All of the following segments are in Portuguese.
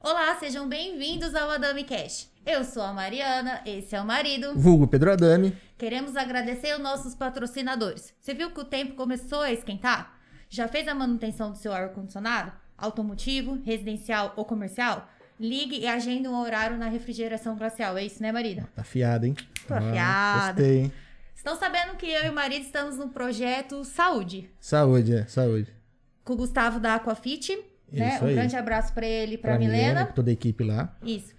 Olá, sejam bem-vindos ao Adami Cash. Eu sou a Mariana, esse é o marido. Vulgo Pedro Adame. Queremos agradecer os nossos patrocinadores. Você viu que o tempo começou a esquentar? Já fez a manutenção do seu ar-condicionado? Automotivo, residencial ou comercial? Ligue e agende um horário na refrigeração glacial. É isso, né, marido? Tá afiado, hein? Tô afiado. Gostei, hein? Estão sabendo que eu e o marido estamos no projeto Saúde, Saúde, é, saúde. com o Gustavo da Aquafit. Né? Isso Um aí. grande abraço para ele e para Milena. Toda a equipe lá. Isso.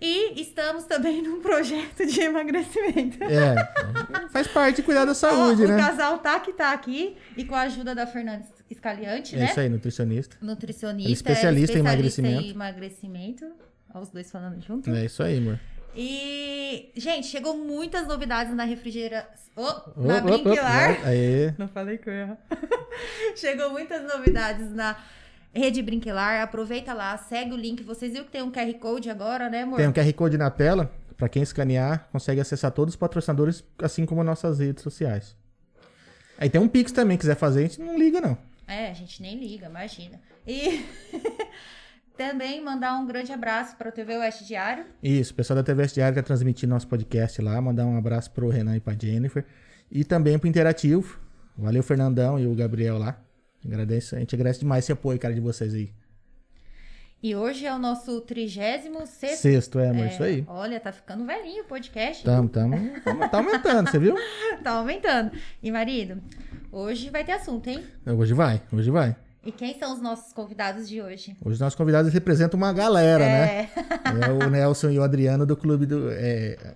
E estamos também num projeto de emagrecimento. É, faz parte de cuidar da Ó, saúde, o né? casal tá que tá aqui e com a ajuda da Fernanda Escaliante, É né? isso aí, nutricionista. Nutricionista, Ela é especialista em Em emagrecimento. Ó, os dois falando junto. É isso aí, amor. E, gente, chegou muitas novidades na refrigeração. na Opa, opa, opa, Brinquilar. né? Aê. Não falei que eu ia. Chegou muitas novidades na Rede Brinquilar. Aproveita lá, segue o link. Vocês viram que tem um QR Code agora, né, amor? Tem um QR Code na tela. Pra quem escanear, consegue acessar todos os patrocinadores, assim como nossas redes sociais. Aí tem um Pix também, quiser fazer, a gente não liga, não. É, a gente nem liga, imagina. E também mandar um grande abraço para o TV Oeste Diário. Isso, o pessoal da TVS Diário tá transmitindo nosso podcast lá. Mandar um abraço pro Renan e pra Jennifer. E também pro Interativo. Valeu, Fernandão e o Gabriel lá. Agradeço, a gente agradece demais esse apoio, cara, de vocês aí. E hoje é o nosso 36 sexto. Sexto, é, amor, isso aí. Olha, tá ficando velhinho o podcast. Tamo, tamo, tamo- tá aumentando, você viu? tá aumentando. E marido, hoje vai ter assunto, hein? Hoje vai, hoje vai. E quem são os nossos convidados de hoje? Hoje nossos convidados representam uma galera, né? é, É o Nelson e o Adriano do clube do. é,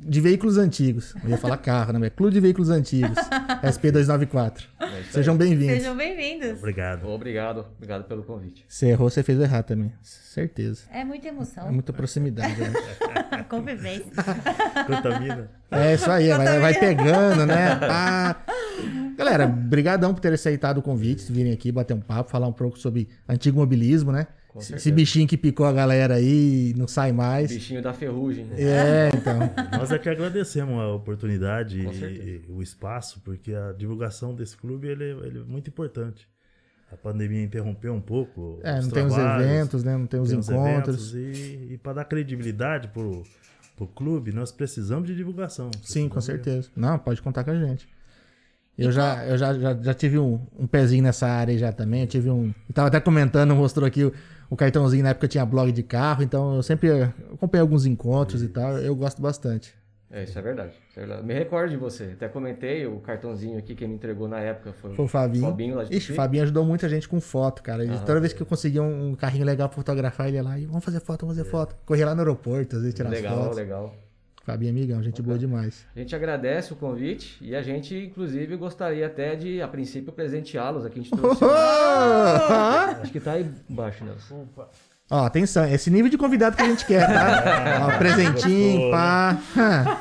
de veículos antigos. Eu ia falar carro, né? mas é Clube de Veículos Antigos. SP294. É isso aí. Sejam bem-vindos. sejam bem-vindos. Obrigado. Obrigado, obrigado pelo convite. Você errou, você fez errado também. Certeza. É muita É emoção, muita proximidade. Né? convivência. Contamina. É isso aí, vai, vai pegando, né? Ah. Galera, brigadão por ter aceitado o convite, virem aqui bater um papo, falar um pouco sobre antigo mobilismo, né? Com Esse esse certeza. bichinho que picou a galera aí e não sai mais. Bichinho da ferrugem. né? É, então. Nós é que agradecemos a oportunidade Com e- certeza. e o espaço, porque a divulgação desse clube ele, ele é muito importante. A pandemia interrompeu um pouco. É, os não tem os trabalhos, eventos, né? Não tem os tem os encontros. eventos e para dar credibilidade pro, pro clube, nós precisamos de divulgação. Sim, com Precisamos de- certeza. Não, pode contar com a gente. Eu E já, eu já, já, já tive um, um pezinho nessa área aí já também. Eu tive um. Eu tava até comentando, mostrou aqui o, o cartãozinho na época eu tinha blog de carro, então eu sempre acompanhei alguns encontros e tal. Eu gosto bastante. É, isso é verdade. isso é verdade. Me recordo de você. Até comentei o cartãozinho aqui que me entregou na época foi, Foi o Fabinho. lá de Ixi, o Tupi. Fabinho ajudou muita gente com foto, cara. Ele- Ah, toda vez que eu conseguia um, um carrinho legal pra fotografar, ele ia lá e vamos fazer foto, vamos fazer foto. Corria lá no aeroporto, às vezes tirar as Legal, fotos. legal. Fabinho é amigão, gente boa demais. A gente agradece o convite e a gente, inclusive, gostaria até de, a princípio, presenteá-los aqui. A gente trouxe. Acho que tá aí embaixo, Nelson. Ó, atenção, é esse nível de convidado que a gente quer, É. tá? Ó, presentinho, Gostou, pá. Hã.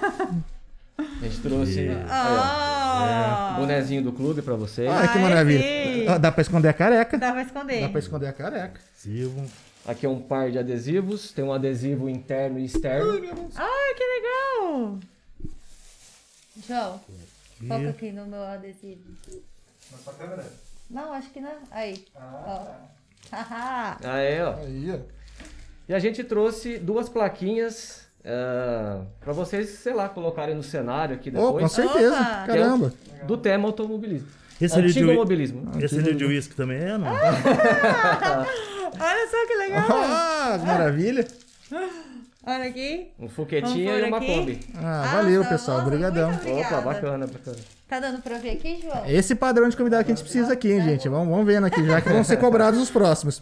A gente trouxe E- aí, É. ó, um Oh! bonezinho do clube pra vocês. Olha que Ai, maravilha. sim. Ó, Dá pra esconder a careca. Oh, Dá pra esconder. Dá pra esconder a careca. Silvio, Aqui é um par de adesivos. Tem um adesivo interno e externo. Ai, Ah, que legal! João, e- foca aqui no meu adesivo. Não, acho que não. Aí. Ó. Haha. Ah, é, ó. Aí, ó. E a gente trouxe duas plaquinhas para vocês, sei lá, colocarem no cenário aqui Ô, com depois. certeza. Opa. Caramba. do tema automobilismo. Esse ali de Antigo ui- mobilismo. Esse ali de né? uísque também é, não? Olha só que legal! Ah, maravilha. Olha aqui. Um Vamos foguetinho por e uma aqui. Kombi. Ah, Ah, valeu, nossa, pessoal. nossa, Obrigadão. muito Obrigada. Opa, bacana, bacana. Tá dando pra ver aqui, João? Esse padrão de convidado que a gente precisa aqui, hein, gente? Vamos, vamos vendo aqui, já que vão ser cobrados os próximos.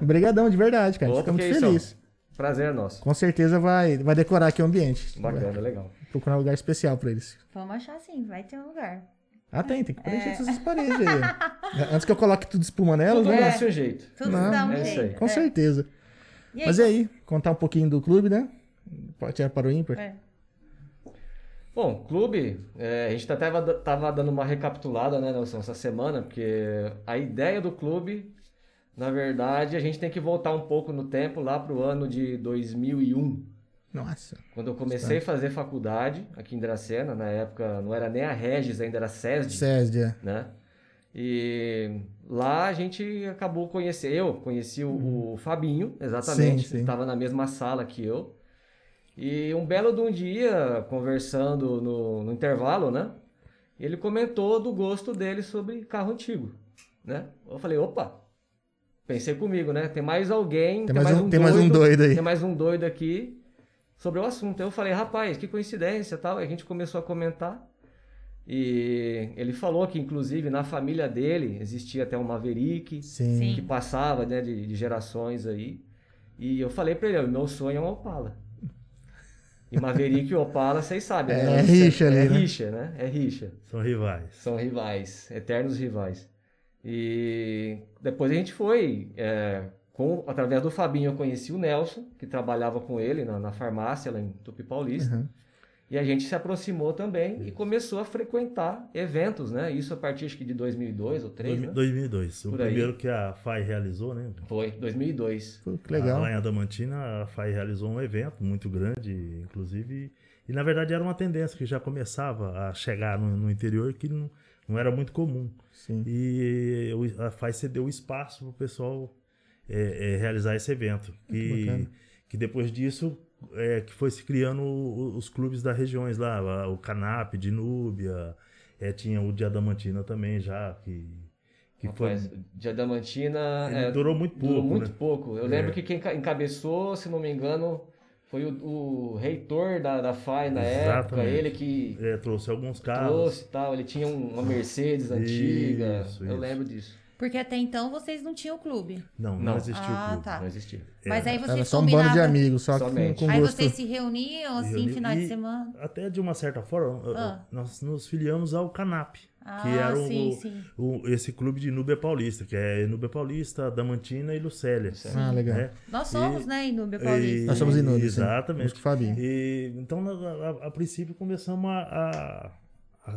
Obrigadão, de verdade, cara. A gente fica Opa, muito que é isso, ó. feliz. Prazer é nosso. Com certeza vai, vai decorar aqui o ambiente. Vai Bacana, legal. procurar um lugar especial pra eles. Vamos achar sim, vai ter um lugar. Ah, tem, tem que É. preencher essas paredes aí. ó. Antes que eu coloque tudo espuma nelas, Tudo né? dá seu jeito. Tudo Não, dá um é isso jeito. aí. Com É. certeza. E aí, Mas e aí, contar um pouquinho do clube, né? Pode tirar para o ímpar. É. Bom, clube, é, a gente até tava, tava dando uma recapitulada, né, Nelson, essa semana, porque a ideia do clube, na verdade, a gente tem que voltar um pouco no tempo, lá pro ano de 2001. Nossa. Quando eu comecei a fazer faculdade aqui em Dracena, na época não era nem a Regis, ainda era a SESD, Césdia. né? E lá a gente acabou conhecendo, eu conheci o, o Fabinho, exatamente, Uhum. Sim, sim. estava na mesma sala que eu. E um belo de um dia, conversando no, no intervalo, né? Ele comentou do gosto dele sobre carro antigo, né? Eu falei, opa, pensei comigo, né? Tem mais alguém, Tem mais um- tem mais um doido aí. tem mais um doido aqui sobre o assunto. Eu falei, rapaz, que coincidência tal. A gente começou a comentar. E ele falou que, inclusive, na família dele existia até um Maverick Sim. Sim. que passava né, de, de gerações aí. E eu falei pra ele, meu sonho é um Opala. E Maverick e Opala, vocês sabem. É, né? é rixa ali, É né? rixa, né? É rixa. São rivais. São rivais, eternos rivais. E depois a gente foi, é, com, através do Fabinho eu conheci o Nelson, que trabalhava com ele na, na farmácia lá em Tupi Paulista. Uhum. E a gente se aproximou também e começou a frequentar eventos, né? Isso a partir acho que de 2002 ou 2003, né? 2002. O Por aí. um primeiro que a FAI realizou, né? Foi, 2002. Pô, que legal. Lá em Adamantina, a FAI realizou um evento muito grande, inclusive. E na verdade era uma tendência que já começava a chegar no, no interior que não, não era muito comum. Sim. E o- a FAI cedeu espaço para o pessoal é, é, realizar esse evento. que E, bacana. que depois disso é, que foi se criando o- os clubes das regiões lá, a- o Canap, Dinúbia, é, tinha o de Adamantina também já, que, que foi. Rapaz, de Adamantina Ele é, durou muito pouco. durou muito né? pouco. Eu É. lembro que quem enca- encabeçou, se não me engano, foi o, o reitor da, da FAI na época, Exatamente. ele que É, trouxe alguns carros. trouxe e tal. Ele tinha um- uma Mercedes antiga. Isso, eu isso. lembro disso. Porque até então vocês não tinham o clube. Não, não, Não. existiu Ah, clube. tá. Não existia. Mas aí Era vocês só um bando de combinavam- amigos, só que Somente. com Aí gosto. vocês se reuniam assim, Reuniu. finais E- de semana. Até de uma certa forma, eu- Ah. nós nos filiamos ao Canap, Ah, que era um o- sim, sim. o- esse clube de Núbia Paulista, que é Núbia Paulista, Adamantina e Lucélia. Ah, legal. né? Nós somos, E- né, em Núbia E- Paulista. Nós somos inúteis. sim. Exatamente. Vamos com o Fabinho. E, então, nós, a, a- a princípio, começamos a, a,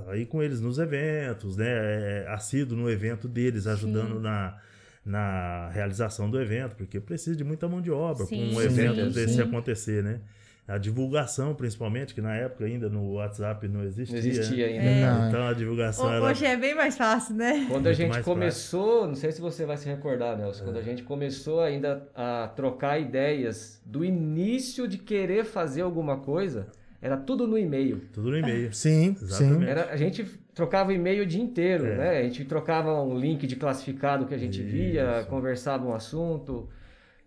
a ir com eles nos eventos, né? É, Assíduo no evento deles, ajudando na, na realização do evento, porque precisa de muita mão de obra para Sim, um evento sim, desse sim. acontecer, né? A divulgação, principalmente, que na época ainda no WhatsApp não existia. né? Não existia ainda. É. Não, é. Então a divulgação era. Hoje é bem mais fácil, né? Quando a Muito gente mais É. começou, não sei se você vai se recordar, Nelson, quando a gente começou ainda a trocar ideias do início de querer fazer alguma coisa, era tudo no e-mail. Tudo no e-mail. Sim, Exatamente. sim. Era, a gente trocava e-mail o dia inteiro, É. né? A gente trocava um link de classificado que a gente via, Isso. conversava um assunto.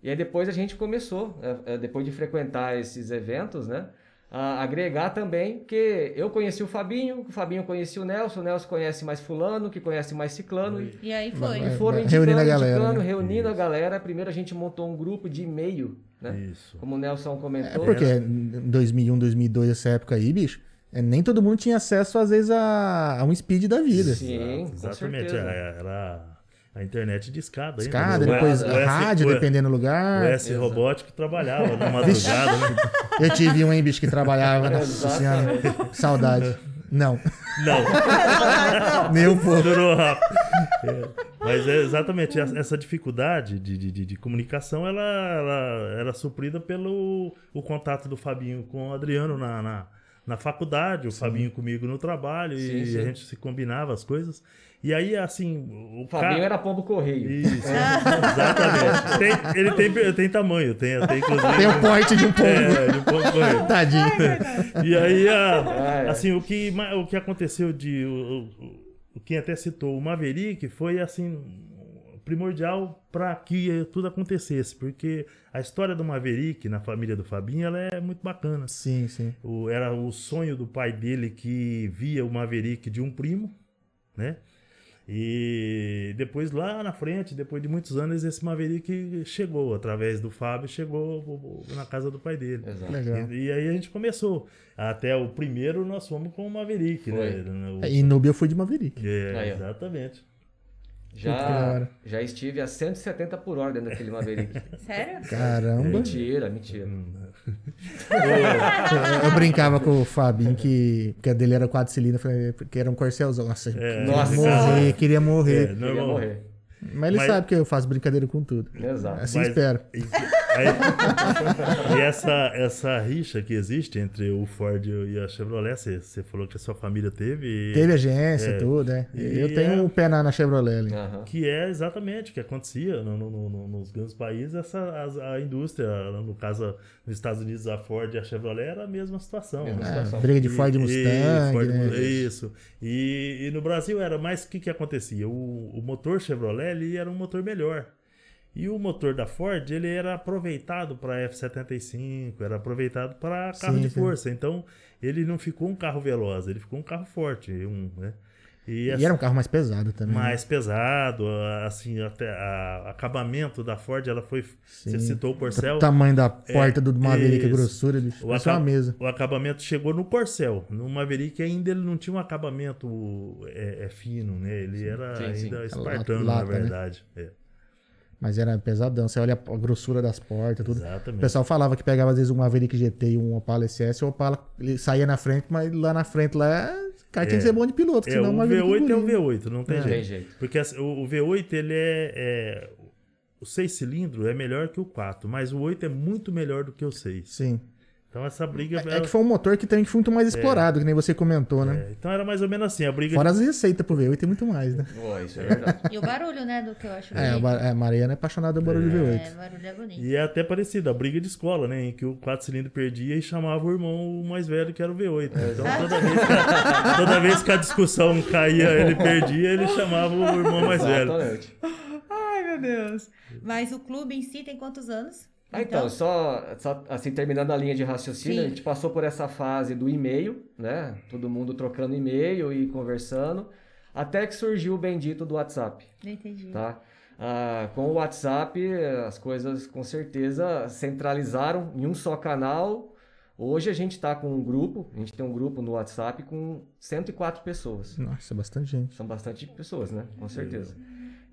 E aí depois a gente começou, é, é, depois de frequentar esses eventos, né? A agregar também que eu conheci o Fabinho, o Fabinho conhecia o Nelson, o Nelson conhece mais fulano, que conhece mais ciclano. E E aí foi. Vai- e foram vai- indicando, reunindo a galera, indicando, né? reunindo a Isso. galera. Primeiro a gente montou um grupo de e-mail, né? Isso. Como o Nelson É comentou. porque em 2001, 2002, essa época aí, bicho, é, nem todo mundo tinha acesso, às vezes, a, a um speed da vida. Sim. Exato, com exatamente. certeza. Era, era a internet de escada. Escada, depois né? o S- rádio, o- dependendo do O lugar. S robótico trabalhava na madrugada, né? Eu tive um, hein, bicho, que trabalhava. Nossa senhora, Exatamente. saudade. Não, Não, nem um pouco. durou rápido. É, Mas é exatamente essa essa dificuldade de, de, de- de comunicação, ela, ela era suprida pelo o contato do Fabinho com o Adriano na, na, na faculdade, o Fabinho comigo no trabalho, Sim, e sim. a gente se combinava as coisas. E aí, assim, o O Fabinho ca- era pombo correio. Isso, exatamente. Tem- ele tem, tem tamanho, tem, tem inclusive. Tem o porte de um pouco. É, de um pouco- Tadinho. E aí, a- Ah, é. assim, o que, ma- o que aconteceu de. O, o- o- quem até citou o Maverick foi, assim, primordial para que tudo acontecesse, porque a história do Maverick na família do Fabinho ela é muito bacana. Sim, sim. O- era o sonho do pai dele que via o Maverick de um primo, né? E depois lá na frente, depois de muitos anos, esse Maverick chegou através do Fábio, chegou o- o- na casa do pai dele. Exato. Legal. E, e aí a gente começou. Até o primeiro nós fomos com o Maverick, Foi. né? O- E Nubia eu fui de Maverick. É, Aí, ó. exatamente. Puta, que da Já, hora. já estive a 170 por hora dentro daquele Maverick. Sério? Caramba. Hum, mentira, mentira. É. Eu brincava com o Fabinho que, que a dele era quatro cilindros, eu falei, porque era um corcelzão. Nossa, queria Nossa. morrer, queria É, morrer. Eu ia normal. morrer. Mas ele Mas- sabe que eu faço brincadeira com tudo. Exato. Assim Mas- espero. E- Aí- e essa, essa rixa que existe entre o Ford e a Chevrolet, você você falou que a sua família teve. Teve agência É. e tudo, né? E Eu tenho é- um pé na, na Chevrolet ali. Aham. Que é exatamente o que acontecia no- no- no- no- nos grandes países. Essa, a, a indústria, né, no caso, nos Estados Unidos, a Ford e a Chevrolet era a mesma situação. Mesma né? Ah, situação. briga de Ford e Mustang, Ford né? Mustang, Isso. E, e no Brasil era mais o que, que acontecia? O, o motor Chevrolet ele era um motor melhor. E o motor da Ford ele era aproveitado para F75, era aproveitado para carro Sim, de sim. força. Então ele não ficou um carro veloz, ele ficou um carro forte. Um, né? E, essa- era um carro mais pesado também. né? mais pesado, a- assim, até a- acabamento da Ford, ela foi. Sim. Você Tá. citou o Porcel. é, O tamanho da porta do Maverick, a isso. grossura, bicho. O, Parece uma aca- mesa. o acabamento chegou no Porcel. No Maverick ainda ele não tinha um acabamento é, é fino, né? Ele era Sim, sim. ainda É espartano, lata, na né? verdade. É, Mas era pesadão. Você olha a grossura das portas, tudo. O exatamente. pessoal falava que pegava às vezes um Maverick GT e um Opala SS, o Opala ele saía na frente, mas lá na frente lá, o cara tinha que É. ser bom de piloto, é, o senão o Maverick V8 é o engolia. V8, não tem É. Não tem jeito. jeito. Porque assim, o, o V8, ele é, é- O 6 cilindro é melhor que o 4, mas o 8 é muito melhor do que o 6. Sim. Então essa briga. É ela- que foi um motor que também foi muito mais explorado, que nem você comentou, né? é, então era mais ou menos assim, a briga Fora as receitas pro V8 tem muito mais, né? Ó, isso é verdade. E o barulho, né? Do que eu acho É, a bonito. Ba- a Mariana é apaixonada pelo barulho É, V8. o barulho é bonito. E é até parecido, a briga de escola, né? Em que o quatro cilindro perdia e chamava o irmão mais velho, que era o V8. É. Então toda vez, que, toda vez que a discussão caía, ele perdia, ele chamava o irmão mais é. velho. Exatamente. Ai, meu Deus. Mas o clube em si tem quantos anos? Ah, então, só, só, assim, terminando a linha de raciocínio, Sim. a gente passou por essa fase do e-mail, né? Todo mundo trocando e-mail e conversando, até que surgiu o bendito do WhatsApp, Não entendi. tá? Ah, com o WhatsApp, as coisas com certeza centralizaram em um só canal. Hoje a gente está com um grupo, a gente tem um grupo no WhatsApp com 104 pessoas. Nossa, bastante gente. São bastante pessoas, né? Com certeza.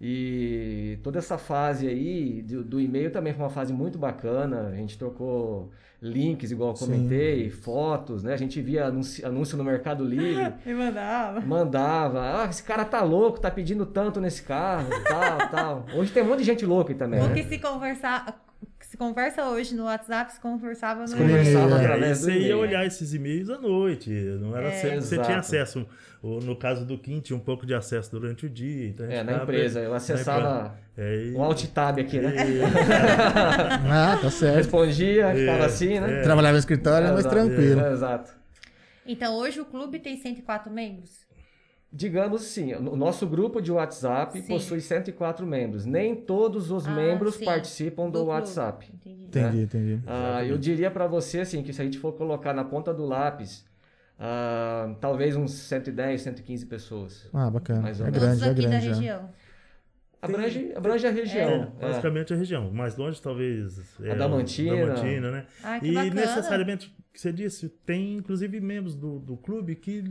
E toda essa fase aí do, do e-mail também foi uma fase muito bacana. A gente trocou links, igual eu Sim. comentei, fotos, né? A gente via anúncio, anúncio no Mercado Livre, Me mandava. mandava. Ah, esse cara tá louco, tá pedindo tanto nesse carro, tal, tal. Hoje tem um monte de gente louca aí também, O né? que se conversar. Se conversa hoje no WhatsApp, se conversava no. Se Conversava É, É, e através do você ia e-mail. olhar esses e-mails à noite, não era sempre que você Exato. tinha acesso. O- No caso do Kim, tinha um pouco de acesso durante o dia. Então a gente É, na ficava- empresa. Eu acessava É, e- um alt tab aqui, né? Ah, tá certo. Respondia, ficava É, assim, né? Trabalhava no escritório, mas Exato, tranquilo. é, Exato. Então hoje o clube tem 104 membros? Digamos sim, o nosso grupo de WhatsApp Sim. possui 104 membros. Nem todos os Ah, membros sim. participam Então, do, clube. WhatsApp. Entendi. Entendi, entendi. Ah, eu diria para você assim que se a gente for colocar na ponta do lápis, ah, talvez uns 110, 115 pessoas. Ah, bacana. Mais ou É menos. Todos grande, é aqui da grande. já. região. Abrange, abrange a É, região. É. basicamente a região. Mais longe, talvez. é, Damantina. Damantina, né? Ah, que E bacana. necessariamente, o que você disse, tem inclusive membros do, do clube que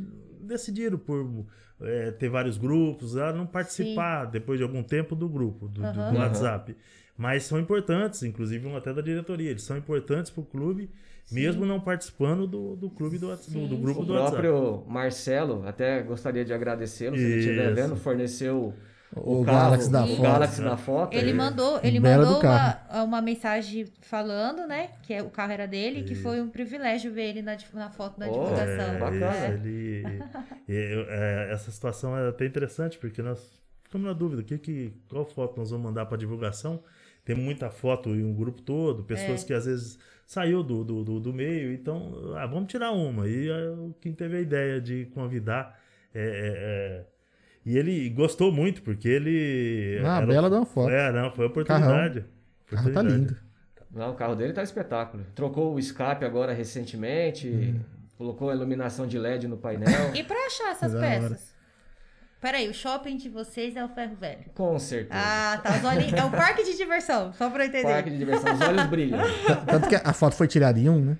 decidiram por eh, ter vários grupos, ah, não participar depois de algum tempo do grupo, do, do- do Aham. WhatsApp. Mas são importantes, inclusive um até da diretoria, eles são importantes para o clube, mesmo não participando do, do clube do, Whats- do, do Sim. grupo O do WhatsApp. próprio Marcelo, até gostaria de agradecê-lo, se ele estiver Isso. vendo, forneceu O, o, carro, Galaxy da o Sim. Fox. Galaxy na foto. Ele mandou, ele Belo mandou do uma, uma mensagem falando, né? Que é- o carro era dele, que foi um privilégio ver ele na, dif- na foto da Oh, divulgação. É, Bacana. isso, ele- e- eu- é, essa situação é até interessante, porque nós ficamos na dúvida, que, que, qual foto nós vamos mandar para divulgação? Tem muita foto em um grupo todo, pessoas que às vezes saiu do, do, do, do meio, então ah, vamos tirar uma. E ah, o Kim teve a ideia de convidar. é, é, é, e ele gostou muito, porque é ele. Ah, era- bela de uma foto. É, não, foi oportunidade. O carro tá Oportunidade. lindo. Não, o carro dele tá um espetáculo. Trocou o escape agora recentemente, Hum. colocou a iluminação de LED no painel. E pra achar essas Da peças? Peraí, o shopping de vocês é o ferro velho. Com certeza. Ah, tá. Os olhinhos. É um parque de diversão, só pra eu entender. Parque de diversão, os olhos brilham. Tanto que a foto foi tirada em um, né?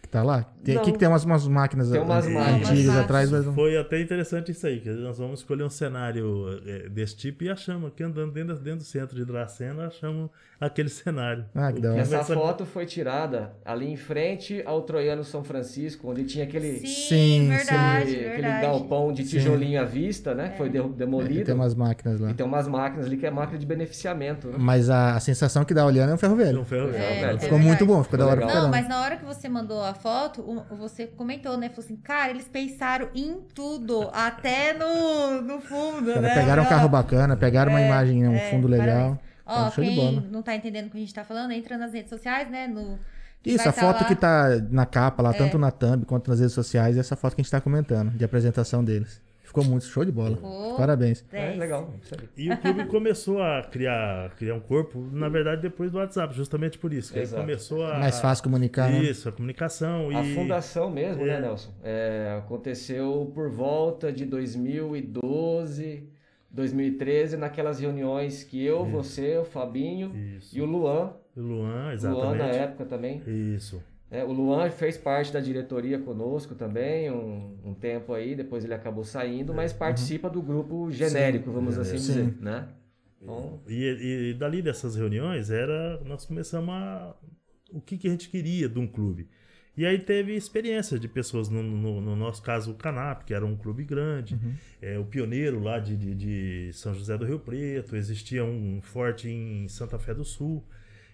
que tá lá? Tem, Não. aqui que tem umas, umas máquinas Tem umas antigas máquinas. Umas atrás, mas não. Foi até interessante isso aí, que nós vamos escolher um cenário eh, desse tipo e achamos aqui andando dentro, dentro do centro de Dracena, achamos aquele cenário. é Ah, que da hora. Essa Conversa- foto foi tirada ali em frente ao Troiano São Francisco, onde tinha aquele, Sim, Sim, verdade, aquele, aquele verdade. É. galpão de tijolinho à vista, né? Que foi derru- Aqui É, demolido. tem umas máquinas lá. E tem umas máquinas ali que é máquina de beneficiamento, né? Mas a, a sensação que dá olhando é um ferro velho. Não foi- É, foi- é Ficou muito verdade. bom, ficou da hora pra Legal. Não, mas caramba. na hora que você mandou a foto, o- você comentou, né? Falou assim, cara, eles pensaram em tudo, até no, no fundo, Cara, né? pegaram um Ó, carro bacana, pegaram uma imagem, né, um é, fundo legal. Ó, Tá show de quem bola. não tá entendendo o que a gente tá falando, entra nas redes sociais, né? No, que Isso, vai a tá foto lá. que tá na capa lá, tanto na thumb quanto nas redes sociais, é essa foto que a gente tá comentando, de apresentação deles. Ficou muito show de bola. Ficou. Parabéns. É, Dez. legal. isso aí. E o clube começou a criar, criar um corpo, na verdade, depois do WhatsApp, justamente por isso. Que aí Hum. Exato. começou a. É Mais fácil comunicar, né? Isso, a comunicação. A e... fundação mesmo, É. né, Nelson? É, aconteceu por volta de 2012, 2013, naquelas reuniões que eu, você, o Fabinho Isso. e o Luan, O Luan, Luan né? na exatamente. época também. Isso. né? o Luan fez parte da diretoria conosco também, um, um tempo aí, depois ele acabou saindo, mas participa do grupo genérico, vamos assim Sim. dizer, né? Então, E, e- e dali dessas reuniões era nós começamos a o que, que a gente queria de um clube. E aí teve experiência de pessoas, no, no- no nosso caso o Canap, que era um clube grande, Uhum. é, o pioneiro lá de, de- de São José do Rio Preto, existia um forte em Santa Fé do Sul.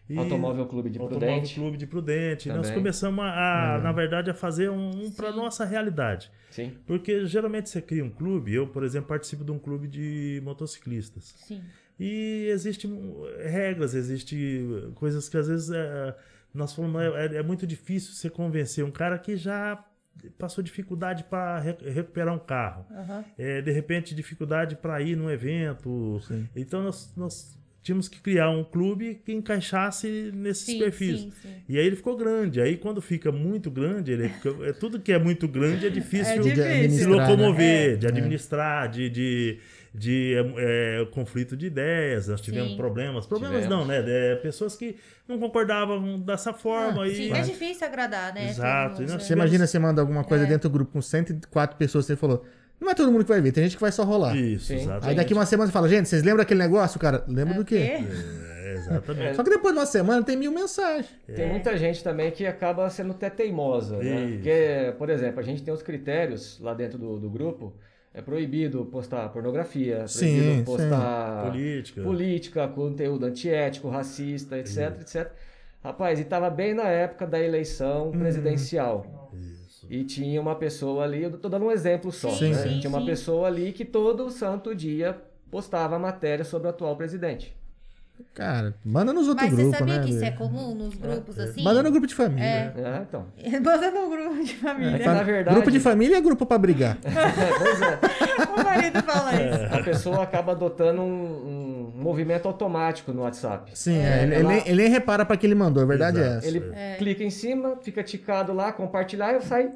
E- Automóvel Clube de Automóvel Prudente. Clube de Prudente. Nós Também. Uhum. começamos a, a, na verdade, a fazer um, para nossa realidade. Sim. Porque geralmente você cria um clube, eu, por exemplo, participo de um clube de motociclistas. Sim. E existem regras, existem coisas que às vezes é, nós falamos, é, é muito difícil você convencer um cara que já passou dificuldade para recuperar um carro, Aham. É, de repente dificuldade para ir num evento. Sim. Então nós, nós tínhamos que criar um clube que encaixasse nesses Sim, perfis. sim, sim. E aí ele ficou grande. Aí quando fica muito grande, ele fica- é tudo que é muito grande é difícil difícil. se Administrar, né? né? locomover, de administrar, de, de, de é, é, conflito de ideias. Nós tivemos Sim. problemas. Problemas Tivemos. não, né? É, pessoas que não concordavam dessa forma. e... Sim, é difícil agradar, né? né? Exato, todo e nós- mundo. Você imagina você manda alguma É. coisa dentro do grupo com 104 pessoas, você falou. Não é todo mundo que vai ver, tem gente que vai só rolar. Isso, Sim. exatamente. Aí daqui uma semana você fala, gente, vocês lembram daquele negócio, cara? Lembra do quê? Porque- É, exatamente. Só que depois de uma semana tem mil mensagens. Tem muita gente também que acaba sendo até teimosa, né? Isso. Porque, por exemplo, a gente tem os critérios lá dentro do, do grupo. É proibido postar pornografia, é Sim, proibido sim. postar É. Política. política, conteúdo antiético, racista, Uhum. etc, etc. Rapaz, e tava bem na época da eleição Uhum. presidencial. Isso. E tinha uma pessoa ali, eu tô dando um exemplo só, Sim, né? sim, tinha uma sim. pessoa ali que todo santo dia postava matéria sobre o atual presidente. Cara, manda nos outros Mas você grupos, sabia né? que isso é velho? comum nos grupos é. assim? Manda no grupo de família. É, então. Manda no grupo de É que, família. na verdade, Grupo de família é grupo pra brigar. Pois é. O marido fala É. isso. a pessoa acaba adotando um, um movimento automático no WhatsApp. Sim, é, ele, ela- ele, ele nem repara pra que ele mandou, a verdade é Exato. essa. Ele clica em cima, fica ticado lá, compartilhar e sai,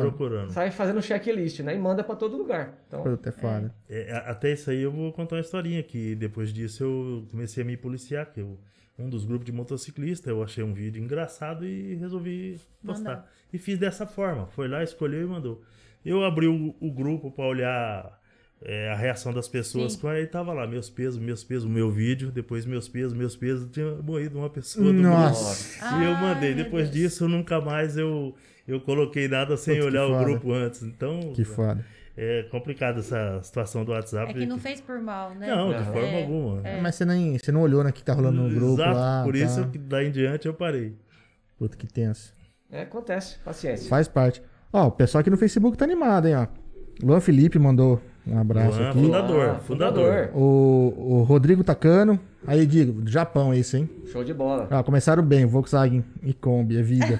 Procurando. sai fazendo checklist, né? E manda pra todo lugar. Então, Puta, é foda. É, a- até isso aí eu vou contar uma historinha que depois disso eu comecei a me policiar, que eu, um dos grupos de motociclista, eu achei um vídeo engraçado e resolvi postar. E fiz dessa forma, foi lá, escolheu e mandou. Eu abri o, o grupo para olhar é, a reação das pessoas, Sim. com aí tava lá meus pesos, meus pesos, meu vídeo, depois meus pesos, meus pesos, tinha morrido uma pessoa do grupo. Nossa. Ah, E eu mandei. meu Depois Deus. disso, nunca mais eu, eu coloquei nada sem Putz, que olhar o foda. grupo antes. Então, Que foda. é complicado essa situação do WhatsApp. É que não fez por mal, né? Não, de Aham. forma É, alguma. Mas você, nem, você não olhou no que tá rolando no grupo Exato, lá. por tá? isso que daí em diante eu parei. Puta, que tenso. é, acontece, paciência. Faz parte. Ó, o pessoal aqui no Facebook tá animado, hein, ó. Luan Felipe mandou um abraço Luan, aqui. fundador, Ah, fundador. O, o Rodrigo Tacano. Aí, Digo, do Japão esse, hein? Show de bola. Ah, começaram bem, Volkswagen e Kombi, é vida.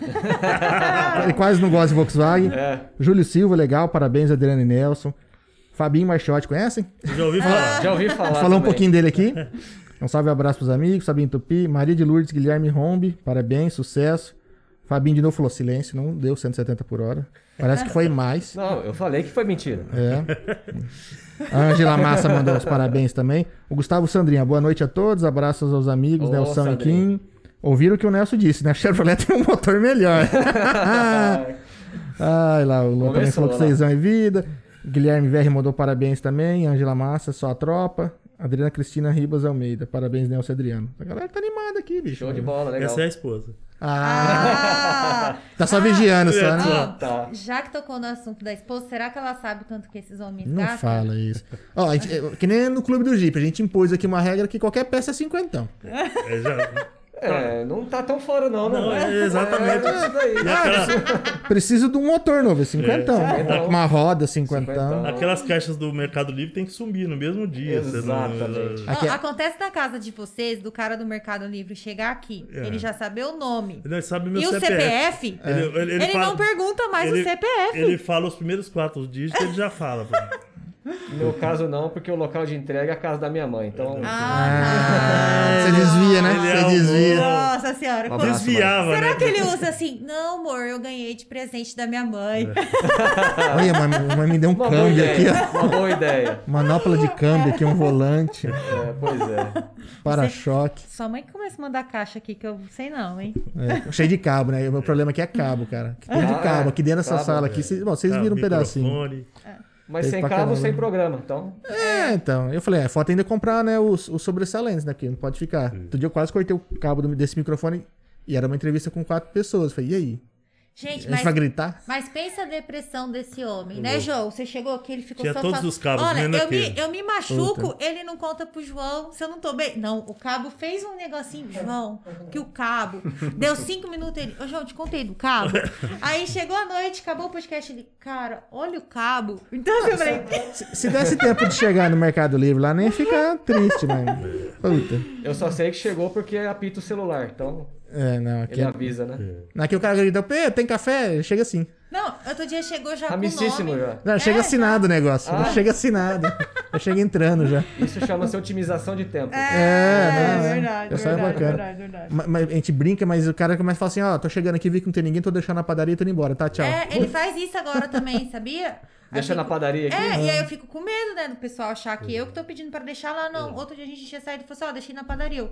Ele quase não gosta de Volkswagen. É. Júlio Silva, legal, parabéns, Adriano e Nelson. Fabinho Marchotti, conhecem? Já ouvi falar. Ah, Já ouvi falar. Falar um também. pouquinho dele aqui. Um salve e abraço pros amigos, Fabinho Tupi, Maria de Lourdes, Guilherme Rombi, parabéns, sucesso. Fabinho de novo falou silêncio, não deu 170 por hora. Parece que foi mais. Não, eu falei que foi mentira. É. A Angela Massa mandou os parabéns também. O Gustavo Sandrinha, boa noite a todos, abraços aos amigos, Ô, Nelson e Sandrinha. Kim. Ouviram o que o Nelson disse, né? A Chevrolet tem um motor melhor. Ah. Ai, lá, o Luan também Começou, falou que lá. vocês em vida. Guilherme VR mandou parabéns também. Ângela Massa, só a tropa. Adriana Cristina Ribas Almeida. Parabéns, Nelson e Adriano. A galera tá animada aqui, bicho. Show de bola, legal. Essa é a esposa. Ah, Ah! tá só vigiando só, né? Ah, Tá. Já que tocou no assunto da esposa, será que ela sabe tanto que esses homens Não gastam? fala isso. Ó, a gente- é, que nem no Clube do Jeep, a gente impôs aqui uma regra que qualquer peça é cinquentão. É, já- É, não tá tão fora não, né? Não, é, velho? exatamente. É, isso é daí. E aquela- Preciso de um motor novo, é cinquentão. cinquentão. Uma roda, cinquentão. Cinquentão. Aquelas caixas do Mercado Livre tem que sumir no mesmo dia. você não- Exatamente. Ó, Aqui é- Acontece na casa de vocês, do cara do Mercado Livre chegar aqui, É. ele já sabe o nome. Ele sabe meu E o CPF? Ele, ele- ele Ele fala- não pergunta mais o ele- CPF. Ele fala os primeiros quatro dígitos, ele já fala. pra mim. No meu caso não, porque o local de entrega é a casa da minha mãe. Então, Ah, você desvia, né? Ele é Você um desvia. bom. Nossa senhora. Um como- abraço. Desviava, Será né? que ele usa assim? Não, amor, eu ganhei de presente da minha mãe. É. Olha, mas, mas me deu um uma boa câmbio aqui, ideia. ó. Uma boa ideia. Manopla de câmbio aqui, um volante, É, pois é. para-choque. Sua mãe que começa a mandar caixa aqui, que eu sei não, hein? É, cheio de cabo, né? O meu problema aqui é cabo, cara. Que Tem de Ah, cabo aqui dentro dessa cabo, sala aqui. Vocês, bom, vocês Tá, viram um pedacinho. microfone. Mas Fez sem pra cabo, caramba. sem programa. Então, É, então. Eu falei, é, falta ainda comprar, né, os, os sobressalentes, né? Porque não pode ficar. Hum. Outro dia eu quase cortei o cabo do- desse microfone e era uma entrevista com quatro pessoas. Eu falei, e aí? A Gente, gente mas, vai gritar? mas pensa a depressão desse homem, né, João? Você chegou aqui, ele ficou Tinha só todos falando, os cabos, Olha, menos eu me, aquele." eu me machuco, ele não conta pro João, se eu não tô bem. Não, o cabo fez um negocinho, João, que o cabo. Deu cinco minutos ele. Ô, João, te contei do cabo. Aí chegou a noite, acabou o podcast. Ele, cara, olha o cabo. Então eu falei, Se, se desse tempo de chegar no Mercado Livre lá, nem fica triste, mano. Puta. eu só sei que chegou porque apita o celular. Então, É, não, aqui, ele é- avisa, né? aqui o cara grita, Pê, tem café? Ele Chega assim. não, outro dia chegou já com o Amicíssimo nome. já. Não, É, chega assinado tá. o negócio. Ah. Chega assinado. Já chega entrando já. Isso chama-se otimização de tempo. É, não, é verdade, Essa é verdade, bacana. verdade, verdade. Ma- Mas, a gente brinca, mas o cara começa a falar assim, ó, tô chegando aqui, vi que não tem ninguém, tô deixando na padaria e tô indo embora, tá? Tchau. É, ele faz isso agora também, sabia? Deixa Assim, na padaria aqui. É, e aí eu fico com medo, né, do pessoal achar que eu que tô pedindo pra deixar lá, não. Outro dia a gente tinha saído e falou assim, ó, deixei na padaria. Eu,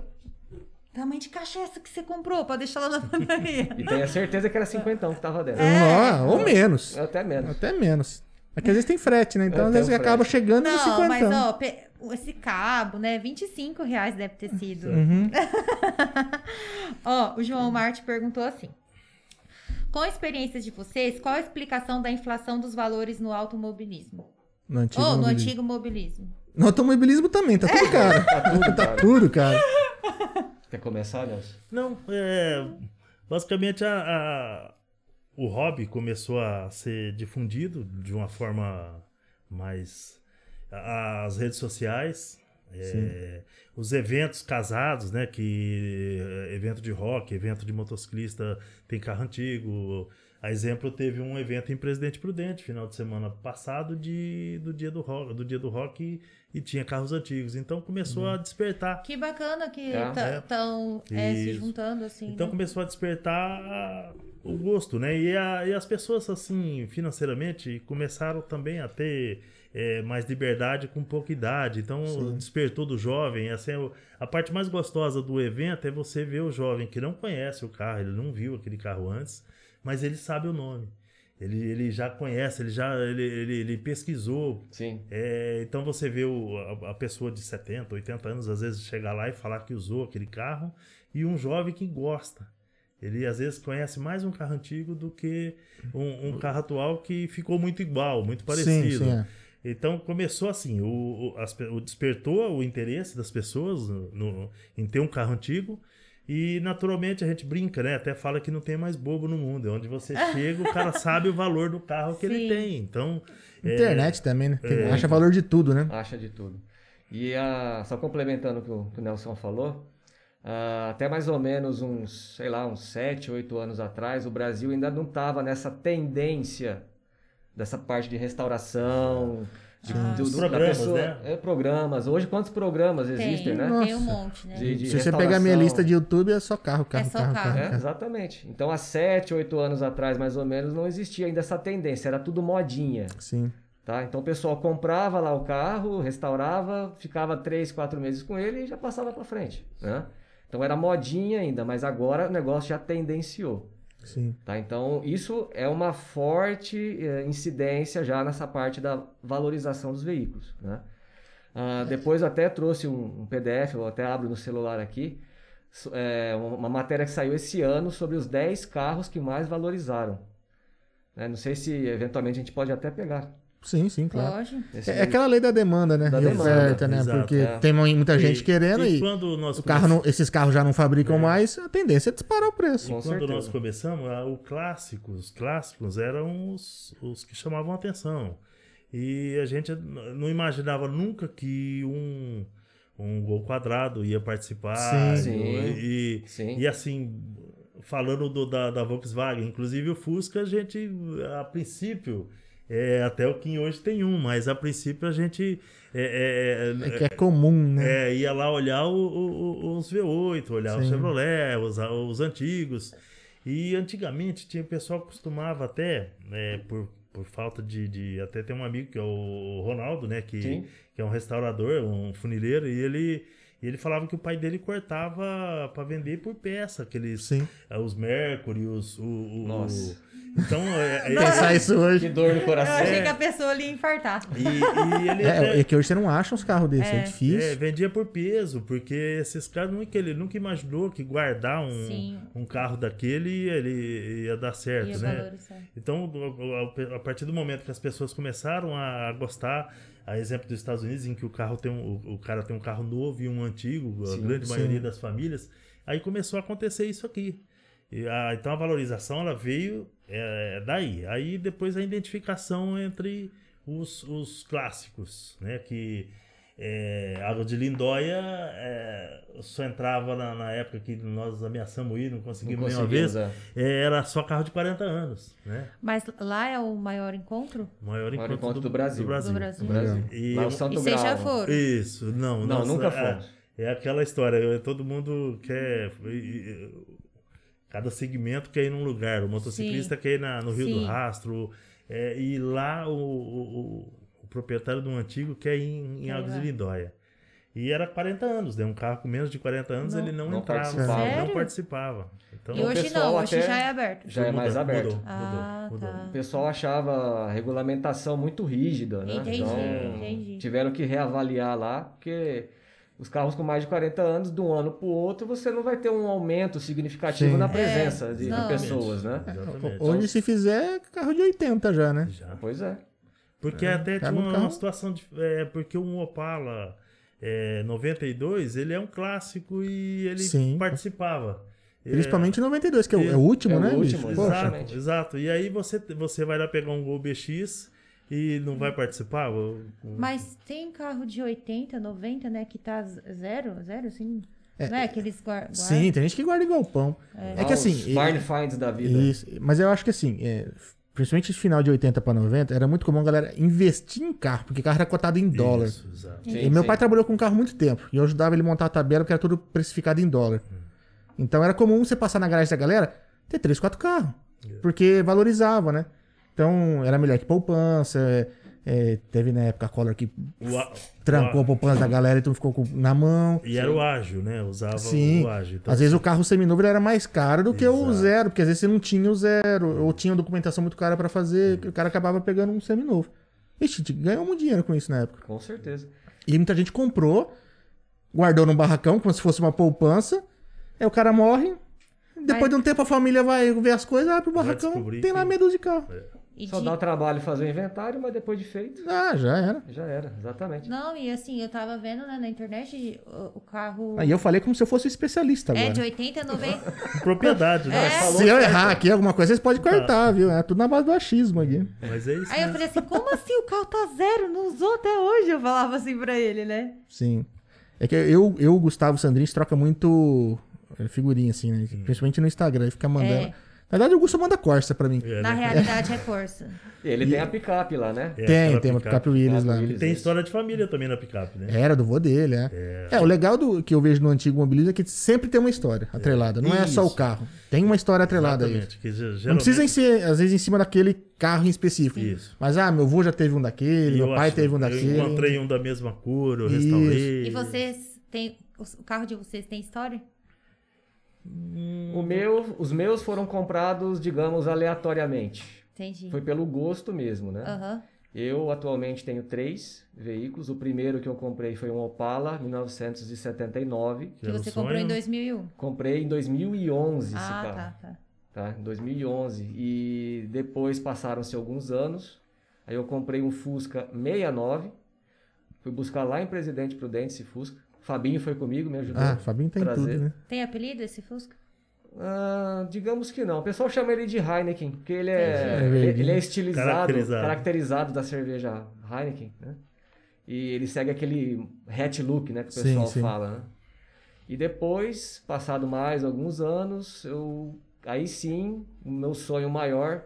tamanho de caixa é essa que você comprou pra deixar lá na padaria? E tenho certeza que era cinquentão que tava dela. é. Ó, ou menos. Até menos. Até menos. É que às vezes tem frete, né? Então às É, tem vezes um acaba frete. chegando no não, 50. mas ó, pe- esse cabo, né, 25 reais deve ter sido. ó, o João Marte perguntou assim. Com a experiência de vocês, qual a explicação da inflação dos valores no automobilismo? No antigo. Ou no mobilismo. antigo É. mobilismo? No automobilismo também, tá tudo caro. tá tudo, caro. cara. Quer começar, Nelson? Não, é. Basicamente, a- a- o hobby começou a ser difundido de uma forma mais. a- As redes sociais, é, os eventos casados, né? Que é, evento de rock, evento de motociclista, tem carro antigo. A exemplo, teve um evento em Presidente Prudente, final de semana passado, de, do, dia do, rock, do dia do rock, e, e tinha carros antigos. Então começou a despertar Que bacana que É. estão se Isso. juntando assim. Então né? começou a despertar o gosto, né? E, a- e as pessoas, assim, financeiramente, começaram também a ter eh, mais liberdade com pouca idade. Então despertou do jovem. Assim, o- a parte mais gostosa do evento é você ver o jovem que não conhece o carro, ele não viu aquele carro antes, mas ele sabe o nome. Ele, ele já conhece, ele já ele- ele- ele pesquisou, Sim. é, então você vê o- a, a pessoa de 70, 80 anos, às vezes, chegar lá e falar que usou aquele carro, e um jovem que gosta. Ele às vezes conhece mais um carro antigo do que um, um carro atual que ficou muito igual, muito parecido. Sim, sim, é. Então começou assim, o, o- as pe- o despertou o interesse das pessoas no- no- em ter um carro antigo e naturalmente a gente brinca, né? Até fala que não tem mais bobo no mundo, é onde você chega o cara sabe o valor do carro que Sim. ele tem. Então é, Internet também, né? Tem- Acha valor de tudo, né? Acha de tudo. E a- só complementando o que o, que o Nelson falou, ah, até mais ou menos uns, sei lá, uns 7, 8 anos atrás, o Brasil ainda não estava nessa tendência dessa parte de restauração, de, Ah, do- do- programas, né? É, programas. Hoje, quantos programas tem, existem, né? tem um Nossa. monte, né? De- de Se você pegar minha restauração. lista de YouTube, é só carro, carro, É só carro, carro. carro. É, exatamente. Então, há 7, 8 anos atrás, mais ou menos, não existia ainda essa tendência, era tudo modinha. Sim. Tá? Então o pessoal comprava lá o carro, restaurava, ficava três, quatro meses com ele e já passava para frente. Né? Então era modinha ainda, mas agora o negócio já tendenciou. Sim. Tá? Então, isso é uma forte eh, incidência já nessa parte da valorização dos veículos. Né? Ah, depois eu até trouxe um, um PDF, eu até abro no celular aqui, so- é, uma uma matéria que saiu esse ano sobre os 10 carros que mais valorizaram. Né? Não sei se eventualmente a gente pode até pegar. Sim, sim, claro. Lógico. esse- É aquela lei da demanda, né? Da e demanda, oferta, né? exato, Porque é. tem muita gente E- querendo e e, quando nós o carro não- esses carros já não fabricam É. mais, a tendência é disparar o preço. Com Quando nós certeza. começamos, a- o clássico, os clássicos eram os, os que chamavam atenção. E a gente n- não imaginava nunca que um, um gol quadrado ia participar. Sim. Sim. E, Sim. e assim, falando do- da, da Volkswagen, inclusive o Fusca, a gente, a princípio, é, até o Kim hoje tem um, mas a princípio a gente é, é, é, É que é comum, né? é, ia lá olhar o- o- o- os V8, olhar Sim. o Chevrolet, os, os antigos. E antigamente tinha o pessoal que costumava até, né, por, por falta de, de- Até tem um amigo que é o Ronaldo, né? Que, Sim. que é um restaurador, um funileiro, e ele. e ele falava que o pai dele cortava para vender por peça, aqueles Sim. eh, os Mercury, os o, o- Nossa. o- então é, é- Pensar isso Que hoje. dor no Eu coração. achei que a pessoa ali ia infartar. e, e ele até- É, é que hoje você não acha uns carros desses, é, difícil. É, vendia por peso, porque esses caras nunca, ele nunca imaginou que guardar um, Sim. um carro daquele ele ia dar certo, Ia né? valorizar. Então, do- a- a- a partir do momento que as pessoas começaram a gostar, a exemplo dos Estados Unidos, em que o carro tem um, o, o cara tem um carro novo e um antigo, a Sim, grande sim. maioria das famílias, aí começou a acontecer isso aqui. E a- então a valorização ela veio é, daí. Aí depois a identificação entre os, os clássicos, né? Que é, a de Lindóia é, só entrava na, na época que nós ameaçamos ir, não Não conseguimos, nenhuma vez. conseguimos, é. É, era só carro de 40 anos, né? Mas lá é o maior encontro O Maior, Maior encontro, encontro do do, Brasil. do do Brasil. No Brasil. E- Lá o e E Santo vocês já Grau. foram? Isso, não. Não, nossa, nunca é- fomos. É, aquela história, eu- todo mundo quer. e- e- Cada segmento quer ir num lugar. O motociclista quer ir na- no Rio do Sim. Rastro. é, e lá o, o- o- o proprietário do antigo quer ir em, em Quer ir lá. Alves de Lindóia. E era 40 anos, né? Um carro com menos de 40 anos Não- ele não, não entrava, participava. não Sério? participava. Então, E o hoje pessoal não, hoje até- já é aberto. Já é mudou, mais aberto. Mudou, Ah, mudou, tá. O pessoal achava a regulamentação muito rígida, né? Entendi, então, entendi. tiveram que reavaliar lá, porque os carros com mais de 40 anos, de um ano para o outro, você não vai ter um aumento significativo Sim. na presença de, de não. Exatamente, pessoas, né? Exatamente. Hoje, se fizer, é carro de 80 já, né? Já. tá Pois é. Porque até tinha cada uma, carro- uma situação. De, é, porque um Opala é, 92, ele é um clássico e ele Sim. participava. É, Principalmente em 92, que é o, E- é o último, é o né, último, bicho? Poxa. exato, Exatamente. exato. E aí você, você vai lá pegar um Gol BX e não vai participar? O- o- Mas tem carro de 80, 90, né? Que tá z- zero, zero, assim. É, não é aqueles guardam. Sim, tem gente que guarda igual pão. É, que Ah, assim. Os e- barn finds da vida. Isso. Mas eu acho que assim, é, principalmente de final de 80 pra 90, era muito comum a galera investir em carro, porque carro era cotado em dólar. Isso, exato. Sim, e meu sim. pai trabalhou com carro muito tempo. E eu ajudava ele a montar a tabela, porque era tudo precificado em dólar. Então era comum você passar na garagem da galera ter três, quatro carros. Porque valorizava, né? Então era melhor que poupança. é, é, teve na época a Collor que O a- trancou o a poupança da galera, então ficou com- na mão. a- E era o ágil, né? Usava Sim. o ágil. Então, às vezes o carro seminovo ele era mais caro do que o Exato. zero, porque às vezes você não tinha o zero, ou tinha uma documentação muito cara pra fazer, que o cara acabava pegando um seminovo. Ixi, ganhou muito dinheiro com isso na época. Com certeza. E muita gente comprou, guardou num barracão, como se fosse uma poupança. Aí o cara morre. Depois Mas- de um tempo a família vai ver as coisas, abre o Vai barracão, descobrir tem lá que- é. meia dúzia de carro. E Só de- dá o trabalho fazer o inventário, mas depois de feito, Ah, já era. já era, exatamente. Não, e assim, eu tava vendo né, na internet o, o carro. Aí eu falei como se eu fosse especialista é, de agora. 80 a 90. Propriedade, né? É. Se eu errar aqui alguma coisa, vocês Tá. podem cortar, viu? É tudo na base do achismo aqui. Mas é isso. Aí eu né? falei assim, como assim o carro tá zero? Não usou até hoje, eu falava assim pra ele, né? Sim. É que eu, eu Gustavo Sandrins, troca muito é, figurinha, assim, né? Hum. Principalmente no Instagram, ele fica mandando. É. Na verdade, o Gusto manda Corsa pra mim. É, Na né? realidade é força. Ele tem a picape lá, né? É, tem, aquela tem uma picape Willis lá. Willis. Tem história de família também na picape, né? Era do vô dele, é. É, o legal do que eu vejo no antigo mobilismo é que sempre tem uma história atrelada. Não é só o Isso. carro. Tem uma história atrelada aí. Exatamente, que ge- Não geralmente- precisa ser, às vezes, em cima daquele carro em específico. Isso. Mas, ah, meu vô já teve um daquele, E eu meu pai acho- teve um Eu daquele. encontrei um da mesma cor, eu Isso. restaurei. E vocês têm. O carro de vocês tem história? Uhum. O meu, os meus foram comprados, digamos, aleatoriamente. Entendi. Foi pelo gosto mesmo, né? Aham. Eu atualmente tenho três veículos. O primeiro que eu comprei foi um Opala 1979. Que um você comprou em 2001. Comprei em 2011 esse ah, carro, tá, tá. tá? Em 2011. E depois passaram-se alguns anos. Aí eu comprei um Fusca 69. Fui buscar lá em Presidente Prudente esse Fusca. Fabinho foi comigo, me ajudou. Ah, Fabinho tem Trazer. tudo, né? Tem apelido esse Fusca? Ah, digamos que não. O pessoal chama ele de Heineken, porque ele é, Entendi. É ele- verdinho. ele é estilizado, Caracterizado. caracterizado. da cerveja Heineken, né? E ele segue aquele hat look, né, que o Sim, pessoal sim. fala, né? E depois, passado mais alguns anos, eu aí sim, o meu sonho maior,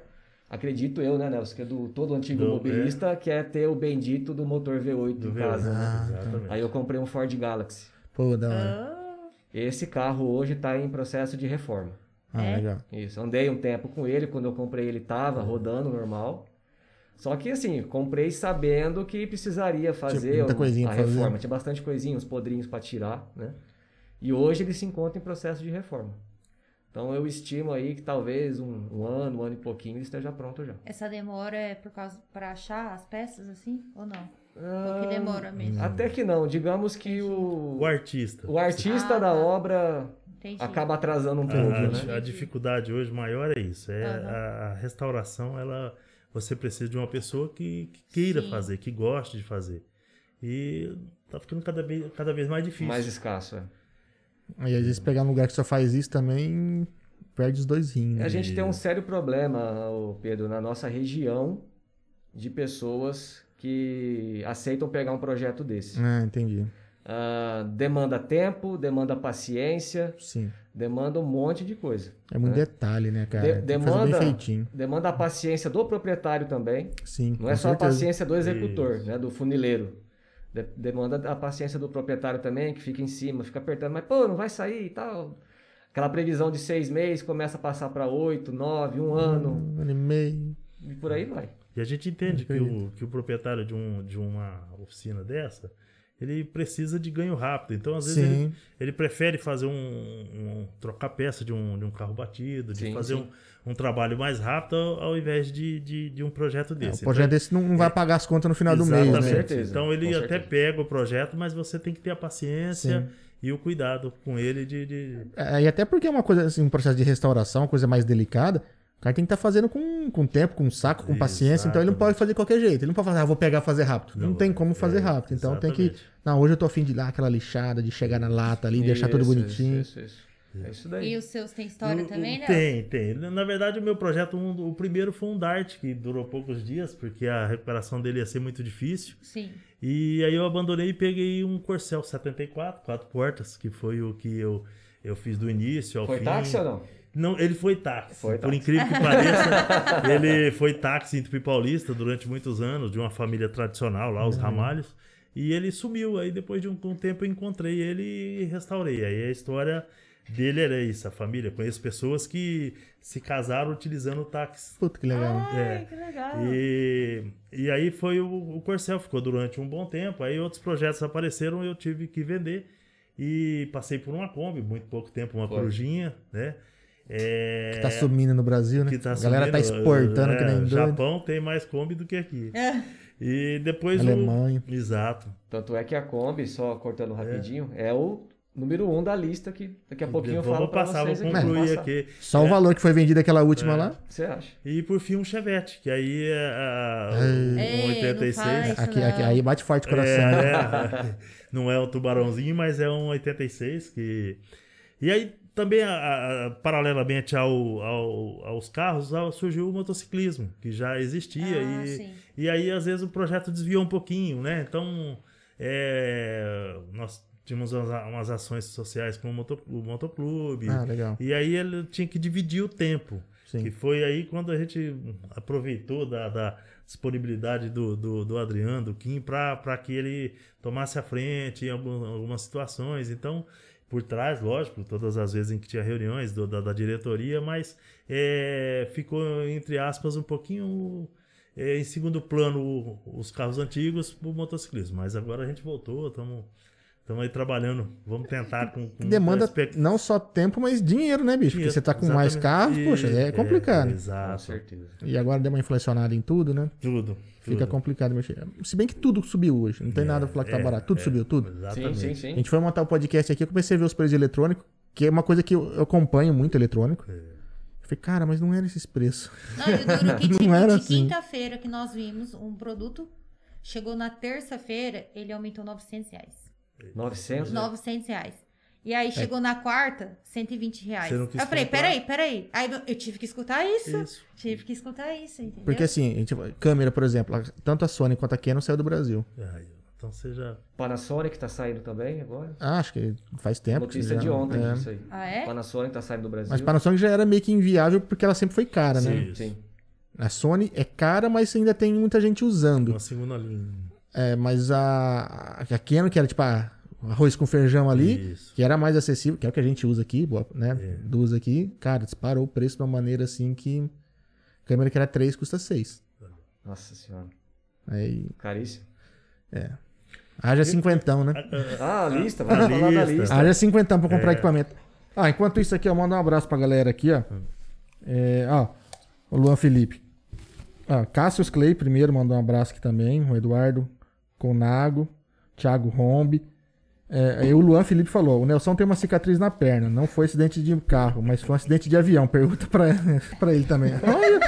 acredito eu, né, Nelson, que é do todo antigo Do- mobilista, que é ter o bendito do né? motor V8 Do em Verão, casa. Ah, tá. exatamente. Aí eu comprei um Ford Galaxy. Pô, da hora. Ah, Esse carro hoje está em processo de reforma. Ah, É? legal. Isso, andei um tempo com ele, quando eu comprei ele tava rodando normal. Só que assim, comprei sabendo que precisaria fazer um- muita coisinha a pra fazer. reforma. Tinha bastante coisinha, uns podrinhos para tirar, né? E hoje ele se encontra em processo de reforma. Então eu estimo aí que talvez um, um ano, um ano e pouquinho ele esteja pronto já. essa demora é por causa para achar as peças assim ou não? Ou que demora Hum. mesmo? Até que não, digamos que O o, artista. o artista Ah, da tá. obra Entendi. acaba atrasando um A- pouco, é a, né? a dificuldade hoje maior é isso. É Aham. a, a restauração, ela você precisa de uma pessoa que, que queira Sim. fazer, que goste de fazer. E tá ficando cada vez, cada vez mais difícil. Mais escasso, é. Aí às vezes pegar um lugar que só faz isso também perde os dois rins. A né? gente tem um sério problema, ô Pedro, na nossa região de pessoas que aceitam pegar um projeto desse. Ah, entendi. Ah, demanda tempo, demanda paciência, Sim. demanda um monte de coisa. É muito né? detalhe, né, cara? De- Tem que fazer demanda- bem feitinho. Demanda a paciência do proprietário também. Sim. Não é com só a certeza. paciência do executor, Isso. né, do funileiro. De- demanda a paciência do proprietário também, que fica em cima, fica apertando, mas pô, não vai sair e tal. Aquela previsão de seis meses começa a passar para oito, nove, um ano, Um ano e meio. e por aí vai. E a gente entende que o, Acredito. que o proprietário de, um, de uma oficina dessa, ele precisa de ganho rápido. Então, às vezes, ele, Sim. ele prefere fazer um, um- trocar peça de um, de um carro batido, de Sim, fazer sim. Um, um trabalho mais rápido ao, ao invés de, de, de um projeto É, desse. o projeto desse não, não vai pagar as contas no final do mês, Exatamente. Com né? certeza, Então ele com até certeza. pega o projeto, mas você tem que ter a paciência Sim. e o cuidado com ele de. de- É, e até porque é uma coisa, assim, um processo de restauração, uma coisa mais delicada. O cara tem que estar fazendo com, com tempo, com saco, com paciência. Então ele não Exatamente. pode fazer de qualquer jeito. Ele não pode falar, ah, vou pegar e fazer rápido. Não, Não, tem como fazer é, rápido. Então tem que. exatamente. Não, hoje eu tô afim de ir lá aquela lixada, de chegar na lata ali, deixar tudo Isso, bonitinho. Isso, isso, isso. É isso daí. E os seus tem história O- o- também, né? Tem, tem. Na verdade, o meu projeto, um- o primeiro foi um Dart, que durou poucos dias, porque a recuperação dele ia ser muito difícil. Sim. E aí eu abandonei e peguei um Corcel 74, quatro portas, que foi o que eu, eu fiz do início ao Foi fim. táxi ou não? Não, ele foi táxi. Foi Por táxi. incrível que pareça, ele foi táxi em Tupi Paulista durante muitos anos, de uma família tradicional lá, os Uhum. Ramalhos. E ele sumiu. Aí depois de um, um tempo eu encontrei ele e restaurei. Aí a história dele era isso, a família. Conheço pessoas que se casaram utilizando o táxi. Puta que Ah, legal. Ai, que legal. E, e aí foi o, o Corcel, ficou durante um bom tempo. Aí outros projetos apareceram e eu tive que vender. E passei por uma Kombi, muito pouco tempo, uma Foi. corujinha, né? É, que tá sumindo no Brasil, né? que tá a galera tá subindo, exportando é, que nem doido. Japão tem mais Kombi do que aqui. É. E depois Alemanha. o... Exato. Tanto é que a Kombi, só cortando rapidinho, é, o número um da lista que daqui a Um pouquinho eu Vamos falo pra passar, vocês. vou aqui. Vamos concluir passar. aqui. Só o valor que foi vendido aquela É. última lá. Você acha? E por fim um Chevette, que aí é a, Ei, um É, não 86... faz. Isso Aqui, não. aqui, aí bate forte o coração. É, né? Não é um tubarãozinho, mas é um 86 que... E aí também, a- a- a- paralelamente ao- ao- aos carros, ao- surgiu o motociclismo, que já existia Ah, e... sim. E aí, às vezes, o projeto desviou um pouquinho, né? Então, é, nós tínhamos umas, umas ações sociais com o, moto, o motoclube. Ah, legal. E aí ele tinha que dividir o tempo. Que Sim. foi aí quando a gente aproveitou da, da disponibilidade do, do, do Adriano, do Kim, para que ele tomasse a frente em algum- algumas situações. Então, por trás, lógico, todas as vezes em que tinha reuniões do- da, da diretoria, mas é, ficou, entre aspas, um pouquinho é, em segundo plano o- os carros antigos para o motociclismo. Mas agora a gente voltou, estamos Estamos aí trabalhando. Vamos tentar com. com Demanda perspec- não só tempo, mas dinheiro, né, bicho? Porque Dinheiro, você tá com mais exatamente. carros, poxa, é E- complicado. Com exato. certeza. E agora deu uma inflacionada em tudo, né? Tudo. Fica tudo. complicado mexer. Se bem que tudo subiu hoje. Não tem nada pra falar que tá é, barato. Tudo é, subiu, tudo. Sim, Exatamente. sim, A sim. gente foi montar o podcast aqui, eu comecei a ver os preços de eletrônico, que é uma coisa que eu eu acompanho muito eletrônico. É. Eu falei, cara, mas não era esses preços. Não, e o duro que, tipo, Não era de assim. quinta-feira que nós vimos um produto, chegou na terça-feira, ele aumentou 900 reais. 900. né? 900 reais. E É. aí chegou na quarta, 120 reais. Você não quis eu falei, comprar. peraí, peraí. Aí eu- eu tive que escutar isso. Isso. Tive que escutar isso, entendeu? Porque assim, a gente, câmera, por exemplo, a- tanto a Sony quanto a Canon saiu do Brasil. Aí, ó. então seja. Panasonic tá saindo também agora. Ah, acho que faz tempo. que Notícia já- de ontem é. disso aí. Ah, é? Panasonic tá saindo do Brasil. Mas Panasonic já era meio que inviável porque ela sempre foi cara, né? Isso. Sim. A Sony é cara, mas ainda tem muita gente usando. Uma segunda linha. É, mas a, a Canon, que era tipo a- arroz com feijão ali, Isso. que era mais acessível, que é o que a gente usa aqui, boa, né? Duas aqui, cara, disparou o preço de uma maneira assim que. a Câmera que era 3 custa 6. Nossa senhora. Aí. Caríssimo. Haja cinquentão, né? Ah, a lista. Vamos falar da lista. lista. Haja é cinquentão pra comprar equipamento. Ah, enquanto isso aqui, ó, manda um abraço pra galera aqui, ó. É, ó, o Luan Felipe. Ó, Cassius Clay primeiro mandou um abraço aqui também. O Eduardo Conago, Thiago Rombi. É, aí o Luan Felipe falou: o Nelson tem uma cicatriz na perna. Não foi acidente de carro, mas foi um acidente de avião. Pergunta pra, pra ele também. Olha,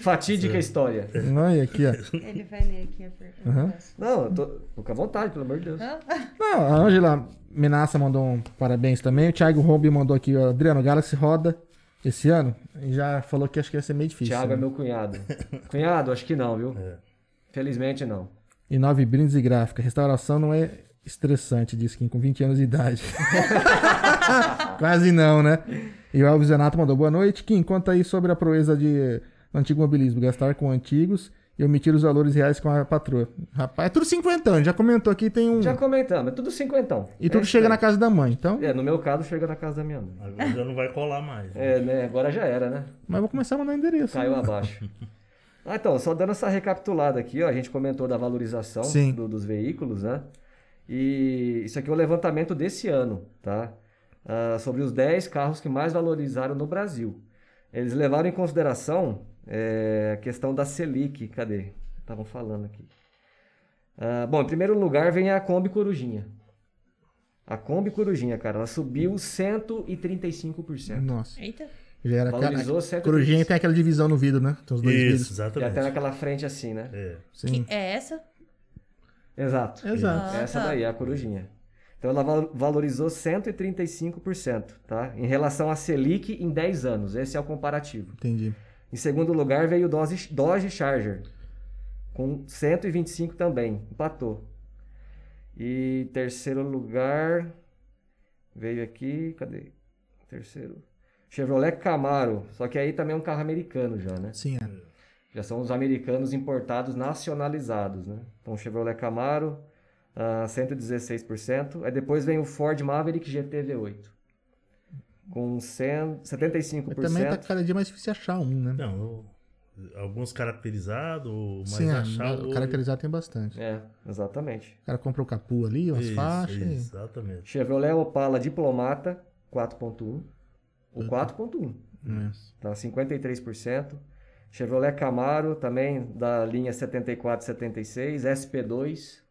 Fatídica história. olha aqui, ó. Ele vai ler aqui a pergunta. Não, eu tô... fica à vontade, pelo amor de Deus. Não, Ah, a Angela Menassa mandou um parabéns também. O Thiago Rombi mandou aqui, ó. Adriano, o Galaxy roda esse ano. E já falou que acho que ia ser meio difícil. Thiago é né? meu cunhado. cunhado, acho que não, viu? É. Felizmente não. E nove brindes e gráfica. Restauração não é estressante, disse Kim, com 20 anos de idade. Quase não, né? E o Elvis Zenato mandou boa noite. Kim, conta aí sobre a proeza de do antigo mobilismo, gastar com antigos e omitir os valores reais com a patroa. Rapaz, é tudo cinquentão, já comentou aqui, tem um. Já comentamos, é tudo cinquentão. E tudo É chega na isso casa da mãe, então. aí. É, no meu caso, chega na casa da minha mãe. Agora já não vai colar mais. É, né? Agora já era, né? Mas vou começar a mandar o endereço. Caiu abaixo. Ah, então, só dando essa recapitulada aqui, ó, a gente comentou da valorização Sim. do- dos veículos, né? E isso aqui é o levantamento desse ano, tá? Ah, sobre os 10 carros que mais valorizaram no Brasil. Eles levaram em consideração eh, a questão da Selic. Cadê? Estavam falando aqui. Ah, bom, em primeiro lugar vem a Kombi Corujinha. A Kombi Corujinha, cara, ela subiu 135%. Nossa. Eita. Já era Valorizou aquela... 130. Corujinha tem aquela divisão no vidro, né? Tem os dois Isso, vidros. E até exatamente. tá naquela frente assim, né? É. Sim. Que é essa? Exato. Exato. Ah, Essa tá. daí, é a corujinha. Então ela val- valorizou 135%, tá? Em relação à Selic em 10 anos. Esse é o comparativo. Entendi. Em segundo lugar veio o Dodge, Dodge Charger, com 125 também, empatou. E em terceiro lugar veio aqui, cadê? Terceiro. Chevrolet Camaro, só que aí também é um carro americano já, né? Sim, é. Já são os americanos importados nacionalizados, né? Então, Chevrolet Camaro, ah, 116%. Aí depois vem o Ford Maverick GT V8, com 100, Mas também tá 75%. cada dia mais difícil achar um, né? Não, eu- alguns caracterizados, mas Sim, é, achar o caracterizado tem bastante. É, exatamente. O cara compra o capu ali, umas Isso, faixas. isso, e- Exatamente. Chevrolet Opala Diplomata, 4.1. O Uhum. 4.1, Isso. tá? 53%. Chevrolet Camaro, também da linha 74-76, SP2,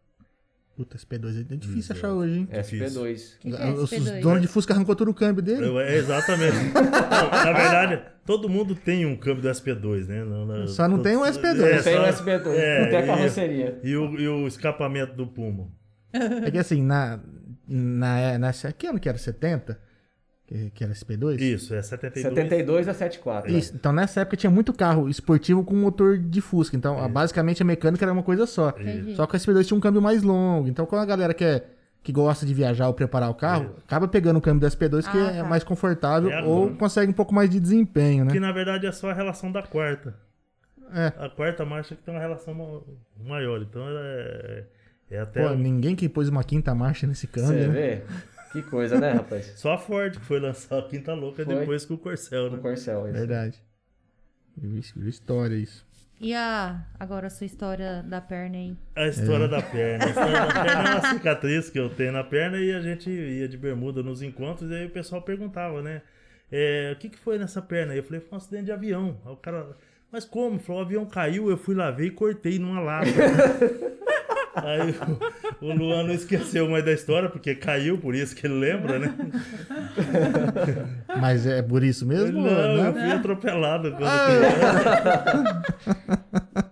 Puta, esse P2 é difícil Isso, achar é. hoje, hein? SP2. Que que é Os, esse os P2? donos de Fusca arrancou todo o câmbio dele. Eu- é, exatamente. Não, na verdade, todo mundo tem um câmbio do SP2, né? Não, não- Só não tem um SP2. É, Não tem o só- SP2, é, não tem a e- carroceria. E o, e o escapamento do Puma. É que assim, na. na, na que ano que era? 70? Que, que era SP2? Isso, é 72. 72 a 74. né? Isso. Então nessa época tinha muito carro esportivo com motor de Fusca. Então, a- basicamente a mecânica era uma coisa só. Entendi. Só que o SP2 tinha um câmbio mais longo. Então, quando a galera quer, que gosta de viajar ou preparar o carro, acaba pegando o câmbio do SP2 que Ah, é tá. mais confortável É ou agora. consegue um pouco mais de desempenho, né? Que na verdade é só a relação da quarta. É. A quarta marcha que tem uma relação ma- maior. Então é, é até. Pô, ninguém que pôs uma quinta marcha nesse Você é câmbio, né? vê? Que coisa, né, rapaz? Só a Ford que foi lançar a quinta louca Foi. depois que o O Corcel, né? Corcel, isso. Verdade. Viu isso- viu História isso. E a, agora a sua história da perna aí? A história da perna. A história da perna é uma cicatriz que eu tenho na perna e a gente ia de bermuda nos encontros e aí o pessoal perguntava, né? É, o que, que foi nessa perna? aí? Eu falei, foi um acidente de avião. Aí o cara, mas como? Falou, o avião caiu, eu fui lá ver e cortei numa lata. aí o, o Luan não esqueceu mais da história, porque caiu, por isso que ele lembra, né? Mas é por isso mesmo? não, né? eu fui atropelado quando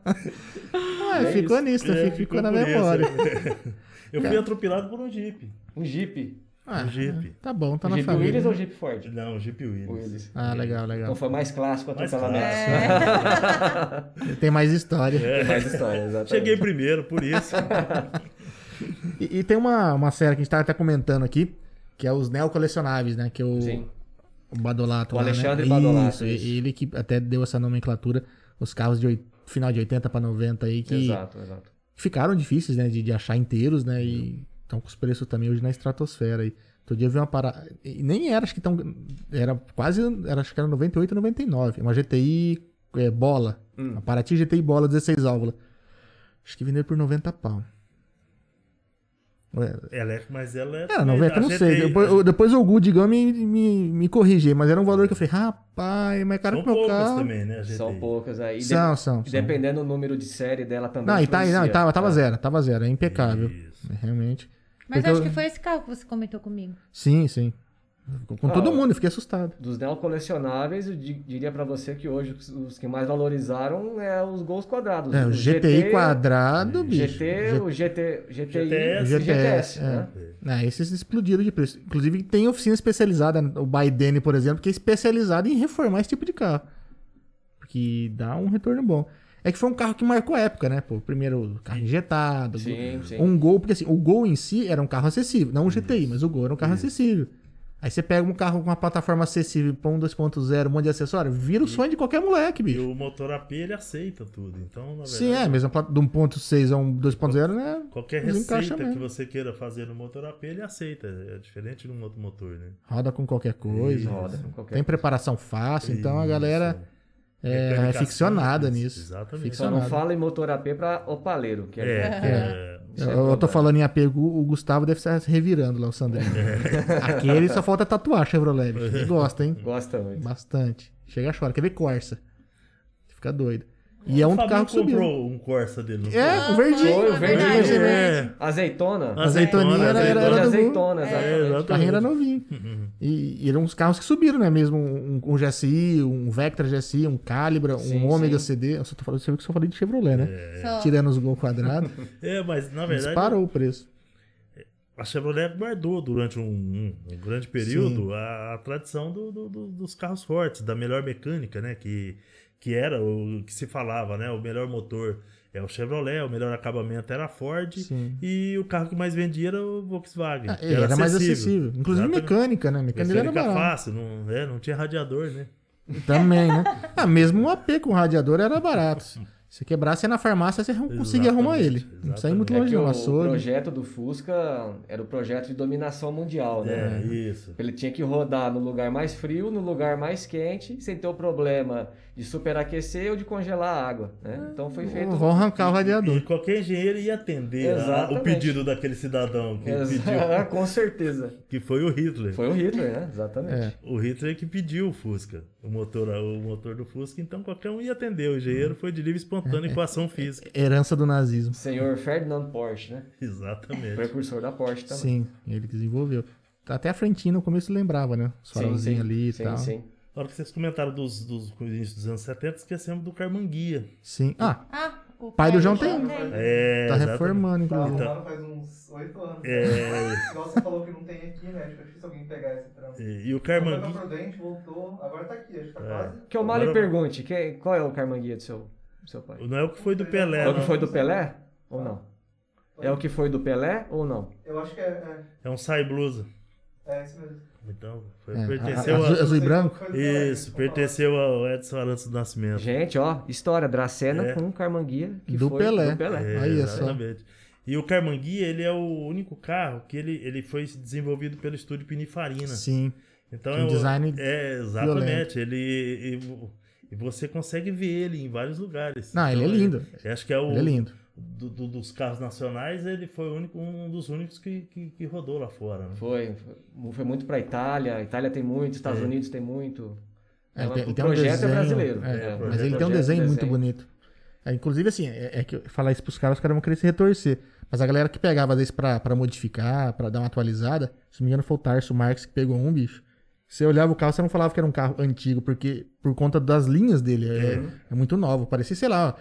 Ah, É ficou isso. nisso, É, fica- ficou na por isso. memória. Eu fui atropelado por um Jeep. Um Jeep. Ah, Jeep. Tá bom, tá Um na Jeep família. Willis ou Jeep Ford? Não, um Jeep Willis. Willis. Ah, legal, legal. Então foi mais clássico Mais atropelamento. Tem mais história. É. Tem mais história, exatamente. Cheguei primeiro, por isso. E, e tem uma, uma série que a gente tava até comentando aqui, que é os neocolecionáveis, né? Que o, Sim. o Badolato O lá, né? Alexandre Badolato, Isso, isso. e- ele que até deu essa nomenclatura, os carros de oit- final de 80 pra 90 aí, que Exato, exato. ficaram difíceis, né? De, de achar inteiros, né? E estão com os preços também hoje na estratosfera aí. Outro dia eu vi uma parada. E nem era, acho que tão. Era quase. Era, acho que era 98, 99. Uma GTI é, bola. Hum. Uma Paraty GTI bola, 16 válvulas. Acho que vendeu por 90 pau. Ué, Ela é, mas ela é. Era 90, a não sei. GTI, Depois, a- eu- depois o Gu, digamos, me, me, me corrigir. Mas era um valor que eu falei, rapaz, mas é caro São que meu poucas carro. também, né? a GTI. São poucas aí. E de- é São, são. e são. Dependendo do número de série dela também. Não, e tá, e não, e influencia. tava, tava zero, tava zero. É impecável. Isso. Realmente. Mas Porque acho eu- que foi esse carro que você comentou comigo. Sim, sim. Com Ah, todo ó. mundo, eu fiquei assustado. Dos neocolecionáveis, eu di- diria pra você que hoje os- os que mais valorizaram é os gols quadrados. É, o GTI quadrado, bicho. GT, o GT, GTI, GTS, e GTS, é. né? É, esses explodiram de preço. Inclusive, tem oficina especializada, o Biden, por exemplo, que é especializada em reformar esse tipo de carro. Porque dá um retorno bom. É que foi um carro que marcou a época, né? Pô, primeiro carro injetado, Sim, sim. um Gol, porque assim, o Gol em si era um carro acessível, não o GTI, mas o Gol era um carro acessível. Aí você pega um carro com uma plataforma acessível, põe um 2.0, um monte de acessório, vira o sonho de qualquer moleque, E bicho. o motor AP ele aceita tudo. Então, na verdade, Sim, é, mesmo plat- de 1.6 a um 2.0, né? qualquer Mas encaixa receita que mesmo. você queira fazer no motor AP ele aceita. É diferente de um outro motor, né? Roda com qualquer coisa. Roda com qualquer Tem preparação fácil, então a Isso. galera é, Mecânica é ficcionada simples, nisso. Exatamente. Só não Ficcionada. fala em motor AP pra opaleiro, que É, é, é. Isso é eu, eu tô verdade. falando em apego, o Gustavo deve estar se revirando lá, o Sandrinho. É. Aquele só falta tatuar Chevrolet. bicho. Ele gosta, hein? gosta muito. Bastante. Chega a chorar. Quer ver Corsa? Fica doido. E é um O Fabinho carro que subiu. comprou um Corsa dele. não É, com verdinho. Ah, Foi, o é verdinho. verdade, foi? Azeitoninha verdade. Azeitona? É, Azeitoninha era, era, era do Hoje Gol. azeitona, é, exatamente. O carrinho era exatamente. novinho. E, e eram uns carros que subiram, né? Mesmo um, um GSI, um Vectra GSI, um Calibra, Sim, um Ômega sim. CD. Eu só tô falando, você viu que eu só falei de Chevrolet, né? Só- Tirando os Gol quadrado, É, mas na verdade disparou o preço. a Chevrolet guardou durante um, um- um grande período a, a tradição do- do- do- dos carros fortes, da melhor mecânica, né? Que, que era o que se falava, né? O melhor motor é o Chevrolet, o melhor acabamento era a Ford Sim. e o carro que mais vendia era o Volkswagen. Ah, que era, mais acessível. Inclusive Exatamente. mecânica, né? Mecânica, Mecânica era barata. fácil, não, é, não tinha radiador, né? Também, né? Ah, mesmo um AP com radiador era barato. Se quebrasse na farmácia, você conseguia Exatamente, arrumar ele. Não sai exatamente. muito É longe, que não. o Açougue. projeto do Fusca era o projeto de dominação mundial, né? É, isso. Ele tinha que rodar no lugar mais frio, no lugar mais quente, sem ter o problema de superaquecer ou de congelar a água, né? Então foi feito... Vão arrancar Ah. o E radiador. qualquer engenheiro ia atender a- o Exatamente. pedido daquele cidadão que Exa- pediu, Com certeza. que foi o Hitler. Foi o Hitler, né? Exatamente. É. O Hitler é que pediu o Fusca, o motor, o motor do Fusca, então qualquer um ia atender. O engenheiro foi de livre e espontânea com ação física. Herança do nazismo. Senhor Ferdinand Porsche, né? Exatamente. Precursor da Porsche também. Sim, ele que desenvolveu. Até a frentinha no começo lembrava, né? Os farolzinhos ali e sim, tal. Sim. sim. Na hora que vocês comentaram dos, dos inícios dos anos 70, esquecemos do Carmanguia. Ah, Ah, o Pai do João João tem. É, tá exatamente. reformando, Tá inclusive. arrumado faz uns 8 anos. É. Igual você falou que não tem aqui, né? Acho difícil alguém pegar esse trampo. E, e o Foi pra Carmanguia. Prudente, voltou, agora tá aqui, acho É. que tá quase. Que o Mali Agora- pergunte, que- qual é o carmanguia do seu, do seu pai? Não é o que foi do Pelé, É o que não. foi do Pelé ou não? É o que foi do Pelé ou não? Eu acho que é. É, É um sai blusa. é isso mesmo. Então, foi- É, pertenceu a- a- a- Azul e branco? Foi do Pelé, Isso, vou falar. pertenceu ao Edson Arantes do Nascimento. Gente, ó, história, Dracena É. com Carmanguia, que Do foi Pelé. do Pelé. É, Olha só. exatamente. E o Carmanguia, ele é o único carro que ele, ele foi desenvolvido pelo estúdio Pinifarina. Sim. Então Um é o- design é exatamente. Ele e, E você consegue ver ele em vários lugares. Não, ele é Então, lindo. eu Acho que é o Ele é lindo. do- do- dos carros nacionais, ele foi o único, um dos únicos que, que, que rodou lá fora. Né? Foi, foi- foi muito pra Itália, a Itália tem muito, Estados É. Unidos tem muito. É, Ela- tem- o tem um projeto desenho, é brasileiro. é, né? O mas ele projeto- tem um projeto, desenho muito bonito. É, inclusive, assim, é, é que eu- falar isso pros caras, os caras vão querer se retorcer. Mas a galera que pegava, às vezes, pra, pra modificar, pra dar uma atualizada, se não me engano, foi o Tarso Marques que pegou um, bicho. Você olhava o carro, você não falava que era um carro antigo, porque por conta das linhas dele, é, Uhum. é muito novo. Parecia, sei lá,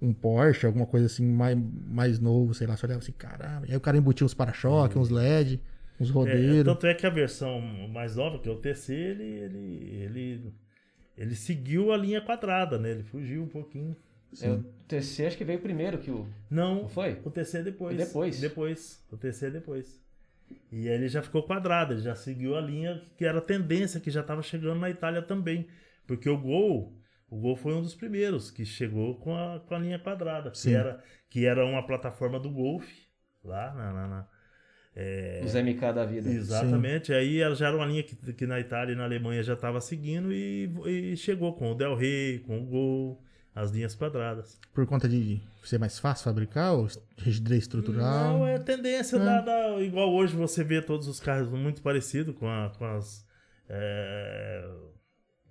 um Porsche, alguma coisa assim, mais, mais novo, sei lá. Você olhava assim, caramba. E aí o cara embutia uns para-choques, Uhum. uns LED, uns É, rodeiros. tanto é que a versão mais nova, que é o TC, ele, ele, ele, ele seguiu a linha quadrada, né? Ele fugiu um pouquinho. É, o TC acho que veio primeiro que o. Não, Não foi? o TC é depois. É depois. Depois. O TC é depois. E aí ele já ficou quadrado, ele já seguiu a linha que era a tendência, que já estava chegando na Itália também. Porque o Gol, o Gol foi um dos primeiros que chegou com a, com a linha quadrada, que Sim. era, que era uma plataforma do Golf, lá na- na- na, Os MK da vida. Exatamente. Aí ela já era uma linha que, que na Itália e na Alemanha já estava seguindo e, e chegou com o Del Rey, com o Gol, as linhas quadradas. Por conta de ser mais fácil fabricar ou rigidez estrutural. Não, é tendência da, da- Igual hoje você vê todos os carros muito parecidos com, a- com as. é,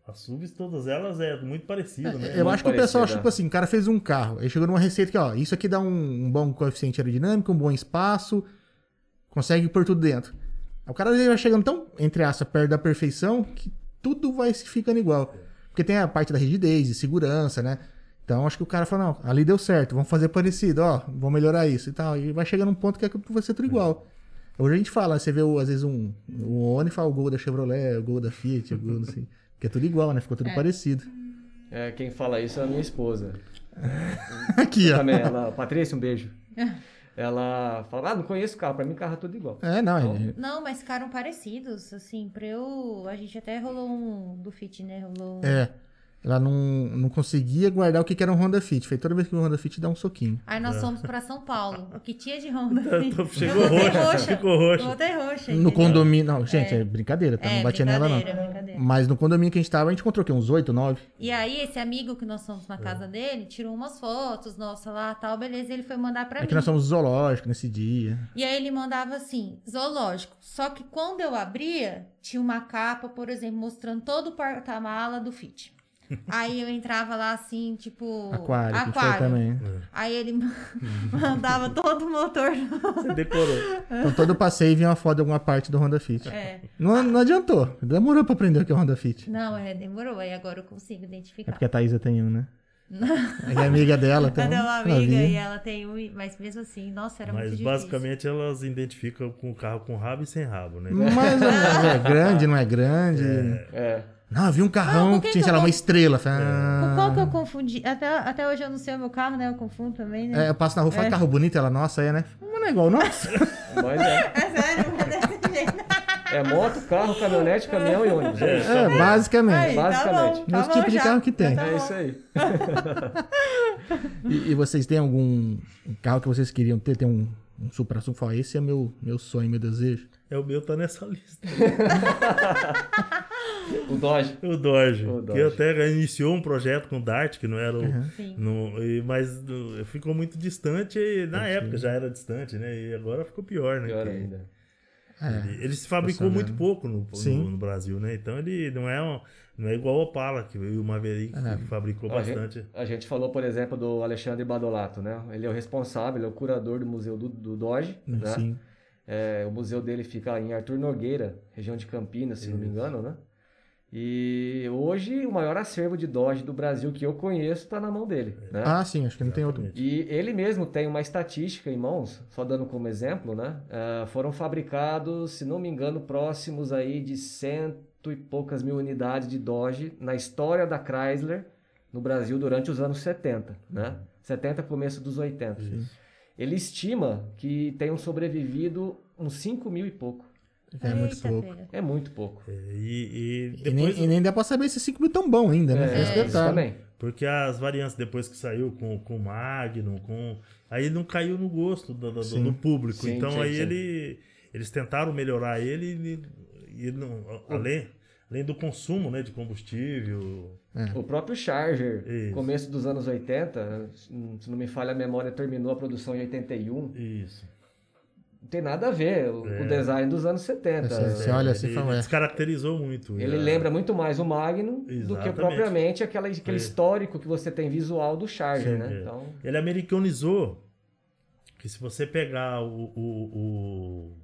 as subs, todas elas é muito parecido, né? Eu Muito acho que o pessoal parecida. acha, tipo assim, o cara fez um carro, aí chegou numa receita que, ó, isso aqui dá um, um bom coeficiente aerodinâmico, um bom espaço, consegue pôr tudo dentro. Aí O cara ele vai chegando tão, entre aspas, perto da perfeição que tudo vai se ficando igual. Porque tem a parte da rigidez, de segurança, né? Então acho que o cara fala, não, ali deu certo, vamos fazer parecido, ó, vamos melhorar isso e tal. E vai chegando um ponto que é que vai ser tudo igual. É. Hoje a gente fala, você vê o- às vezes um, um Oni fala o gol da Chevrolet, o gol da Fiat, o gol, assim. Porque é tudo igual, né? Ficou tudo parecido. É, quem fala isso é a minha esposa. Aqui, ó. Também, ela. Patrícia, um beijo. Ela fala, ah, não conheço o carro, pra mim carro é tudo igual. É, não, Então, é- Não, mas ficaram parecidos, assim, pra eu... A gente até rolou um do fit, né? Rolou um... é. Ela não, não conseguia guardar o que que era um Honda Fit. Falei, toda vez que o Honda Fit dá um soquinho. Aí nós fomos pra São Paulo. O que tinha de Honda? É. Chegou eu voltei roxa, ficou roxa. Eu voltei roxa. No entendeu? condomínio. Não, gente, é, brincadeira, tá? É, não bati nela, não. brincadeira, é. Hum. brincadeira. Mas no condomínio que a gente tava, a gente encontrou o quê? Uns oito, nove? E aí, esse amigo que nós fomos É. na casa dele, tirou umas fotos, nossa, lá, tal, beleza. Ele foi mandar pra É que mim. nós fomos zoológico nesse dia. E aí ele mandava assim, zoológico. Só que quando eu abria, tinha uma capa, por exemplo, mostrando todo o porta-mala do Fit. Aí eu entrava lá assim, tipo. Aquário, que a gente foi também. Aí ele mandava todo o motor. Você decorou. Então todo passeio vinha uma foto de alguma parte do Honda Fit. É. Não, não adiantou. Demorou pra aprender o que é o Honda Fit. Não, é, demorou. Aí agora eu consigo É identificar. porque a Thaisa tem um, né? É amiga dela, tem Cadê um. uma Ela amiga vinha. e ela tem um. e- Mas mesmo assim, nossa, era muito Mas difícil. basicamente elas identificam com o carro com rabo e sem rabo, né? Mais ou menos, é grande, não é grande. É. Não, eu vi um carrão Não, com que quem tinha, que sei eu lá, uma vou- estrela. Falei, Com ah, qual que eu confundi? Até, até hoje eu não sei o meu carro, né? Eu confundo também, né? É, eu passo na rua e falo, carro bonito, ela, nossa, é, né? Mas não é igual, nossa. Mas é. É sério, mas desse jeito. É moto, carro, caminhonete, caminhão e ônibus. É, isso. É, Aí, basicamente. tá Basicamente. bom, tá Nesse bom tipo de já. carro que tem. tá É bom. isso aí. E, e vocês têm algum um carro que vocês queriam ter? Tem um, um Supra Sumo? Fala, esse é meu, meu sonho, meu desejo. É o meu tá nessa lista. O Dodge. O Doge. O Que Doge. até iniciou um projeto com o Dart, que não era o. Sim. no- e- mas no- ficou muito distante, e na época já era distante, né? E agora ficou pior, né? Pior Que- ainda. É, Ele se fabricou Tô sabendo. muito pouco no, no- Sim. no Brasil, né? Então ele não é, um- não é igual o Opala, que o Maverick É. que fabricou A bastante. gente, a gente falou, por exemplo, do Alexandre Badolato, né? Ele é o responsável, ele é o curador do museu do, do Doge, né? sim. É, o museu dele fica em Arthur Nogueira, região de Campinas, se não me engano, né? E hoje o maior acervo de Doge do Brasil que eu conheço está na mão dele, É? né? Ah, sim, acho que não tem outro. E ele mesmo tem uma estatística em mãos, só dando como exemplo, né? Ah, foram fabricados, se não me engano, próximos aí de cento e poucas mil unidades de Dodge na história da Chrysler no Brasil durante os anos 70, né? 70 começo dos 80. Ele estima que tenham sobrevivido uns 5 mil e pouco. É muito Eita, pouco. pega. É muito pouco. É, E, e E nem, depois. e nem dá pra saber se 5 mil tão bom ainda, né? Tem esse É, isso detalhe. também. Porque as variantes depois que saiu com, com o Magnum, com. Aí não caiu no gosto do, do- do- Sim. do público. Sim, então sim, aí sim. ele. Eles tentaram melhorar ele e, e não- além, Além do consumo, né, de combustível. O próprio Charger, Isso. começo dos anos 80, se não me falha a memória, terminou a produção em 81. Isso. Não tem nada a ver o, É. o design dos anos 70. Assim, Você olha assim e ele fala, "Ué." descaracterizou muito. Ele né? lembra muito mais o Magnum do que Exatamente. propriamente aquela, aquele É. histórico que você tem visual do Charger, Sim, né? é. Então, Ele americanizou. Que se você pegar o, o- o-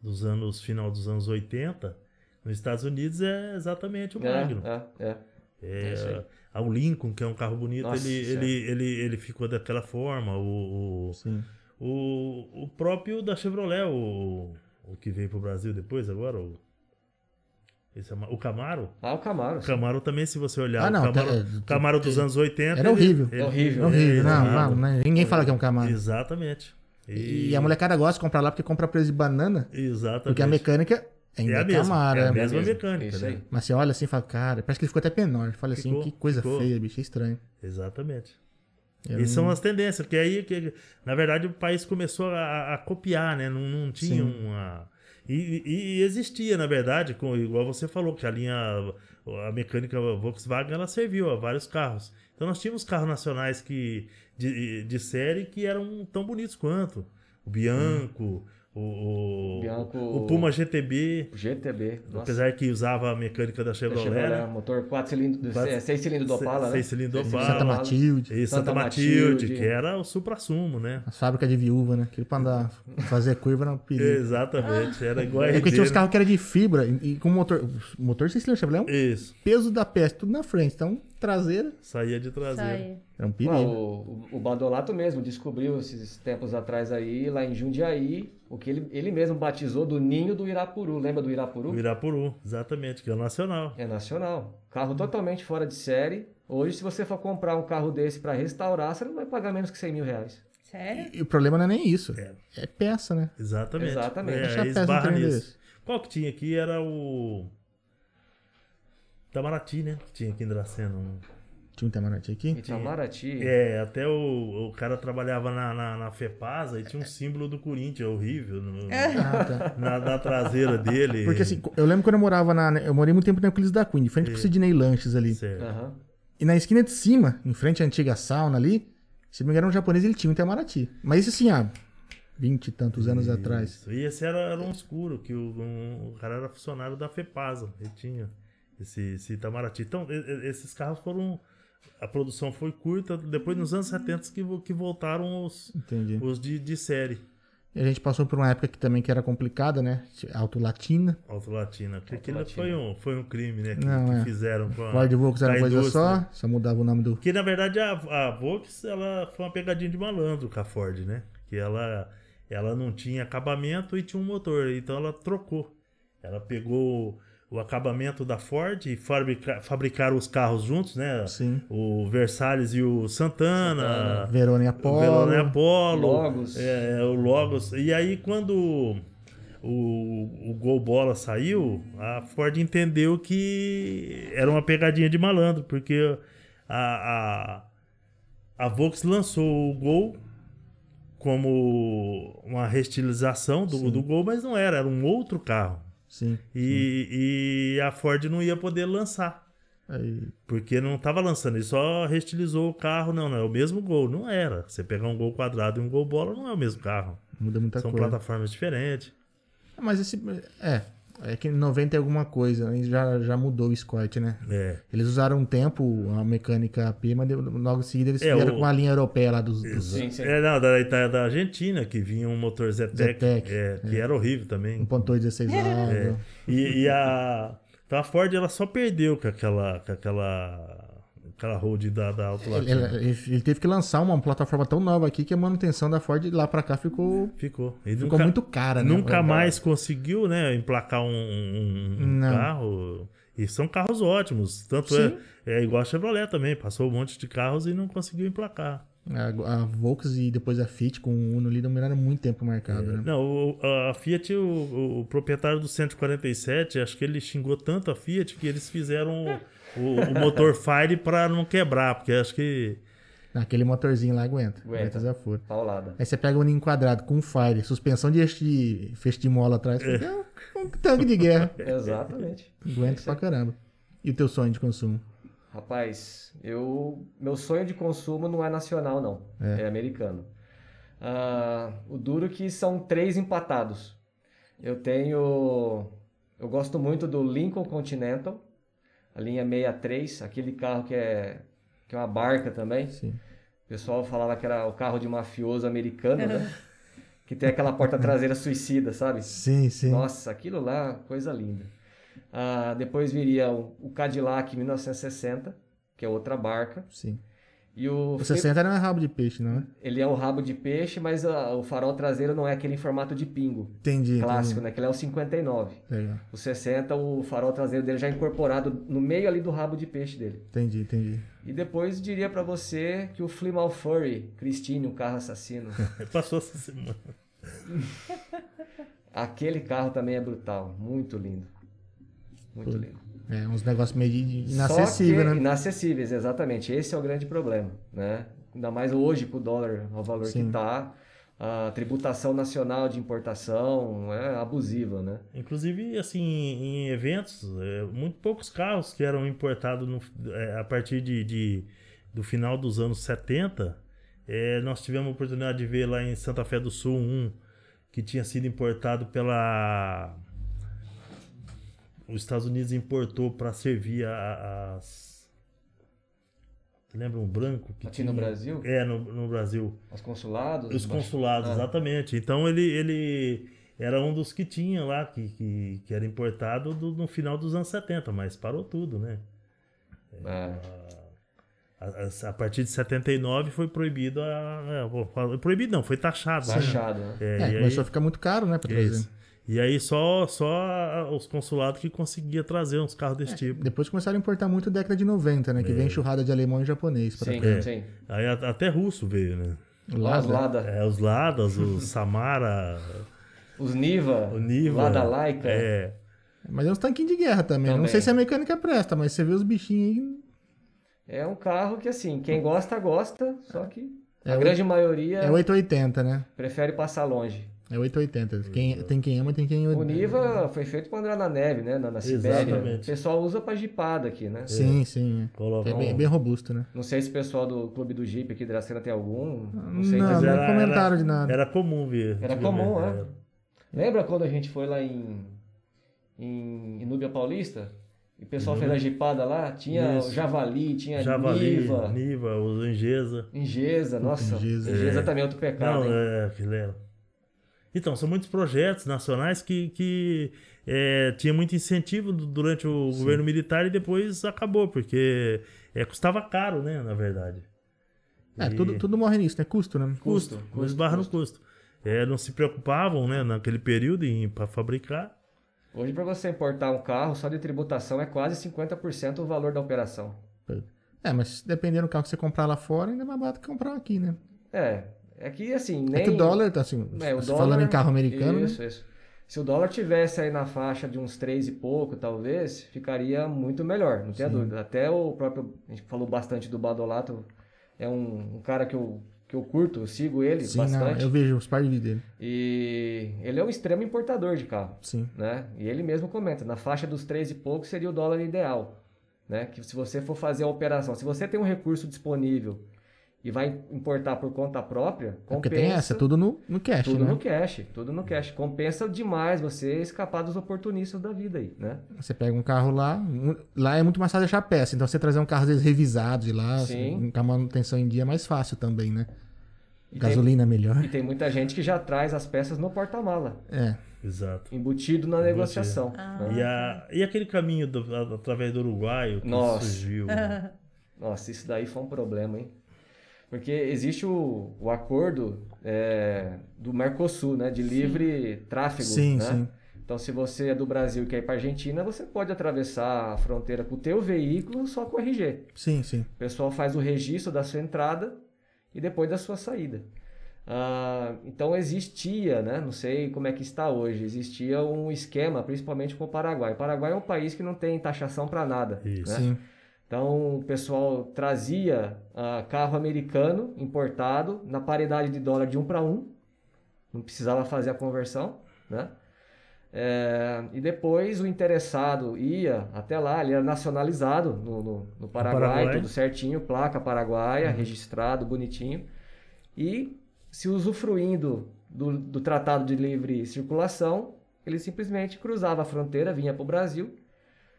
dos anos final dos anos 80, nos Estados Unidos é exatamente o Magnum. é, é, é. É isso aí. Ah, O Lincoln, que é um carro bonito, Nossa, ele, é. ele, ele, ele ficou daquela forma. O, o- Sim. o, o próprio da Chevrolet, o, o que veio pro Brasil depois agora, o, esse é ma- o Camaro. Ah, o Camaro. O Camaro também, se você olhar, Ah, não, o Camaro, tá- é, Camaro dos anos 80... Era horrível. É horrível. É horrível. Não, horrível. não, né? ninguém fala que é um Camaro. Exatamente. E... a molecada gosta de comprar lá porque compra preço de banana, Exatamente. porque a mecânica ainda é é a mesma, Camaro. é a né? mesma mesmo. mecânica, Isso né? aí. Mas você olha assim e fala, cara, parece que ele ficou até menor. Fala assim, Ficou, que coisa ficou. é feia, bicho, é estranho. Exatamente. Eu E são as tendências, porque aí, que, na verdade, o país começou a, a copiar, né? Não, não tinha Sim. uma. E, e- e existia, na verdade, com, igual você falou, que a linha, a mecânica Volkswagen, ela serviu a vários carros. Então nós tínhamos carros nacionais que, de, de série que eram tão bonitos quanto. O Bianco, o, o, Hum. Bianco- o Puma GTB, GTB. Nossa, apesar que usava a mecânica da da Chevrolet, Chevrolet, né? é, motor 4 cilindros, Quatro- 6 cilindros do se- Opala, né? seis cilindros do Seis Opala. Santa Matilde, E Santa, Santa Matilde, Matilde. que era o supra-sumo, né? a fábrica de viúva, né? Aquilo pra andar, fazer curva era um perigo. Exatamente, era igual a né? É porque tinha uns herdeiro. carros que eram de fibra e, e com motor. Motor sem cilindro Chevrolet é um Isso, peso da peste, tudo na frente. Então, traseira saía de traseira. Sai. é um Ué, perigo. o, o Badolato mesmo descobriu esses tempos atrás aí, lá em Jundiaí, o que ele, ele mesmo batizou do Ninho do Irapuru. Lembra do Irapuru? O Irapuru, exatamente, que é o nacional. É nacional. Carro totalmente fora de série. Hoje, se você for comprar um carro desse pra restaurar, você não vai pagar menos que 100 mil reais. Sério? E o problema não é nem isso. É. É, peça, né? Exatamente. Exatamente. É, Achei a aí peça esbarra um trem nisso. desse. Qual que tinha aqui era o. Itamaraty, né? Que tinha aqui em Dracena. um- Tinha um Itamaraty tá aqui. Itamaraty. É, até o, o cara trabalhava na, na, na Fepasa e tinha um símbolo do Corinthians, horrível, no- Ah, tá. na, na traseira dele. Porque assim, eu lembro quando eu morava na. Eu morei muito tempo na Euclides da Cunha, de É. frente pro Sidney Lanches ali. Certo. Aham. E na esquina de cima, em frente à antiga sauna ali, se não me engano, um japonês ele tinha um Itamaraty. Mas isso assim, há 20 e tantos anos atrás. Isso. E esse era, era um escuro, que o, um- o cara era funcionário da FEPASA, ele tinha esse, esse Itamaraty. Então, e- e- esses carros foram. A produção foi curta, depois nos anos 70 que, vo- que voltaram os, Entendi. os de, de série. E a gente passou por uma época que também que era complicada, né? Auto Latina, Auto Latina. Porque Auto aquilo Latina. foi um, foi um crime, né? Que, Não, que é. fizeram com a. Ford e Volks era com a uma coisa indústria. só, só mudava o nome do. Porque, na verdade, a, a Volks ela foi uma pegadinha de malandro com a Ford, né? Que ela, ela não tinha acabamento e tinha um motor, então ela trocou. Ela pegou o acabamento da Ford e fabrica, fabricaram os carros juntos, né? Sim. O Versalhes e o Santana, Verona e o Apollo. Velone Apollo, Logos. é, o Logos. E aí, quando o, o Gol Bola saiu, a Ford entendeu que era uma pegadinha de malandro, porque a, a, a Vox lançou o Gol como uma restilização do, do Gol, mas não era, era um outro carro. Sim. E, e a Ford não ia poder lançar. Aí, Porque não tava lançando, ele só restilizou o carro, não, não é o mesmo gol, não era. Você pegar um gol quadrado e um gol bola não é o mesmo carro. muda muita São Tá coisa. plataformas diferentes. Mas esse. É. É que em 90 é alguma coisa, né? já, já mudou o Escort, né? É, Eles usaram um tempo a mecânica AP, mas de- logo em seguida eles É, vieram o- com a linha europeia lá dos. dos- Sim, sim. é não, da, da, da Argentina, que vinha um motor Zetec, Zetec, é, que era horrível também. 1.816 É. válvula. É. E, e a, então a Ford ela só perdeu com aquela, com aquela, aquela hold da, da Auto né? Ele, Latina. ele- ele teve que lançar uma plataforma tão nova aqui que a manutenção da Ford lá pra cá ficou, Ficou. E ficou nunca- muito cara, né? Nunca mais conseguiu, né, emplacar um, um- um Não. carro. E são carros ótimos. Tanto é, é igual a Chevrolet também. Passou um monte de carros e não conseguiu emplacar. A, a Volks e depois a Fiat com o Uno ali dominaram muito tempo o mercado, É. né? Não, o- a Fiat, o, o- o proprietário do 147, acho que ele xingou tanto a Fiat que eles fizeram o, o motor Fire para não quebrar. Porque acho que Naquele motorzinho lá aguenta. Aguenta. Aguenta desaforo. Paulada. Aí você pega um ninho quadrado com um fire, suspensão de este festimola atrás, é um tanque de guerra. Exatamente. Aguenta pra caramba. E o teu sonho de consumo? Rapaz, eu meu sonho de consumo não é nacional, não. É, americano. Ah, o duro que são três empatados. Eu tenho. Eu gosto muito do Lincoln Continental, a linha 63, aquele carro que é, que é uma barca também. Sim. O pessoal falava que era o carro de mafioso americano, né? que tem aquela porta traseira suicida, sabe? Sim, sim. Nossa, aquilo lá, coisa linda. Ah, depois viria o, o Cadillac 1960, que é outra barca. Sim. E o, O 60 era rabo de peixe, não é? ele é o rabo de peixe, mas ah, o farol traseiro não é aquele em formato de pingo. Entendi. Clássico, né? Aquele é o 59. entendi. Legal. O 60, o farol traseiro dele já é incorporado no meio ali do rabo de peixe dele. Entendi, entendi. E depois diria pra você que o Flimal Furry, Christine, o carro assassino. Passou essa semana. Aquele carro também é brutal. Muito lindo. Muito lindo. É, uns negócios meio de- de Só inacessível, que né? Inacessíveis, exatamente. Esse é o grande problema, né? Ainda mais hoje com o dólar ao valor Sim. que está, a tributação nacional de importação é abusiva, né? Inclusive, assim, em eventos, é, muito poucos carros que eram importados no- é, a partir de, de- do final dos anos 70. É, nós tivemos a oportunidade de ver lá em Santa Fé do Sul um que tinha sido importado pela. Os Estados Unidos importou para servir a- as. Lembra um branco? Que Aqui no Brasil, É, no- no Brasil. os consulados, Os consulados, Ah. exatamente. Então ele, ele era um dos que tinha lá, que, que, que era importado do- no final dos anos 70, mas parou tudo, né? É, A, a- a partir de 79 foi proibido a. é, eu vou falar- Proibido não, foi taxado. né? baixado, né? É, É, e, aí, começou a ficar muito caro, né, pra é trazer. isso. E aí só, só os consulados que conseguia trazer uns carros desse tipo. Depois começaram a importar muito década de 90, né? Que vem enxurrada de alemão e japonês pra Sim, cá. sim. Aí a- até russo veio, né? Os É. Lada. Lada, É, os Ladas, os Samara, os Niva, o Niva. Lada Laika. É. Mas é uns tanquinhos de guerra também. Não Também. sei se a mecânica presta, mas você vê os bichinhos É um carro que, assim, quem gosta, gosta, só que aí. a É, oito- grande maioria é 880, né? prefere passar longe. É 880. Quem, tem quem ama, tem quem O é- odeia. Niva foi feito para andar na neve, né? Na, na Sibéria. Exatamente. O pessoal usa para jipada aqui, né? Sim, sim. é. Coloca É bem, um- bem robusto, né? Não sei se o pessoal do Clube do Jeep aqui de Dracena tem algum. Não sei. Não, mas não era- comentaram de nada. Era comum ver. Era comum, né? É. Lembra quando a gente foi lá em, em Inúbia Paulista? E o pessoal fez a jipada lá? Tinha Isso. o Javali, tinha Javali, É, Niva, Niva, os Angesa. Ingesa. Nossa, Ingesa. Ingesa, também é outro pecado. Não, hein? é, aquilo era. Então, são muitos projetos nacionais que, que é, tinha muito incentivo du- durante o governo militar e depois acabou, porque é, custava caro, né, na verdade. É, E- tudo, tudo morre nisso, né? Custo, né? Custo, Custo, custo, esbarra no custo. É, não se preocupavam, né, naquele período para fabricar. Hoje, para você importar um carro, só de tributação é quase 50% o valor da operação. É, mas dependendo do carro que você comprar lá fora, ainda é mais barato que comprar aqui, né? É, é que assim, nem... É que o dólar, tá assim, É, o se dólar- falando em carro americano, né? Isso, isso. Se o dólar tivesse aí na faixa de uns 3 e pouco, talvez, ficaria muito melhor, não tenha dúvida. Até o próprio. A gente falou bastante do Badolato, é um, um cara que eu, que eu curto, eu sigo ele né? sim, não, bastante. eu vejo os par de vídeo dele. E ele é um extremo importador de carro, Sim. né? E ele mesmo comenta: na faixa dos 3 e pouco seria o dólar ideal, né? Que se você for fazer a operação, se você tem um recurso disponível e vai importar por conta É própria, compensa. Porque tem essa, é tudo no, no cash, Tudo né? no cash, tudo no cash. Compensa demais você escapar dos oportunistas da vida aí, né? Você pega um carro lá, um- lá é muito mais fácil deixar peça. Então você trazer um carro às vezes revisado de lá, Sim. assim, com a manutenção em dia é mais fácil também, né? E Gasolina é melhor. Tem, Né? e tem muita gente que já traz as peças no porta-mala, É. Exato. embutido na negociação. né? E, a- e aquele caminho do- a- através do Uruguai o que Nossa. surgiu? Nossa, isso daí foi um problema, hein? Porque existe o, o acordo é, do Mercosul, né? De livre tráfego, Sim, né? sim. Então, se você é do Brasil e quer ir para Argentina, você pode atravessar a fronteira com o teu veículo só com o RG. Sim, sim. O pessoal faz o registro da sua entrada e depois da sua saída. Ah, então existia, né? não sei como é que está hoje, existia um esquema, principalmente com o Paraguai. O Paraguai é um país que não tem taxação para nada. Isso. né? Sim. Então, o pessoal trazia ah, carro americano importado na paridade de dólar de um para um. Não precisava fazer a conversão, né? É, e depois o interessado ia até lá, ele era nacionalizado no, no- no Paraguai, Paraguai. tudo certinho, placa paraguaia, registrado, bonitinho. E se usufruindo do, do Tratado de Livre Circulação, ele simplesmente cruzava a fronteira, vinha para o Brasil,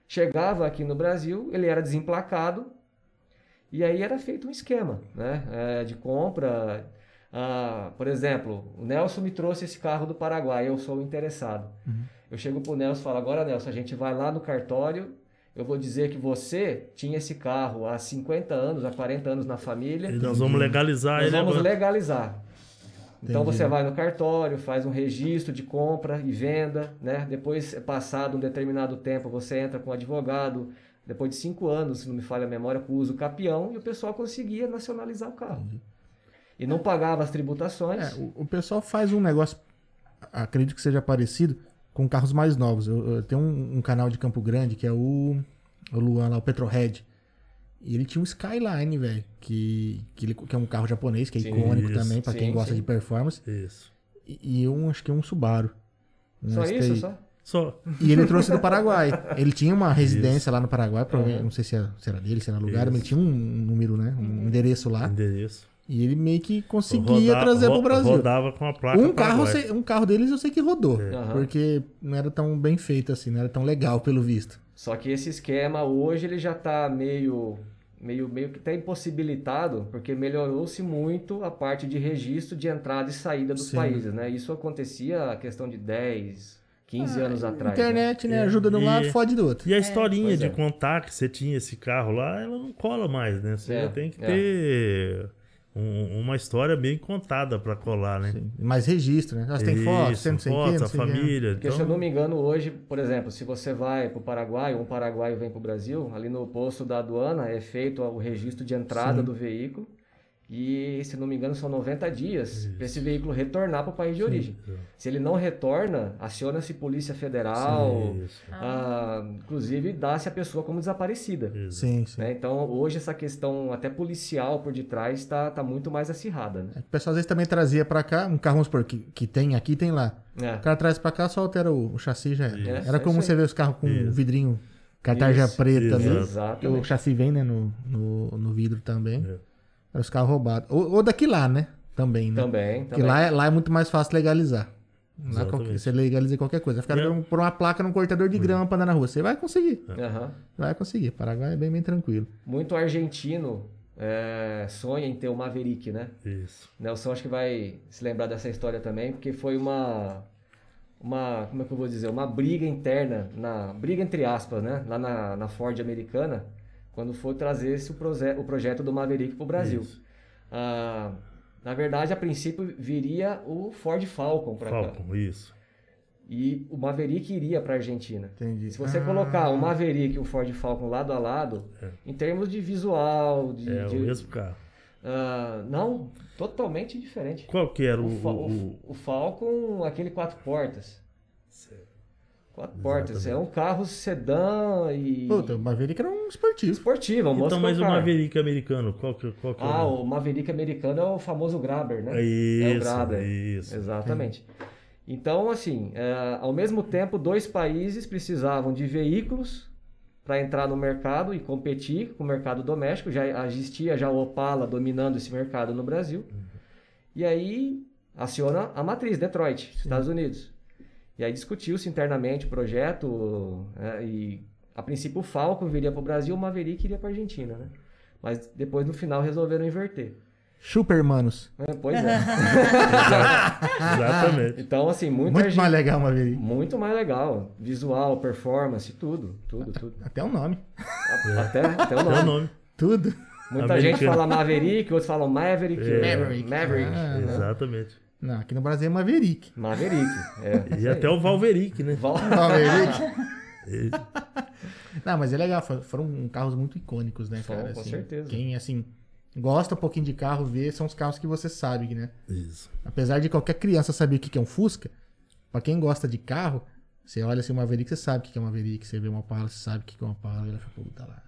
chegava aqui no Brasil, ele era desemplacado e aí era feito um esquema né? É, de compra. Ah, por exemplo, o Nelson me trouxe esse carro do Paraguai, eu sou o interessado. Eu chego pro Nelson e falo, agora Nelson, a gente vai lá no cartório, eu vou dizer que você tinha esse carro há 50 anos, há 40 anos na família, E nós vamos legalizar nós Ah, ele vamos agora. legalizar. Então Entendi. você vai no cartório, faz um registro de compra e venda, né? Depois, é passado um determinado tempo, você entra com um advogado, depois de cinco anos, se não me falha a memória, com o uso capião, e o pessoal conseguia nacionalizar o carro. E não pagava as tributações. É, o, o pessoal faz um negócio, acredito que seja parecido, com carros mais novos. Eu, eu tenho um, um canal de Campo Grande que é o, o Luan lá, o Petrohead. E ele tinha um Skyline, velho, que, que, ele- que é um carro japonês, que é Sim, icônico isso. também, pra quem Sim, gosta sim. de performance. Isso. E, e um, acho que é um Subaru. Um só STI. isso, só? Só. E ele trouxe do Paraguai. Ele tinha uma residência lá no Paraguai, Uhum. provavelmente- não sei se era, se era dele, se era lugar, Isso. mas ele tinha um número, né? Uhum. Um endereço lá. Endereço. E ele meio que conseguia trazer ro- pro Brasil. Rodava com a placa. Um carro, eu paraguaia. sei- um carro deles eu sei que rodou, É. Aham. porque não era tão bem feito assim, não era tão legal pelo visto. Só que esse esquema hoje ele já está meio, meio, meio que até impossibilitado, porque melhorou-se muito a parte de registro de entrada e saída dos Sim. países, né? Isso acontecia a questão de 10, 15 anos atrás. né? Internet, né? Ajuda de um É, E- lado, fode do outro. E a historinha Pois de é. contar que você tinha esse carro lá, ela não cola mais, né? Você É, já tem que é. ter um- uma história bem contada pra colar, né? Mas registro, né? Nós tem foto, Isso, você não sei o quê, foto, não a sei o quê. família. Porque então, se eu não me engano, hoje, por exemplo, se você vai para o Paraguai ou um paraguaio vem para o Brasil, ali no posto da aduana é feito o registro de entrada do veículo e, se não me engano, são 90 dias para esse veículo retornar para o país de origem. é. Se ele não retorna, aciona-se Polícia Federal, Isso, ah, inclusive dá-se a pessoa como desaparecida. isso. Sim, sim. né? Então, hoje, essa questão até policial por detrás está tá muito mais acirrada. Né? É que O pessoal às vezes também trazia pra cá um carro, vamos supor, que, que tem aqui, tem lá. É. O cara traz pra cá, só altera o, o chassi já era. Isso. era É comum isso você aí. ver os carros com Isso. vidrinho, cartarja Isso. preta, Exato. né? Porque É. Exatamente. o chassi vem, né, no, no, no vidro também. É. Era os carros roubados. Ou, ou daqui lá, né? Também, né? Também, Porque também. lá, é- lá é muito mais fácil legalizar. Lá Exatamente. qualquer- você legaliza qualquer coisa. Ficar É. por uma placa num cortador Hum. de grama pra andar na rua. Você vai conseguir. Aham. Vai conseguir. Paraguai é bem, bem tranquilo. Muito argentino é, sonha em ter o Maverick, né? isso. Nelson acho que vai se lembrar dessa história também, porque foi uma uma como é que eu vou dizer, uma briga interna na briga entre aspas, né? Lá na, na Ford americana, quando foi trazer esse o, proze- o projeto do Maverick para o Brasil. Isso. Ah, na verdade, a princípio viria o Ford Falcon para cá Falcon, isso. e o Maverick iria para Argentina. Entendi. Se você Ah. colocar o Maverick e o Ford Falcon lado a lado, É. em termos de visual, de, É de- o mesmo carro. ah, não, totalmente diferente. Qual que era o. O, Fa- o- o- o Falcon, aquele quatro portas. Quatro portas. É um Exatamente. carro sedã e. Puta, o Maverick era um esportivo. esportivo, um muscle Então, mas o car. Maverick americano, qual que, qual que é Ah, o. o Maverick americano é o famoso Grabber, né? é o Isso, Brabham. isso. Exatamente. Então, assim, é, ao mesmo tempo, dois países precisavam de veículos para entrar no mercado e competir com o mercado doméstico. Já existia já o Opala dominando esse mercado no Brasil. E aí aciona a matriz Detroit, Estados Unidos. E aí discutiu-se internamente o projeto é, e a princípio o Falcon viria para o Brasil, o Maverick iria para a Argentina, né? Mas depois no final resolveram inverter. Supermanos. É, Pois é. Exatamente. Então, assim, Muito, muita gente- mais legal o Maverick. Muito mais legal. Visual, performance, tudo. Tudo, tudo. Até o nome. A- Até, até o É o nome. nome. Tudo. Muita Americano. gente fala Maverick, outros falam Maverick. É. Maverick. Maverick. Ah, Exatamente. Não, aqui no Brasil é Maverick. Maverick. É, E isso aí. até o Valverick, né? Val- Maverick. E- Não, mas é legal. for- Foram carros muito icônicos, né, Foram, cara? com Assim, certeza. Quem, assim, gosta um pouquinho de carro, vê, são os carros que você sabe, né? Isso. Apesar de qualquer criança saber o que que é um Fusca, pra quem gosta de carro, Você olha assim, uma Maverick, você sabe o que é uma Maverick. Você vê uma Opala, você sabe o que é uma Opala. E ela fala, puta lá.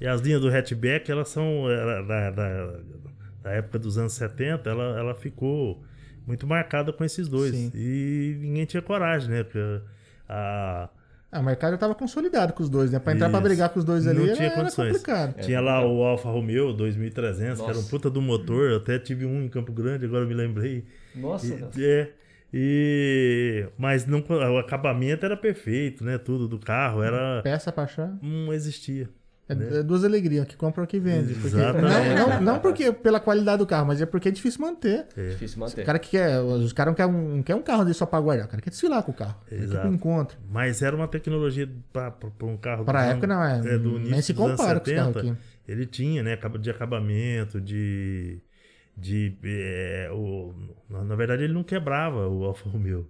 E as linhas do hatchback, elas são. ela- Da, da, da época dos anos 70, ela, ela ficou muito marcada com esses dois. Sim. E ninguém tinha coragem, né? Porque a- Ah, o mercado tava consolidado com os dois, né? Pra entrar pra Isso. brigar com os dois ali Não era, tinha era condições. complicado. tinha lá o Alfa Romeo 2300, que era É, um Nossa. puta do motor. Eu até tive um em Campo Grande, agora eu me lembrei. Nossa, E- Nelson. é. E, mas não, o acabamento era perfeito, né? Tudo do carro era. Peça pra achar. Não existia. É, é duas alegrias, que compra e que vende. Porque, Exatamente. não, não, não porque pela qualidade do carro, mas é porque é difícil manter. é. difícil O manter. cara que quer. Os caras não querem um, não quer um carro dele só pra guardar, o cara quer desfilar com o carro. É tipo Exato. um encontro. Mas era uma tecnologia para um carro. Pra do ano- época não é. do nem início se dos anos compara com os carros 70, aqui. Ele tinha, né? acaba- De acabamento, de. de é, o, na na verdade, ele não quebrava o Alfa Romeo.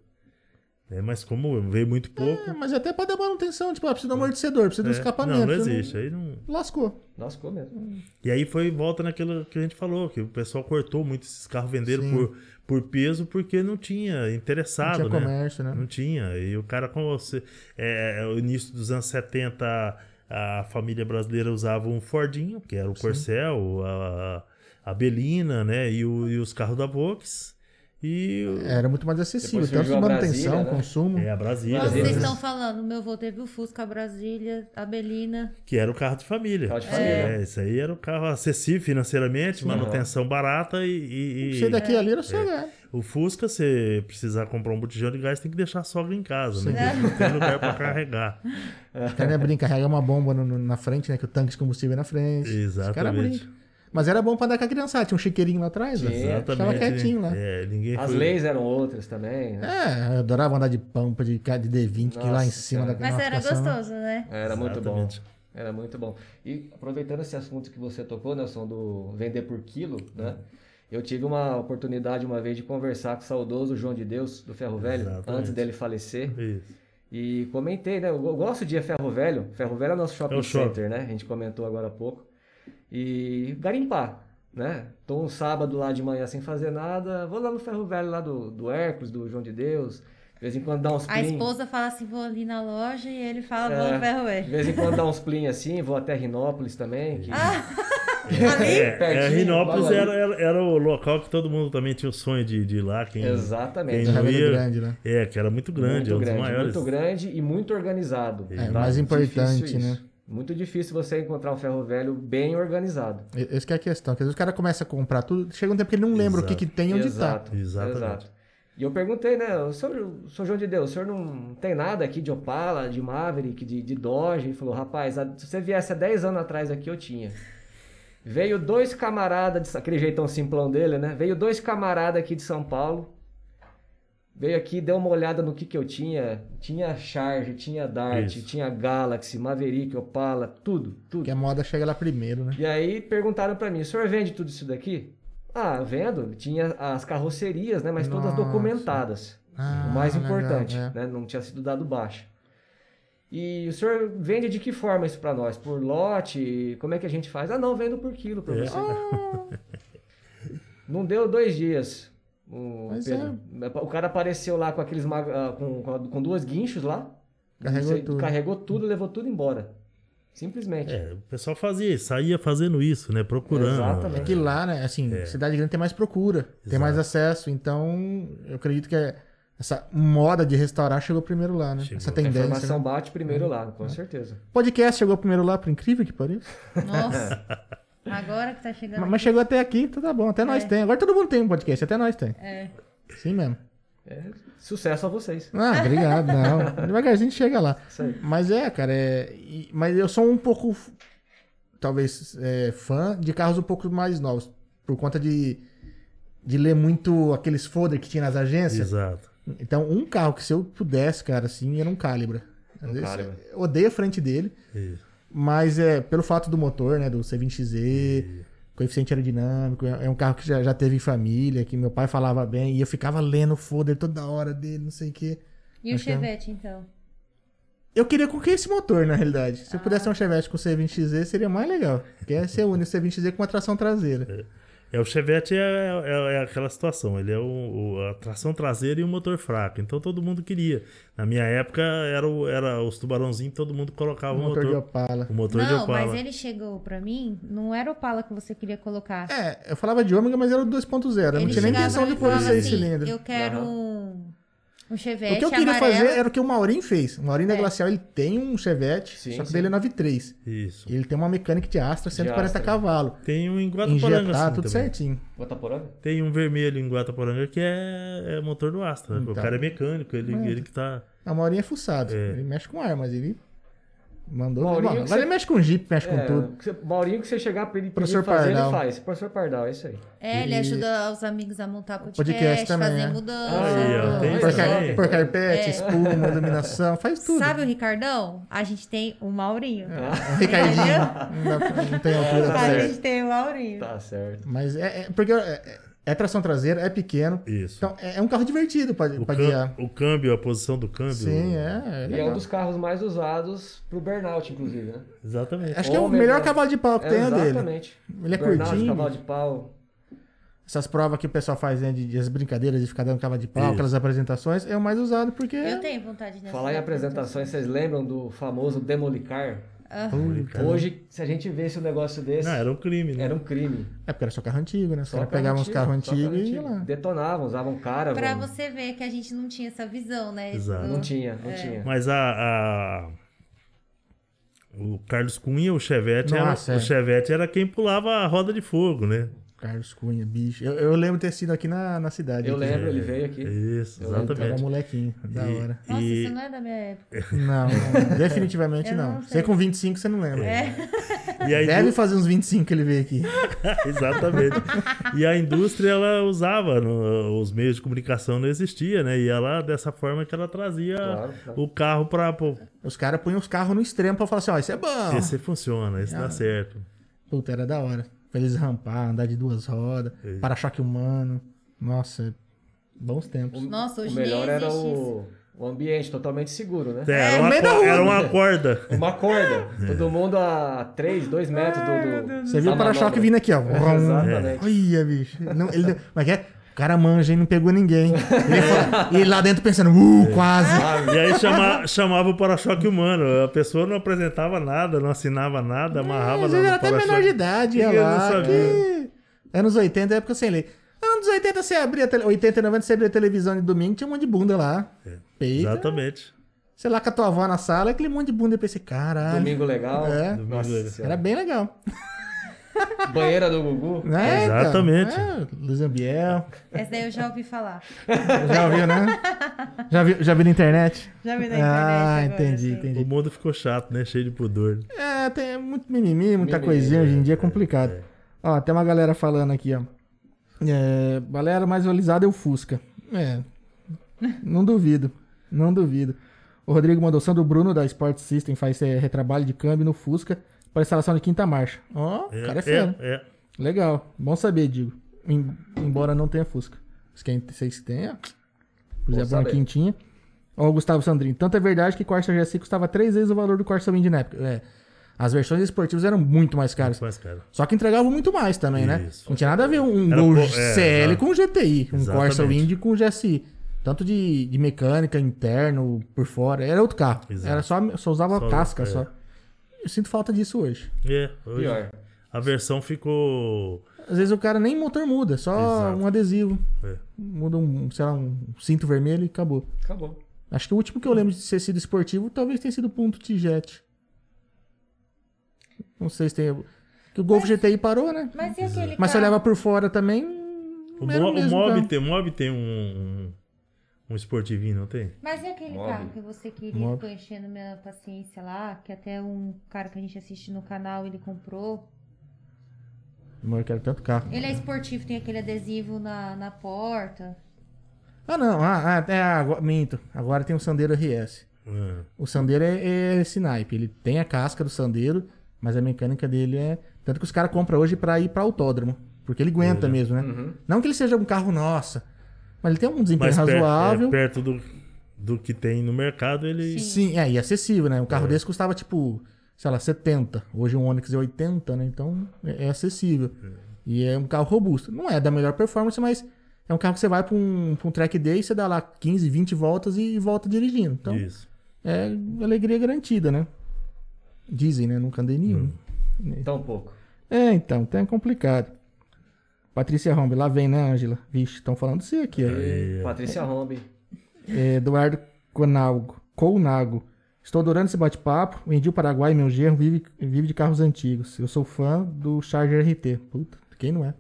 Né? Mas como veio muito pouco. É, mas até pra dar manutenção, tipo, ah, precisa do amortecedor, precisa do é, escapamento. não, não precisa do- existe. Aí não, Lascou. Nossa, ficou mesmo. E aí foi volta naquilo que a gente falou, que o pessoal cortou muito esses carros, venderam Sim. por, por peso porque não tinha Não interessado, tinha né? comércio, né? Não tinha. E o cara, como você. É, o início dos anos 70, a família brasileira usava um Fordinho, que era o Corcel, a, a Belina, né? E, o- e os carros da Volks. E o- Era muito mais acessível, Depois tanto de surgiu a manutenção, Brasília, né? consumo. é, a Brasília, Mas né? Vocês vezes- estão falando, meu avô teve o Fusca, a Brasília, a Belina. que era o carro de família. Carro de família. É, isso aí era o carro acessível financeiramente, manutenção barata e. e- e- Cheio daqui ali era É. só lugar. O Fusca, se precisar comprar um botijão de gás, tem que deixar a sogra em casa, né? Porque Não tem lugar pra carrega. O cara não é brinca, carrega uma bomba no- no- na frente, né? Que o tanque de combustível é na frente. Os caras Exatamente. brincam. Mas era bom pra andar com a criançada, tinha um chiqueirinho lá atrás. Tinha. né? Exatamente. Ficava quietinho lá. É, ninguém As foi- leis eram outras também, né? É, eu adorava andar de pampa, de, ca- de D20, que lá em Nossa cima Senhora. da Mas da era ficação. gostoso, né? Era muito bom. É, Exatamente. Era muito bom. E aproveitando esse assunto que você tocou, Nelson, do vender por quilo, né? Hum. Eu tive uma oportunidade uma vez de conversar com o saudoso João de Deus, do Ferro Velho, Exatamente. antes dele falecer. É Isso. E comentei, né? Eu go- gosto de ir a Ferro Velho. Ferro Velho é o nosso shopping É o shopping. center, né? A gente comentou agora há pouco. E garimpar, né? Tô um sábado lá de manhã sem fazer nada. Vou lá no Ferro Velho, lá do, do Hércules, do João de Deus. De vez em quando dá uns A plim. esposa fala assim, vou ali na loja e ele fala, É. vou no ferro De vez em quando dá uns plim assim. Vou até Rinópolis também. que- Ah. Ali? É, Tá Pertinho, é, Rinópolis fala aí. era, era, era o local que todo mundo também tinha o sonho de, de ir lá. Quem, Exatamente. Quem Era não ia, Rio Grande, né? É, que era muito um grande, é muito um dos grande, maiores. muito grande e muito organizado. É, tá? mais importante, Difícil isso. né? Muito difícil você encontrar um ferro velho bem organizado. E- Essa que é a questão. Que às vezes o cara começa a comprar tudo, chega um tempo que ele não lembra o que, que tem e onde tá. Exato. Exatamente. Exato. E eu perguntei, né, o senhor, o senhor João de Deus, o senhor não tem nada aqui de Opala, de Maverick, de, de Dodge? Ele falou, rapaz, a- se você viesse há 10 anos atrás aqui, eu tinha. Veio dois camaradas, de- aquele jeitão simplão dele, né? Veio dois camaradas aqui de São Paulo. Veio aqui, deu uma olhada no que que eu tinha. Tinha Charge, tinha Dart, Isso. tinha Galaxy, Maverick, Opala, tudo, tudo. Porque a moda chega lá primeiro, né? E aí perguntaram pra mim, o senhor vende tudo isso daqui? Ah, vendo. Tinha as carrocerias, né? Mas todas Nossa. documentadas. Ah, o mais legal, importante, é. né? Não tinha sido dado baixa. E o senhor vende de que forma isso pra nós? Por lote? Como é que a gente faz? Ah, não, vendo por quilo pra É. você. Não deu dois dias. O, Mas Pedro. o cara apareceu lá com aqueles mag- ah, com, com, com duas guinchos lá. Carregou Você- tudo. Carregou tudo, levou tudo embora. Simplesmente. É, o pessoal fazia, isso, saía fazendo isso, né? Procurando. Exatamente. É que lá, né, assim, cidade grande tem mais procura, tem Exato. mais acesso. Então, eu acredito que é- essa moda de restaurar chegou primeiro lá, né? Chegou. Essa A tendência. informação Né? bate primeiro lá, com certeza. Podcast chegou primeiro lá, por incrível que pareça. Nossa. Agora que tá chegando. Mas, mas chegou até aqui, então tá bom. Até nós tem. Agora todo mundo tem um podcast, até nós tem. É. Sim mesmo. Sucesso a vocês. Ah, obrigado, não. Devagarzinho chega lá. Isso aí. Mas é, cara, é... e- mas eu sou um pouco, f- talvez, é, fã de carros um pouco mais novos. Por conta de, de ler muito aqueles folder que tinha nas agências. Exato. Então, um carro que se eu pudesse, cara, assim, era um Calibra. Às vezes, Calibra. Eu odeio a frente dele, Isso. mas é pelo fato do motor, né, do C20XE, coeficiente aerodinâmico, é é um carro que já, já teve em família, que meu pai falava bem, e eu ficava lendo o folder toda hora dele, não sei o quê. E o Acho que é- Chevette, então? Eu queria com que esse motor, na realidade. Ah. Se eu pudesse ter um Chevette com C20XE, seria mais legal. Porque aí você une o C20XE com uma tração traseira. É, o Chevette é, é- é aquela situação, ele é o, o- a tração traseira e o motor fraco. Então todo mundo queria. Na minha época era, o- era os tubarãozinhos, todo mundo colocava o Um motor É, um motor, de Opala. o motor de não, Opala. mas ele chegou pra mim, não era Opala que você queria colocar. É, eu falava de ômega, mas era o 2.0. Eu não Ele tinha nem chegava intenção de e pôr o falava 6 assim, cilindros. Eu quero Aham. um, um Chevette O que eu queria amarelo. fazer era o que o Maurinho fez. O Maurinho É. da Glacial, ele tem um Chevette, Sim, só que sim. o dele é 9.3. Isso. E Ele tem uma mecânica de Astra, 140 Astra. cavalos. Tem um em Guataporanga Injetar assim, tudo também. certinho. Botaporanga? Tem um vermelho em Guataporanga que é, é motor do Astra. né? O Então. cara é mecânico, ele, Hum. ele que tá. A Maurinho é fuçado. É. Ele mexe com ar, mas ele mandou. Maurinho, Bom, que agora você- ele mexe com Jeep, mexe com É, tudo. que você- Maurinho, que você chegar pra ele pedir Professor fazer, Pardal. ele faz. Professor Pardal, é isso aí. É, ele E- ajuda os amigos a montar podcast, podcast também, fazer é. Aí, ó, mudança. tem Por, isso car- é. aí. por carpete, espuma, iluminação, faz tudo. É. Ah, Sabe o Ricardão? A gente tem o Maurinho. O Ricardinho Entendeu? não, dá- não tem altura. tá pra- a certo. gente tem o Maurinho. Tá certo. Mas é, é- porque é, é- é tração traseira, é pequeno. Isso. Então é, é um carro divertido pra, o, pra cam- guiar. o câmbio, a posição do câmbio. Sim, é. é E é legal. um dos carros mais usados pro burnout, inclusive, né? Exatamente. Acho que é o Ômega. melhor cavalo de pau que tem é o dele. né? Exatamente. Ele é burnout, curtinho. cavalo de pau. Essas provas que o pessoal faz, né? De, de- as brincadeiras de ficar dando cavalo de pau, Isso. aquelas apresentações, é o mais usado porque. Eu tenho vontade de Falar em apresentações, vocês lembram do famoso Demolicar? Ah. Cara, Hoje, se a gente visse um negócio desse, Não, era... era um crime, né? um crime. É porque era só carro antigo, né? é- Os Só caras carro pegavam os antigo, carros só carro antigos e ia antigo. lá. Detonavam, usavam um cara. Pra você ver que a gente não tinha essa visão, né? Exato. do- Não tinha, não tinha. Mas a, a- O Carlos Cunha, o Chevette, era, Nossa, é. o Chevette era quem pulava a roda de fogo, né? Carlos Cunha, bicho. Eu, eu lembro ter sido aqui na, na cidade. Eu aqui. lembro, ele veio aqui. Isso, Eu lembro, Eu Era exatamente. molequinho, da E- hora. Nossa, e- isso não é da minha época. Não, não, definitivamente Eu não. não Você sei. com 25, você não lembra. É. E a Deve indú- fazer uns 25 que ele veio aqui. Exatamente. E a indústria, ela usava, no- os meios de comunicação não existiam, né? E ela, dessa forma que ela trazia Claro, claro. o carro pra... Pô, Os caras punham os carros no extremo pra falar assim, ó, isso é bom. esse é- funciona, esse Ah. dá certo. Puta, era da hora. Pra eles rampar, andar de duas rodas, É. para-choque humano. Nossa, bons tempos. Um Nossa, hoje o melhor nem era existe o... o ambiente totalmente seguro, né? É, era, no uma, meio da co- rua, era uma né? corda. Uma corda. Todo mundo a 3, 2 metros do. do Você viu o para-choque vindo aqui, ó. É, Exatamente. Olha, bicho. Não, ele, deu- como é que é? O cara manja, hein? Não pegou ninguém. Ele fala- e ele lá dentro pensando, É. uh, quase. Ah, E aí chama- chamava o para-choque humano. A pessoa não apresentava nada, não assinava nada, Tá amarrava É, Às lá vezes no era até menor para-choque. de idade, ia Ninguém não lá. sabia. Que... É Anos 80, época sem lei. Anos 80, você abria... a Tele... 80 e 90, você abria a televisão de domingo, tinha um monte de bunda lá. Peito. É, Exatamente. Sei lá, com a tua avó na sala, aquele monte de bunda. Eu pensei, caralho. Domingo legal. É. Nossa Domingo Era Senhora. bem legal. Banheira do Gugu. Né, cara? Exatamente. É, Luiz Ambiel. Essa daí eu já ouvi falar. Ah, Já ouviu, né? Já viu, já viu na internet? Já vi na internet. Ah, agora, entendi, assim. O entendi. mundo ficou chato, né? Cheio de pudor. É, tem muito mimimi, muita Mimimi, coisinha hoje em dia, é complicado. Ó, tem uma galera falando aqui, ó. É, galera mais valorizada é o Fusca. É, não duvido, não duvido. O Rodrigo mandou, Sandro Bruno da Sport System faz é, retrabalho de câmbio no Fusca para instalação de quinta marcha. Ó, o cara é fera. É, é. Legal, bom saber, digo. Em- embora não tenha Fusca. Mas quem vocês que tem, ó. Por Bom exemplo, uma saber. quintinha. Ó, o Gustavo Sandrin. Tanto é verdade que o Corsa GSI custava três vezes o valor do Corsa Wind na época. É, as versões esportivas eram muito mais caras. Mas, cara, Só que entregavam muito mais também, né? Isso. Não tinha nada a ver um Era Gol po- é, CL exato. com um GTI. Um Corsa Exatamente. Wind com um GSI. Tanto de, de mecânica, interno, por fora. Era outro carro. Exato. Era só, só usava Só- casca é. só. Eu sinto falta disso hoje. é, hoje Pior. A versão ficou. Às vezes o cara nem motor muda, só Exato. um adesivo. É. Muda um, sei lá, um cinto vermelho e acabou. Acabou. Acho que o último que eu lembro de ter sido esportivo talvez tenha sido o ponto T-Jet. Não sei se tem. Que o Golf GTI parou, né? Mas e aquele Mas se carro? olhava por fora também. O, não era Mo- o mesmo Mob, carro. tem, o Mob tem um, um, um esportivinho, não tem? Mas e aquele Mob. carro que você queria Mob. ficou enchendo minha paciência lá? Que até um cara que a gente assiste no canal, ele comprou. Mano, eu quero tanto carro. Ele é esportivo, tem aquele adesivo na, na porta. Ah, não. Ah, ah, é, agora, minto. Agora tem o Sandero RS. Ah, O Sandero é, é esse naipe. Ele tem a casca do Sandero, mas a mecânica dele é. Tanto que os caras compram hoje pra ir pra autódromo. Porque ele aguenta Uhum. mesmo, né? Não que ele seja um carro nossa, mas ele tem um desempenho Mas per- é, razoável. perto do, do que tem no mercado, ele. Sim, é, e acessível, né? Um carro desse custava tipo, sei lá, 70. Hoje um Onix é 80, né? Então é, é acessível. E é um carro robusto. Não é da melhor performance, mas é um carro que você vai pra um, pra um track day, você dá lá 15, 20 voltas e volta dirigindo. Então, Isso. é alegria garantida, né? Dizem, né? Nunca andei em nenhum. Tão pouco. É, então, então é complicado. Patrícia Rombe, lá vem, né, Ângela? Vixe, estão falando de você aqui, ó. É, É. Patrícia Rombi. Eduardo Conalgo, Colnago. Estou adorando esse bate-papo. O Indio Paraguai, meu genro, vive, vive de carros antigos. Eu sou fã do Charger RT. Puta, quem não é?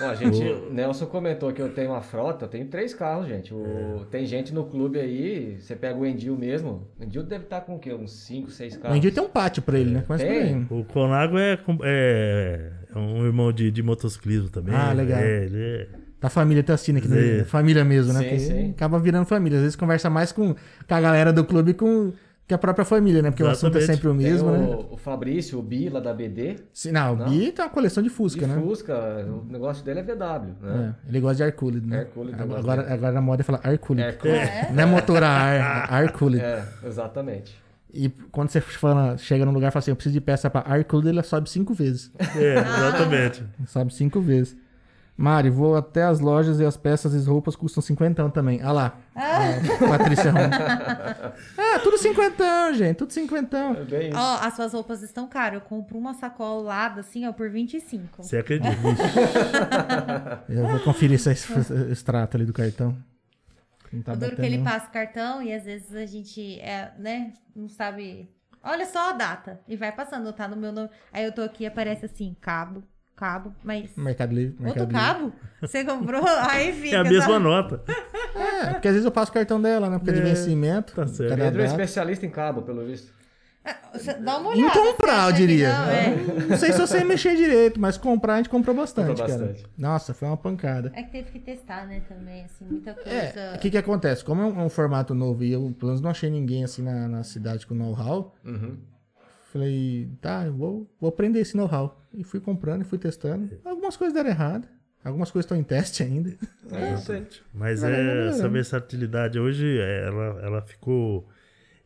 Bom, a gente, Nelson comentou que eu tenho uma frota, eu tenho três carros, gente. O- É. Tem gente no clube aí, você pega o Endil mesmo. O Endil deve estar com o quê? Uns 5, 6 O carros. Indio tem um pátio pra ele, né? Começa por Tá. Tem. aí. O Conago é, com- é, é um irmão de, de motociclismo também. Ah, legal. É, ele é- Da família tá assim, né? Que Sim. é Família mesmo, né? Sim, Porque sim. Acaba virando família. Às vezes conversa mais com, com a galera do clube com, que a própria família, né? Porque o assunto é Exatamente. sempre o Tem mesmo, o, né? o Fabrício, o Bila da BD. Se- Não, o Não. Gui tem uma coleção de de Fusca, né? Fusca, o negócio dele é VW, né? É, ele gosta de Arculid, né? Arculid, eu gosto agora, dele. agora na moda é falar Arculid. É, clube. é. Não é motor a ar, é Arculid. exatamente. E quando você fala, chega num lugar e fala assim, eu preciso de peça pra Arculid, ele sobe cinco vezes. é, exatamente. sobe cinco vezes. Mari, vou até as lojas e as peças e as roupas custam cinquentão também. Ah lá. É, Patrícia Ron. Ah, tudo cinquentão, gente. Tudo cinquentão. É bem isso. Ó, as suas roupas estão caras. Eu compro uma sacola lada, assim, ó, por 25. Você acredita? Ah. Eu vou conferir esse es- extrato ali do cartão. Não tá o duro que batendo, ele não. passa o cartão e às vezes a gente, é, né, não sabe. Olha só a data. E vai passando, tá no meu nome. Aí eu tô aqui e aparece assim, cabo, cabo, mas. Mercado Livre. Outro Mercado Livre. cabo? Você comprou? Aí fica. É a sabe? mesma nota. né? É, porque às vezes eu passo o cartão dela, né? Porque é de É, vencimento. tá certo. cada Pedro é data. especialista em cabo, pelo visto. Você Dá uma olhada. Incomprar, um você acha eu que diria. não, é. Não, sei se eu sei mexer direito, mas comprar a gente comprou bastante, Comprou cara. bastante. Nossa, foi uma pancada. É que teve que testar, né, também, assim, muita coisa. É, o que que acontece? Como é um, um formato novo e eu, pelo menos, não achei ninguém assim na, na cidade com know-how, Uhum. falei, tá, eu vou, vou aprender esse know-how. E fui comprando e fui testando. Algumas coisas deram errado, algumas coisas estão em teste ainda. É, isso aí. Mas Vai é, melhorando. essa versatilidade hoje, é, ela, ela ficou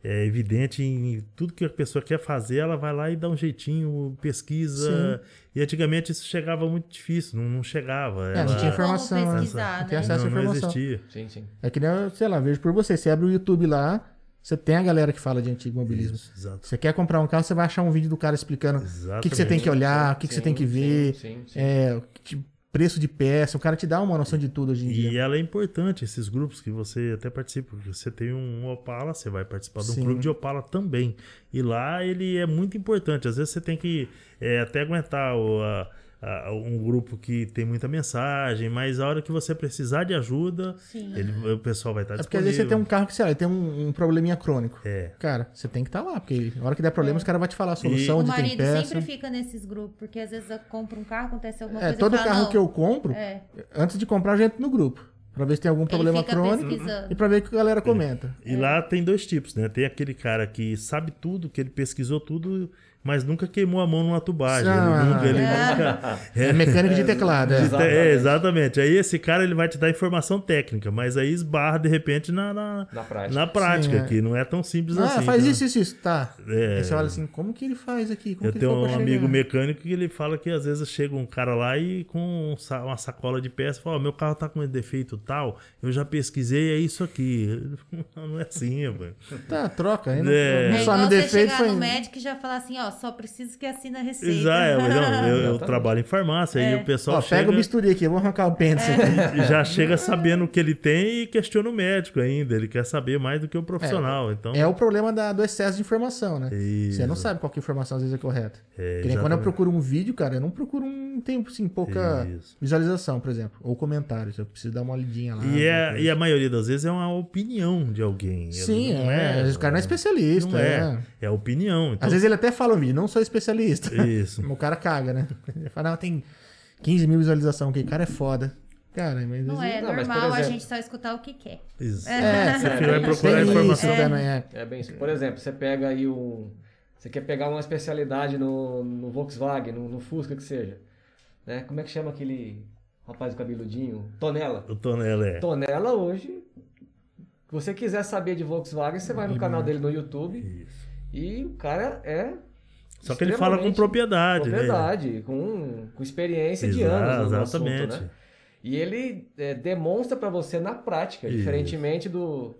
é, evidente em tudo que a pessoa quer fazer, ela vai lá e dá um jeitinho, pesquisa. E antigamente isso chegava muito difícil, não, não chegava. É, ela- não tinha informação, Como né? pesquisar, não tem né? acesso à não, não informação. existia. Sim, sim. É que nem, eu, sei lá, vejo por você. Você abre o YouTube lá, você tem a galera que fala de antigo mobilismo. Isso, exato. Você quer comprar um carro, você vai achar um vídeo do cara explicando o que, que você tem que olhar, o que, que você Sim, tem que sim, ver, Sim, sim. é, o que- que- preço de peça. O cara te dá uma noção de tudo hoje em dia. E ela é importante, esses grupos que você até participa. porque Você tem um Opala, você vai participar de um Sim. clube de Opala também. E lá ele é muito importante. Às vezes você tem que é, até aguentar o- a- a- um grupo que tem muita mensagem, mas a hora que você precisar de ajuda, Sim. ele- o pessoal vai estar É porque às disponível. vezes você tem um carro que, sei lá, tem um, um probleminha crônico. É. Cara, você tem que estar lá, porque na hora que der problema, os caras vão te falar a E- solução, O onde tem marido peça. sempre fica nesses grupos, porque às vezes eu compro um carro, acontece alguma É, coisa. todo e fala, carro não, que eu compro, É. antes de comprar, eu já entro no grupo. Pra ver se tem algum problema fica crônico é. pesquisando. e pra ver o que a galera comenta. E lá tem dois tipos, né? Tem aquele cara que sabe tudo, que ele pesquisou tudo, mas nunca queimou a mão numa tubagem. Ele Ah. nunca, ele É. nunca- É mecânico de teclado, é. Exato. Então, É, exatamente. Aí esse cara ele vai te dar informação técnica, mas aí esbarra de repente na, na, Na prática. na prática, Sim, é. que não é tão simples Ah, assim. faz né? isso, isso, isso. Tá. É. Aí você olha assim, como que ele faz aqui? Como Eu que tenho ele foi um pra amigo chegar? mecânico que ele fala que às vezes chega um cara lá e com um sa- uma sacola de peça fala: "Ó, meu carro tá com esse defeito tal, eu já pesquisei, é isso aqui. Não é assim, mano. Tá, troca. Aí não, É. É não só igual no você defeito chegar foi. um- no médico e já falar assim, ó, só preciso que assine a receita. Exato, é, mas não, eu, eu Exatamente. trabalho em farmácia É. e o pessoal Ó, chega pega o bisturi aqui, eu vou arrancar o pênis É. aqui. e já chega sabendo o que ele tem e questiona o médico ainda. Ele quer saber mais do que o profissional. então É o problema da- do excesso de informação, né? É Isso. Você não sabe qual que a informação às vezes é correta. É, que nem quando eu exatamente. procuro um vídeo, cara, eu não procuro um tempo, assim, pouca Isso. visualização, por exemplo. Ou comentários. Eu preciso dar uma olhadinha lá. E, alguma é, coisa. e a maioria das vezes é uma opinião de alguém. Sim, Não é. Às vezes o cara não é especialista. Não é. é. É a opinião. Então, Às vezes ele até fala no vídeo, não sou especialista. Isso. o cara caga, né? Ele fala, não, tem 15 mil visualizações aqui. Cara, é foda. Cara, mas... Não é Não, mas, por normal a exemplo- gente só escutar o que quer. Isso. É, Você vai procurar tem informação. Isso, também, é. É bem isso. Por exemplo, você pega aí um. Você quer pegar uma especialidade no, no Volkswagen, no, no Fusca que seja. Né? Como é que chama aquele rapaz do cabeludinho? Tonela. O Tonela é. Tonela hoje. Se você né? quiser saber de Volkswagen, você vai no canal dele no YouTube. Isso. E o cara é Só que ele fala com Extremamente propriedade, né? propriedade, com, com experiência de Exato, anos no exatamente. exatamente. assunto, né? E ele é, demonstra para você na prática, Isso. diferentemente do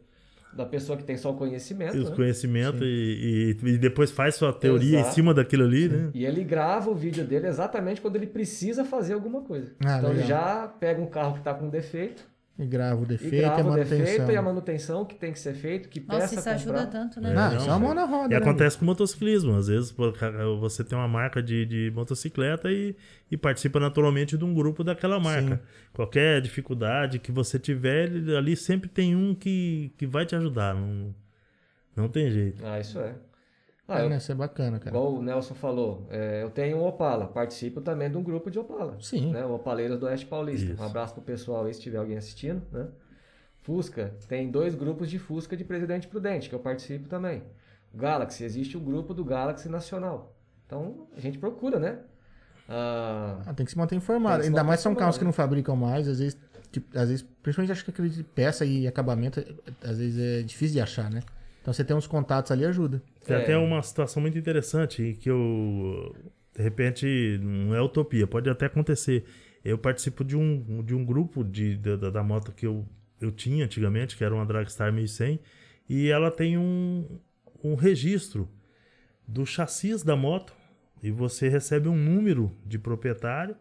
da pessoa que tem só o conhecimento, E os né? conhecimentos e, e- e depois faz sua teoria em Exato. cima daquilo ali, né? E ele grava o vídeo dele exatamente quando ele precisa fazer alguma coisa. Ah, então ele legal. já pega um carro que está com defeito, É. E grava o defeito e e a grava o defeito e a manutenção. manutenção que tem que ser feito, que Nossa, peça isso ajuda comprar. tanto, né? É, Não, não, isso é uma mão na roda. E né, acontece com motociclismo. Às vezes pô, cara, você tem uma marca de, de motocicleta e, e participa naturalmente de um grupo daquela marca. Qualquer dificuldade que você tiver, ele- ali sempre tem um que, que vai te ajudar. Não, não tem jeito. Ah, isso é. amigo? Ah, É, eu, né? Isso é bacana, Tá. cara. igual o Nelson falou, é, eu tenho um Opala, participo também de um grupo de Opala. Sim. né? O Opaleiros do Oeste Paulista. Isso. Um abraço pro pessoal aí, se tiver alguém assistindo, né? Fusca, tem dois grupos de Fusca de Presidente Prudente, que eu participo também. Galaxy, existe o grupo do Galaxy Nacional. Então, a gente procura, né? Ah, Ah, tem que se manter informado. Tem que se Ainda manter mais são carros informado, que não fabricam mais, às vezes, tipo, às vezes, principalmente acho que aquele de peça e acabamento, às vezes é difícil de achar, né? Então você tem uns contatos ali ajuda. Tem É. até uma situação muito interessante em que eu. De repente, não é utopia, pode até acontecer. Eu participo de um, de um grupo de, da, da- da moto que eu, eu tinha antigamente, que era uma Dragstar 1100, e ela tem um, um registro do chassis da moto, e você recebe um número de proprietário,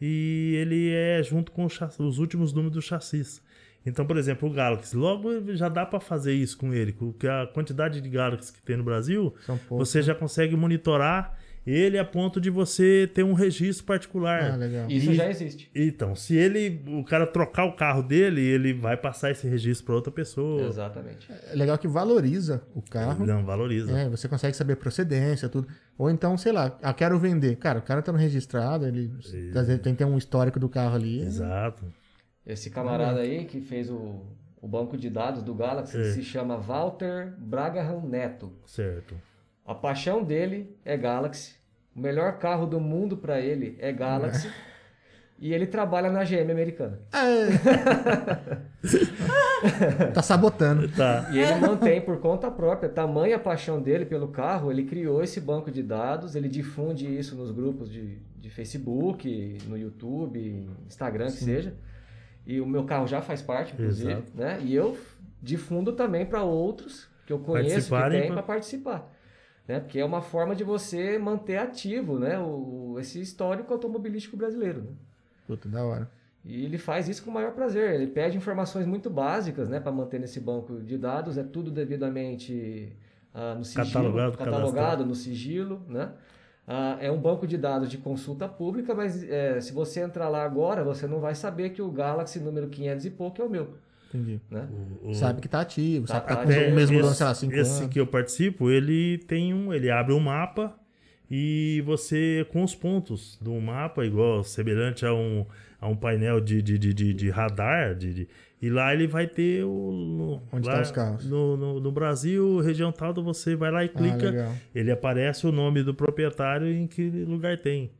e ele é junto com o cha- os últimos números do chassis. Então, por exemplo, o Galaxy, logo já dá para fazer isso com ele, porque a quantidade de Galaxy que tem no Brasil, São poucos. você já consegue monitorar ele a ponto de você ter um registro particular. Ah, legal. isso E- já existe. Então, se ele, o cara trocar o carro dele, ele vai passar esse registro para outra pessoa. Exatamente. É legal que valoriza o carro. Não valoriza. É, você consegue saber procedência, tudo. Ou então, sei lá, ah, quero vender. Cara, o cara tá no registrado, ele às vezes tem que ter um histórico do carro ali. Exato. Esse camarada aí que fez o, o banco de dados do Galaxy É. se chama Walter Bragahan Neto. Certo. A paixão dele é Galaxy. O melhor carro do mundo para ele é Galaxy. E ele trabalha na GM americana. Tá sabotando. Tá. E ele mantém por conta própria, tamanha paixão dele pelo carro, ele criou esse banco de dados, ele difunde isso nos grupos de, de Facebook, no YouTube, Instagram, que seja. E o meu carro já faz parte, inclusive, Exato. né? E eu difundo também para outros que eu conheço que Participarem tem pra- para participar. Né? Porque é uma forma de você manter ativo né? o, esse histórico automobilístico brasileiro. Né? Puta, da hora. E ele faz isso com o maior prazer. Ele pede informações muito básicas, né, para manter nesse banco de dados. É tudo devidamente ah, no sigilo, Catalogado, cadastrado. no sigilo, né? Ah, é um banco de dados de consulta pública, mas eh, se você entrar lá agora, você não vai saber que o Galaxy número 500 e pouco é o meu, Entendi. né? O- o- Sabe que tá ativo, Tá sabe que tá com ativo. o mesmo Hum. Ah, é, esse, lance, sei lá, 5 esse anos. que eu participo, ele tem um, ele abre um mapa e você com os pontos do mapa, igual semelhante a um, a um painel de, de, de, de- de radar, de, de- e lá ele vai ter o Onde lá tá os carros. No, no, no Brasil, região tal, então você vai lá e Ah, clica, legal. ele aparece o nome do proprietário e em que lugar tem.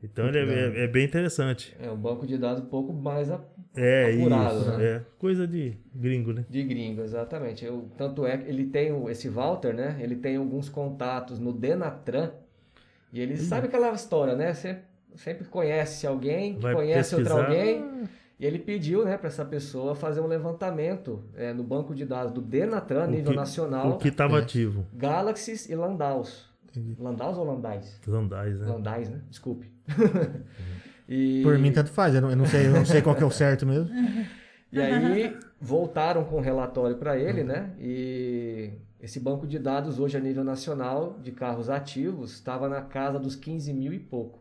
Então ele Muito é, é bem interessante. É um banco de dados um pouco mais a- É Apurado, isso, né? é coisa de gringo, né? de gringo, exatamente. Eu, tanto é que ele tem o- esse Walter, né? Ele tem alguns contatos no Denatran e Hum. ele sabe aquela história, né? Você sempre conhece alguém, que Vai conhece outro pesquisar. alguém. E ele pediu, né, para essa pessoa fazer um levantamento eh, no banco de dados do Denatran, O nível que- nacional, O que estava É. ativo. Galaxies e Landaus. Entendi. Landaus ou Landais? Landais, né? Landais, né? Desculpe. Uhum. E- Por mim, tanto faz. Eu não, eu não sei, eu não sei qual que é o certo mesmo. E aí voltaram com o relatório para ele, Uhum. né? E esse banco de dados hoje a nível nacional de carros ativos estava na casa dos 15 mil e pouco.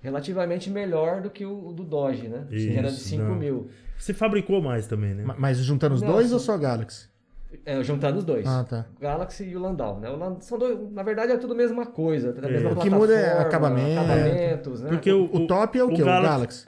Relativamente melhor do que o do Dodge, né? que era de Isso, 5 não. mil. Você fabricou mais também, né? Ma- Mas juntando os Não, dois sim. ou só Galaxy? É, juntando os dois. Ah, tá. O Galaxy e o Landau, né? O Land- são dois, na verdade é tudo a mesma coisa, a mesma O que muda é plataforma, acabamento. acabamentos, né? Porque o, O top é o, quê? O Galaxy.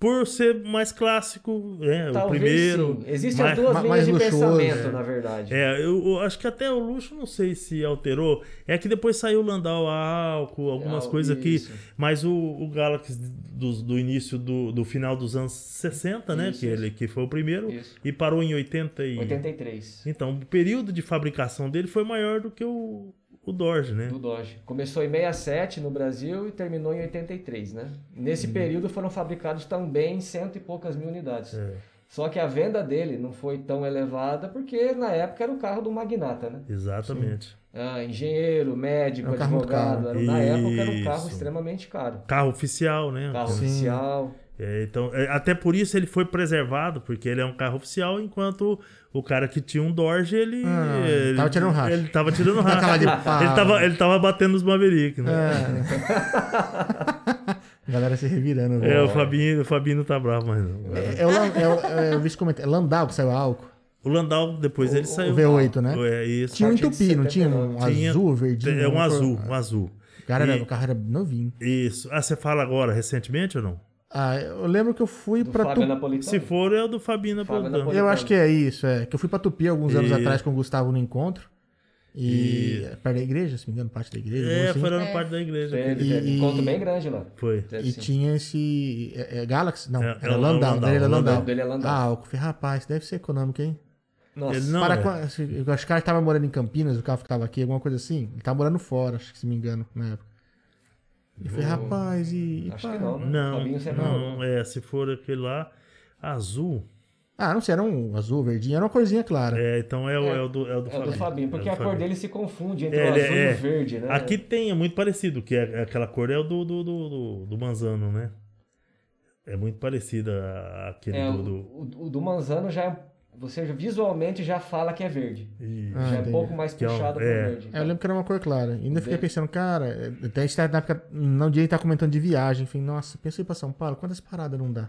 Por ser mais clássico, né? o Talvez primeiro. sim. Existem mais- as duas ma- linhas mais de luxuoso, pensamento, é. na verdade. É, eu, eu acho que até o luxo, não sei se alterou. É que depois saiu o Landau a álcool, algumas Ah, coisas aqui. isso. Mas o, o Galaxy do, do início do, do final dos anos 60, né? Isso, que, ele, que foi o primeiro. Isso. E parou em 80 e... 83. Então, o período de fabricação dele foi maior do que o, o o Dodge, né? do Dodge. Começou em 67 no Brasil e terminou em 83, né? Uhum. Nesse período foram fabricados também cento e poucas mil unidades. É, Só que a venda dele não foi tão elevada porque na época era o carro do magnata, né? exatamente. Ah, engenheiro, médico, É um carro muito advogado. era- na época era um carro Isso. extremamente caro. Carro oficial, né? Carro Sim. oficial. É, então, é, até por isso ele foi preservado, porque ele é um carro oficial, enquanto o cara que tinha um Dodge, ele. Ah, ele tava tirando racha. Ele tava tirando Dá aquela racha. de pau. ele, tava, ele tava batendo os Maverick, né? É. A Galera se revirando. É, velho. o, Fabinho, o Fabinho não tá bravo mais, não. É, é o Lan- é o- é, eu vi esse comentário. É Landau que saiu a álcool. O Landau, depois ele O saiu. V8, né? É isso. Tinha um partir de entupi, não tinha? Um 79. Tinha- azul, verdinho. né? É um uma cor- azul, um azul. O, cara era- E- o carro era novinho. Isso. Ah, você fala agora, recentemente ou não? Ah, eu lembro que eu fui Do pra Fábio Tupi. Napolitano. Se for, é o do Fabinho Fábio Napolitano. Eu acho que é isso, é. Que eu fui pra Tupi alguns anos E- atrás com o Gustavo no encontro. E. Perto da igreja, se me engano, parte da igreja. alguma É, assim. foi lá no É. parte da igreja. Teve, E- teve. e- Encontro bem grande lá. Foi. Teve assim. E sim. tinha esse. É, é Galaxy? Não, É, era é o Landau. Landau, Landau, era o Landau Landau. dele é Landau. Ah, eu falei, rapaz, deve ser econômico, hein? Nossa, Ele não- Para é. qua- se- eu acho que o cara tava morando em Campinas, o carro ficava aqui, alguma coisa assim. Ele tava morando fora, acho que se me engano, na época. E foi, Eu- rapaz, e. e acho pá. que não, né? Não, Fabinho sempre não, é, se for aquele lá, azul, Ah, não sei, era um azul, verdinho, era uma corzinha clara. é, então é, o- é o do, é o do É o Fabinho. do Fabinho, porque É a o do Fabinho. cor dele se confunde entre É, o ele azul é- e o verde, né? Aqui tem, é muito parecido, que é, aquela cor é o do, do, do, do- do Manzano, né? É muito parecida a- aquele é, do... o, do- o- o do Manzano já é- você já visualmente já fala que é verde. e- Ah, já é um entendi. pouco mais Que é um- puxado pro é. verde. É, eu lembro que era uma cor clara. E ainda fiquei Dele. pensando, cara, é, até a gente tá na época, não dia tá comentando de viagem, enfim, nossa, pensei pra São Paulo, quantas paradas não dá?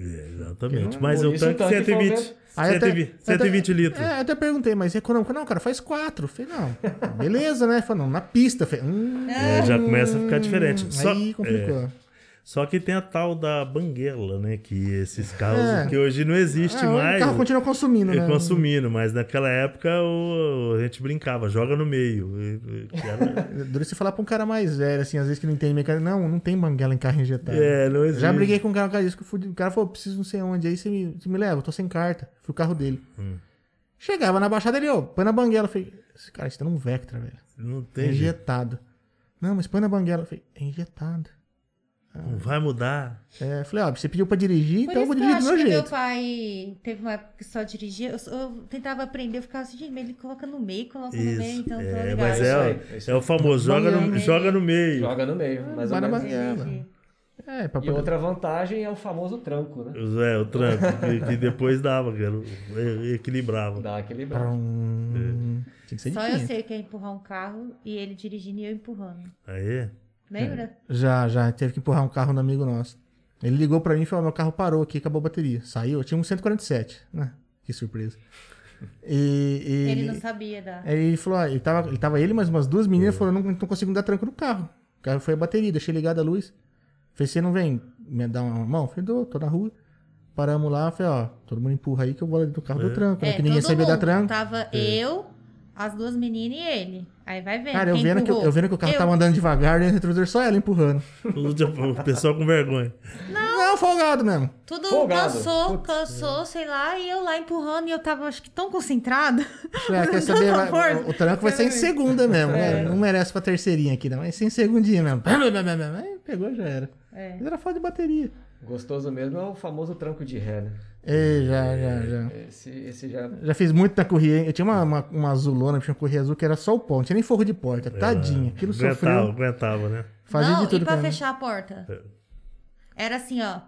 É, Por exatamente, isso mas é o o tanque tanque 120, foi 120, 120 litros. É, eu até perguntei, mas é econômico? Não, cara, faz quatro. Eu Falei, não, beleza, né? Falei, não, na pista. Eu Falei, hum, É, já começa a ficar diferente. Só, é, aí complicou. só que tem a tal da banguela, né? Que esses carros É. que hoje não existe Ah, mais. O carro continua consumindo, Eu né? consumindo, mas naquela época o- a gente brincava, joga no meio. E- e- que era- Dura você falar pra um cara mais velho, assim, às vezes que não entende mecânica. Não, não tem banguela em carro injetado. é, não Eu existe. Já briguei com um cara por causa disso, que eu fui- o cara falou, preciso não sei onde, aí você me, você me leva, eu tô sem carta. Fui o carro dele. Chegava na baixada, ele, ô, põe na banguela. Eu falei, esse cara, você tá num Vectra, velho. Não É tem. jeito, injetado. Não, mas põe na banguela. Eu falei, é injetado. Não vai mudar. É, eu falei, ó, você pediu pra dirigir, Por então eu isso vou que eu dirigir do acho meu que meu jeito. pai teve uma época que só dirigia. Eu, eu tentava aprender, eu ficava assim, gente, mas ele coloca no meio, coloca no meio, Isso. então tô é, ligado. mas é, isso o- aí, é isso é o famoso, joga no, Banguela. joga no meio. Joga no meio, mais Vai ou na menos. banguela. Entendi. É, pra E poder... outra vantagem é o famoso tranco, né? Os- É, o tranco, que, que depois dava, cara, e- e- equilibrava. Dá aquele branco. Hum, Tinha que ser Só eu difícil. sei que é empurrar um carro e ele dirigindo e eu empurrando. Aí, Lembra? Já, já. Teve que empurrar um carro no amigo nosso. Ele ligou pra mim e falou: meu carro parou aqui, acabou a bateria. Saiu, eu tinha um 147. Ah, que surpresa. E, É. e Ele não sabia da. Aí ele falou: ah, ele, tava, ele tava ele mais umas duas meninas falou: não, não consigo dar tranco no carro. O carro foi a bateria, deixei ligada a luz. Falei: você não vem me dar uma mão? Falei: dou, tô na rua. Paramos lá, falei: ó, todo mundo empurra aí que eu vou lá dentro do carro do tranco, né? Que ninguém É, todo sabia dar mundo. Tá tranco. Tava eu, as duas meninas e ele. Aí vai vendo. Cara, eu quem vendo, que, eu- empurrou. eu vendo que o carro Eu- tava andando devagar, dentro do retrovisor só ela empurrando. tudo de- o pessoal com vergonha. Não, folgado mesmo. Tudo Folgado. cansou, Putz, é. cansou, sei lá, e eu lá empurrando e eu tava, acho que, tão concentrada. É, quer saber? Vai- Por o, o tranco vai ser em segunda mesmo. né? É. Não merece pra terceirinha aqui, não. É sem segundinha mesmo. Aí pegou, já era. É. Mas era falta de bateria. Gostoso mesmo é o famoso tranco de ré, né? Ei, É, já, já, já. Esse, esse já. Já fiz muito na correia. hein? Eu tinha uma, uma, uma azulona, tinha uma correia azul que era só o pó. Não tinha nem forro de porta. Tadinha. Aquilo aguentava, sofreu. aguentava, né? Fazia não, de tudo e pra mim. fechar a porta? É. Era assim, ó.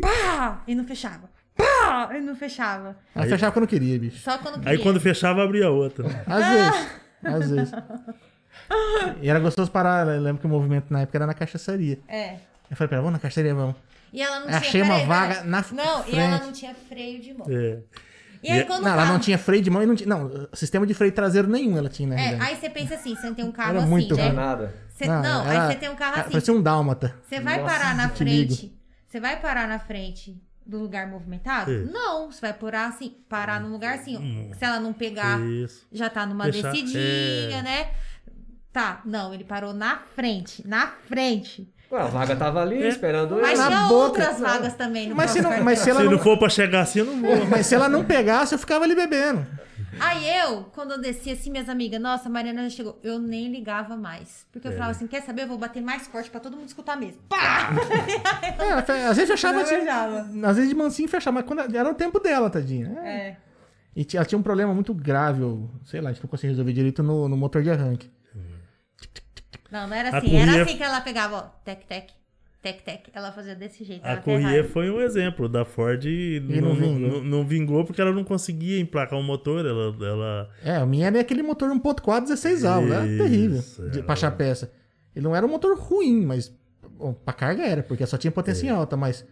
Pá! E não fechava. Pá! E não fechava. Mas fechava quando queria, bicho. Só quando queria. Aí quando fechava, abria outra. Ah! Às vezes. Às vezes. E era gostoso parar. Eu lembro que o movimento na época era na cachaçaria. É. Eu falei, pera, vamos na cachaçaria, vamos. E ela não Achei tinha... uma peraí, vaga peraí. na Não, e ela frente. não tinha freio de mão. É. E aí E- quando Não, o ela carro... não tinha freio de mão e não tinha. Não, sistema de freio traseiro nenhum ela tinha, né, na É, realidade. aí você pensa assim, você tem um carro Era assim, muito né? ruim. é Nada. Você- não, era- aí você tem um carro cara, assim. Parecia um dálmata. Você vai Nossa, parar na te ligo. frente. Você vai parar na frente do lugar movimentado? É. Hum. Não, você vai parar assim, parar num lugar assim, ó. se ela não É. pegar, Isso. já tá numa Deixar- descidinha, é. né? Tá, não, ele parou na frente, na frente. Ué, a vaga tava ali É. esperando Mas Na ele. tinha boca. outras vagas também no Mas se, nosso não, mas se ela Se não, não for pra chegar assim, eu não vou. mas se ela não pegasse, eu ficava ali bebendo. Aí eu, quando eu descia assim, minhas amigas, nossa, a Mariana já chegou. Eu nem ligava mais. Porque eu É. falava assim, quer saber? Eu vou bater mais forte pra todo mundo escutar mesmo. Pá! É, ela fe- às vezes fechava, Não de, beijava. às vezes de mansinho fechava, mas quando era o tempo dela, tadinha. É. É. E ti- ela tinha um problema muito grave, ou, sei lá, a gente não conseguia resolver direito no, no motor de arranque. Não, não era A assim. correia- Era assim que ela pegava, ó, tec, tec, tec, tec. Ela fazia desse jeito. A ela ferrava. Courier foi um exemplo. Da Ford não, não não- vingou. não- não vingou porque ela não conseguia emplacar o motor. Ela, ela- É, o minha era aquele motor 1.4 16 alvo, era Isso, terrível de, era. pra achar peça. Ele não era um motor ruim, mas bom, pra carga era, porque só tinha É. potência em alta, mas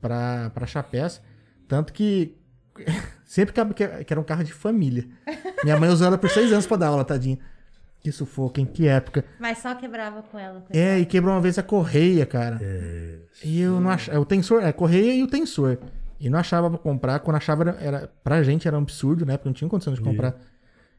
pra, pra achar peça. Tanto que sempre que, que- que era um carro de família. Minha mãe usou ela por seis anos pra dar aula, tadinha. Que sufoco, em que época. Mas só quebrava com ela. coitada. É, e quebrou uma vez a correia, cara. é, E eu não achava. O tensor, a correia e o tensor. E não achava pra comprar. Quando achava, era, era, pra gente era um absurdo, né? Porque não tinha condição de comprar.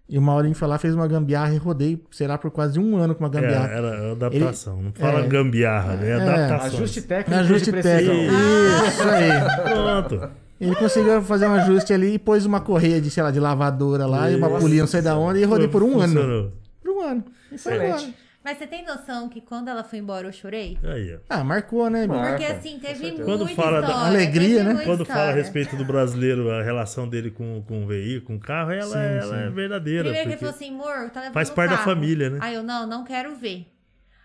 E o Maurinho foi lá, fez uma gambiarra e rodei, sei lá, por quase um ano com uma é, gambiarra. era adaptação. Não fala é. gambiarra, né? É. Adaptação. Ajuste técnico. É. Um ajuste de precisão. técnico. Isso aí. Pronto. Ele conseguiu fazer um ajuste ali e pôs uma correia de, sei lá, de lavadora lá e uma Isso. polia, não sei da onde, e rodei por um ano. Funcionou. Por um ano. E foi Excelente. embora. Mas você tem noção que quando ela foi embora eu chorei? Aí, ó. Ah, marcou, né? Marcou. Porque Marca, assim, com teve muita certeza. Quando fala da história, alegria, teve né? muita Quando fala a história. respeito do brasileiro, a relação dele com, com o veículo, com o carro, ela, Sim, ela é sim. verdadeira. Primeiro que ele porque- falou assim, amor, tá levando Faz um parte da carro." família, né? Aí eu, não, não quero ver.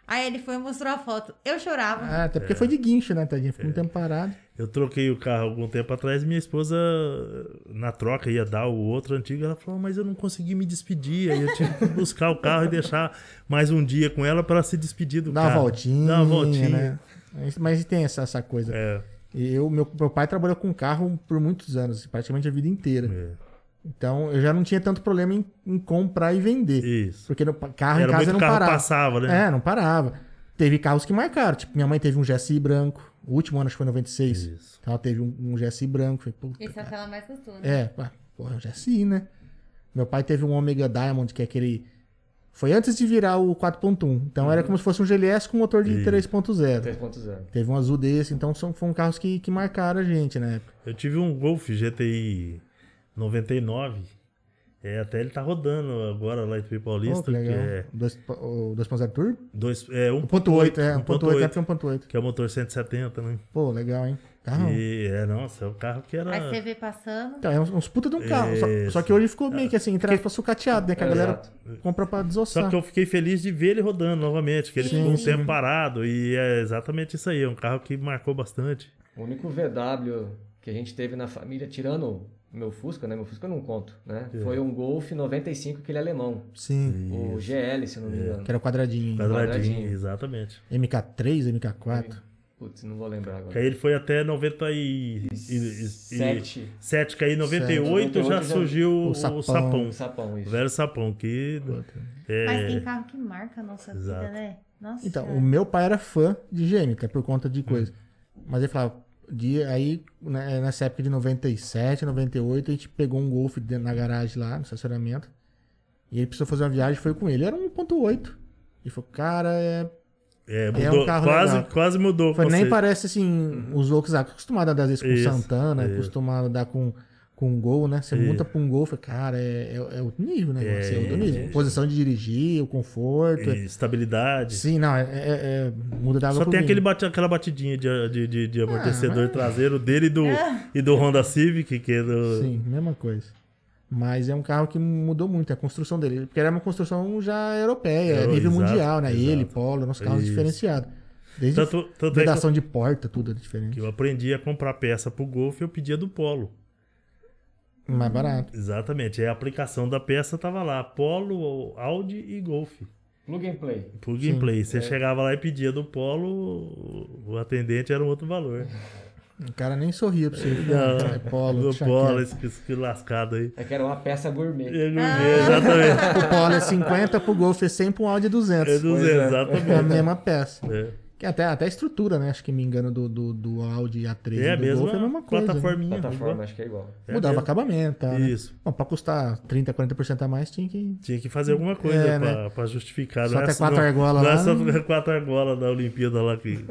Aí ele foi e mostrou a foto. Eu chorava. Ah, É. até porque foi de guincho, né, tadinha? Ficou um tempo parado. Eu troquei o carro algum tempo atrás e minha esposa, na troca, ia dar o outro antigo. Ela falou, "Ah, mas eu não consegui me despedir. Aí eu tive que buscar o carro e deixar mais um dia com ela para ela se despedir do Dá uma carro. voltinha. Dá uma voltinha. né? Mas- Mas tem essa, essa coisa. É, E Eu, meu, meu pai trabalhou com carro por muitos anos, assim, praticamente a vida inteira. É. Então eu já não tinha tanto problema em, em comprar e vender. isso. Porque no, pa- carro em Era casa muito não carro parava. passava, né? É, não parava. Teve carros que marcaram. Tipo, minha mãe teve um GSI branco. O último ano acho que foi 96. Isso. Então ela teve um, um GSI branco. Falei, puta, Isso é o cara. que ela mais gostou. né? É, pá, porra, é um GSI, né? Meu pai teve um Omega Diamond, que é aquele. Foi antes de virar o 4.1. Então era como se fosse um GLS com motor de Isso. É. 3.0. 3.0. Teve um azul desse, então são, foram carros que, que marcaram a gente na época. Eu tive um Golf GTI 99. É, até ele tá rodando agora lá em Tupi Pô, Paulista. que que legal. é Dois- o 2.0 Turbo? dois- é 1.8, 1.8, é. 1.8, é 1.8, porque é 1.8. que é o motor 170, né? Pô, legal, hein? Carro. E é, nossa, é um carro que era. Aí você vê passando. Então, é uns, uns puta de um carro. Só, Isso. só que hoje ficou meio que assim, entre aspas, sucateado, né? Que a galera Exato. compra pra desossar. Só que eu fiquei feliz de ver ele rodando novamente, que ele Sim, ficou um sim. tempo parado. E é exatamente isso aí. É um carro que marcou bastante. O único VW que a gente teve na família, tirando o meu Fusca, né? Meu Fusca eu não conto, né? É. Foi um Golf 95, aquele é alemão. Sim. O GL, se eu não me engano. Que era o quadradinho. Quadradinho, Quadradinho. exatamente. MK3, MK4. Putz, não vou lembrar Que aí agora. ele foi até 97. Sete. Que aí em 98 já 98 já- surgiu o, o sapão. sapão. Um sapão, O isso. velho sapão, que. É, Mas tem carro que marca a nossa Exato. vida, né? Nossa. Então, Senhora. o meu pai era fã de Gêmica, por conta de coisa. Hum. Mas ele falava, de, aí, né, nessa época de 97, 98, a gente pegou um Golf dentro- na garagem lá, no estacionamento. E ele precisou fazer uma viagem, foi com ele. Era um 1.8. Ele falou, cara, é... é, mudou, um carro quase, legal. quase mudou. o Falei, nem conceito. parece assim, os outros ah, acostumado a dar às vezes com Uhum. Isso, Santana, isso. acostumado a dar com, com gol, né? Você Isso. monta pra um gol, fala, cara, é, é, é outro nível, né? É, É, outro nível. é. Posição de dirigir, o conforto. E estabilidade. Sim, não, é, é, é- muda da água Só pro tem vinho. aquele bate- aquela batidinha de, de, de- de amortecedor Ah, mas- traseiro dele e do, é Ah. e do Honda Civic, que é do. Sim, mesma coisa. Mas é um carro que mudou muito, a construção dele. Porque era uma construção já europeia, É, nível exato, mundial, né? Ele, exato. Polo, eram uns carros Isso. diferenciados. Desde Tanto- tanto é que- vedação de porta, tudo era diferente. que eu aprendi a comprar peça pro Golf e eu pedia do Polo. Mais barato. Exatamente. é A aplicação da peça tava lá, Polo, Audi e Golf. Plug and play. Por Sim. gameplay. Você chegava lá e pedia do Polo, o atendente era um outro valor. O cara nem sorria pra você. Não, é Polo, do deixa Polo, quieto. esse, esse lascado aí. É que era uma peça gourmet. Eu não vi, exatamente. O Polo é 50, pro Golf é 100, pro Audi é 200. Eu não Pois sei, é. É a exatamente. mesma peça. É, Que até, até a estrutura, né? Acho que me engano, do, do, do Audi A3 é e a do mesma Golf é a mesma coisa. né? plataforminha. Plataforma, acho que é igual. É a Mudava mesma. acabamento, tá, né? Isso. Bom, pra custar 30, 40% a mais, tinha que Tinha que fazer alguma coisa É, pra, pra justificar. Só Não é ter quatro não- argolas não é lá, né? só não- ter quatro argolas da Olimpíada lá que.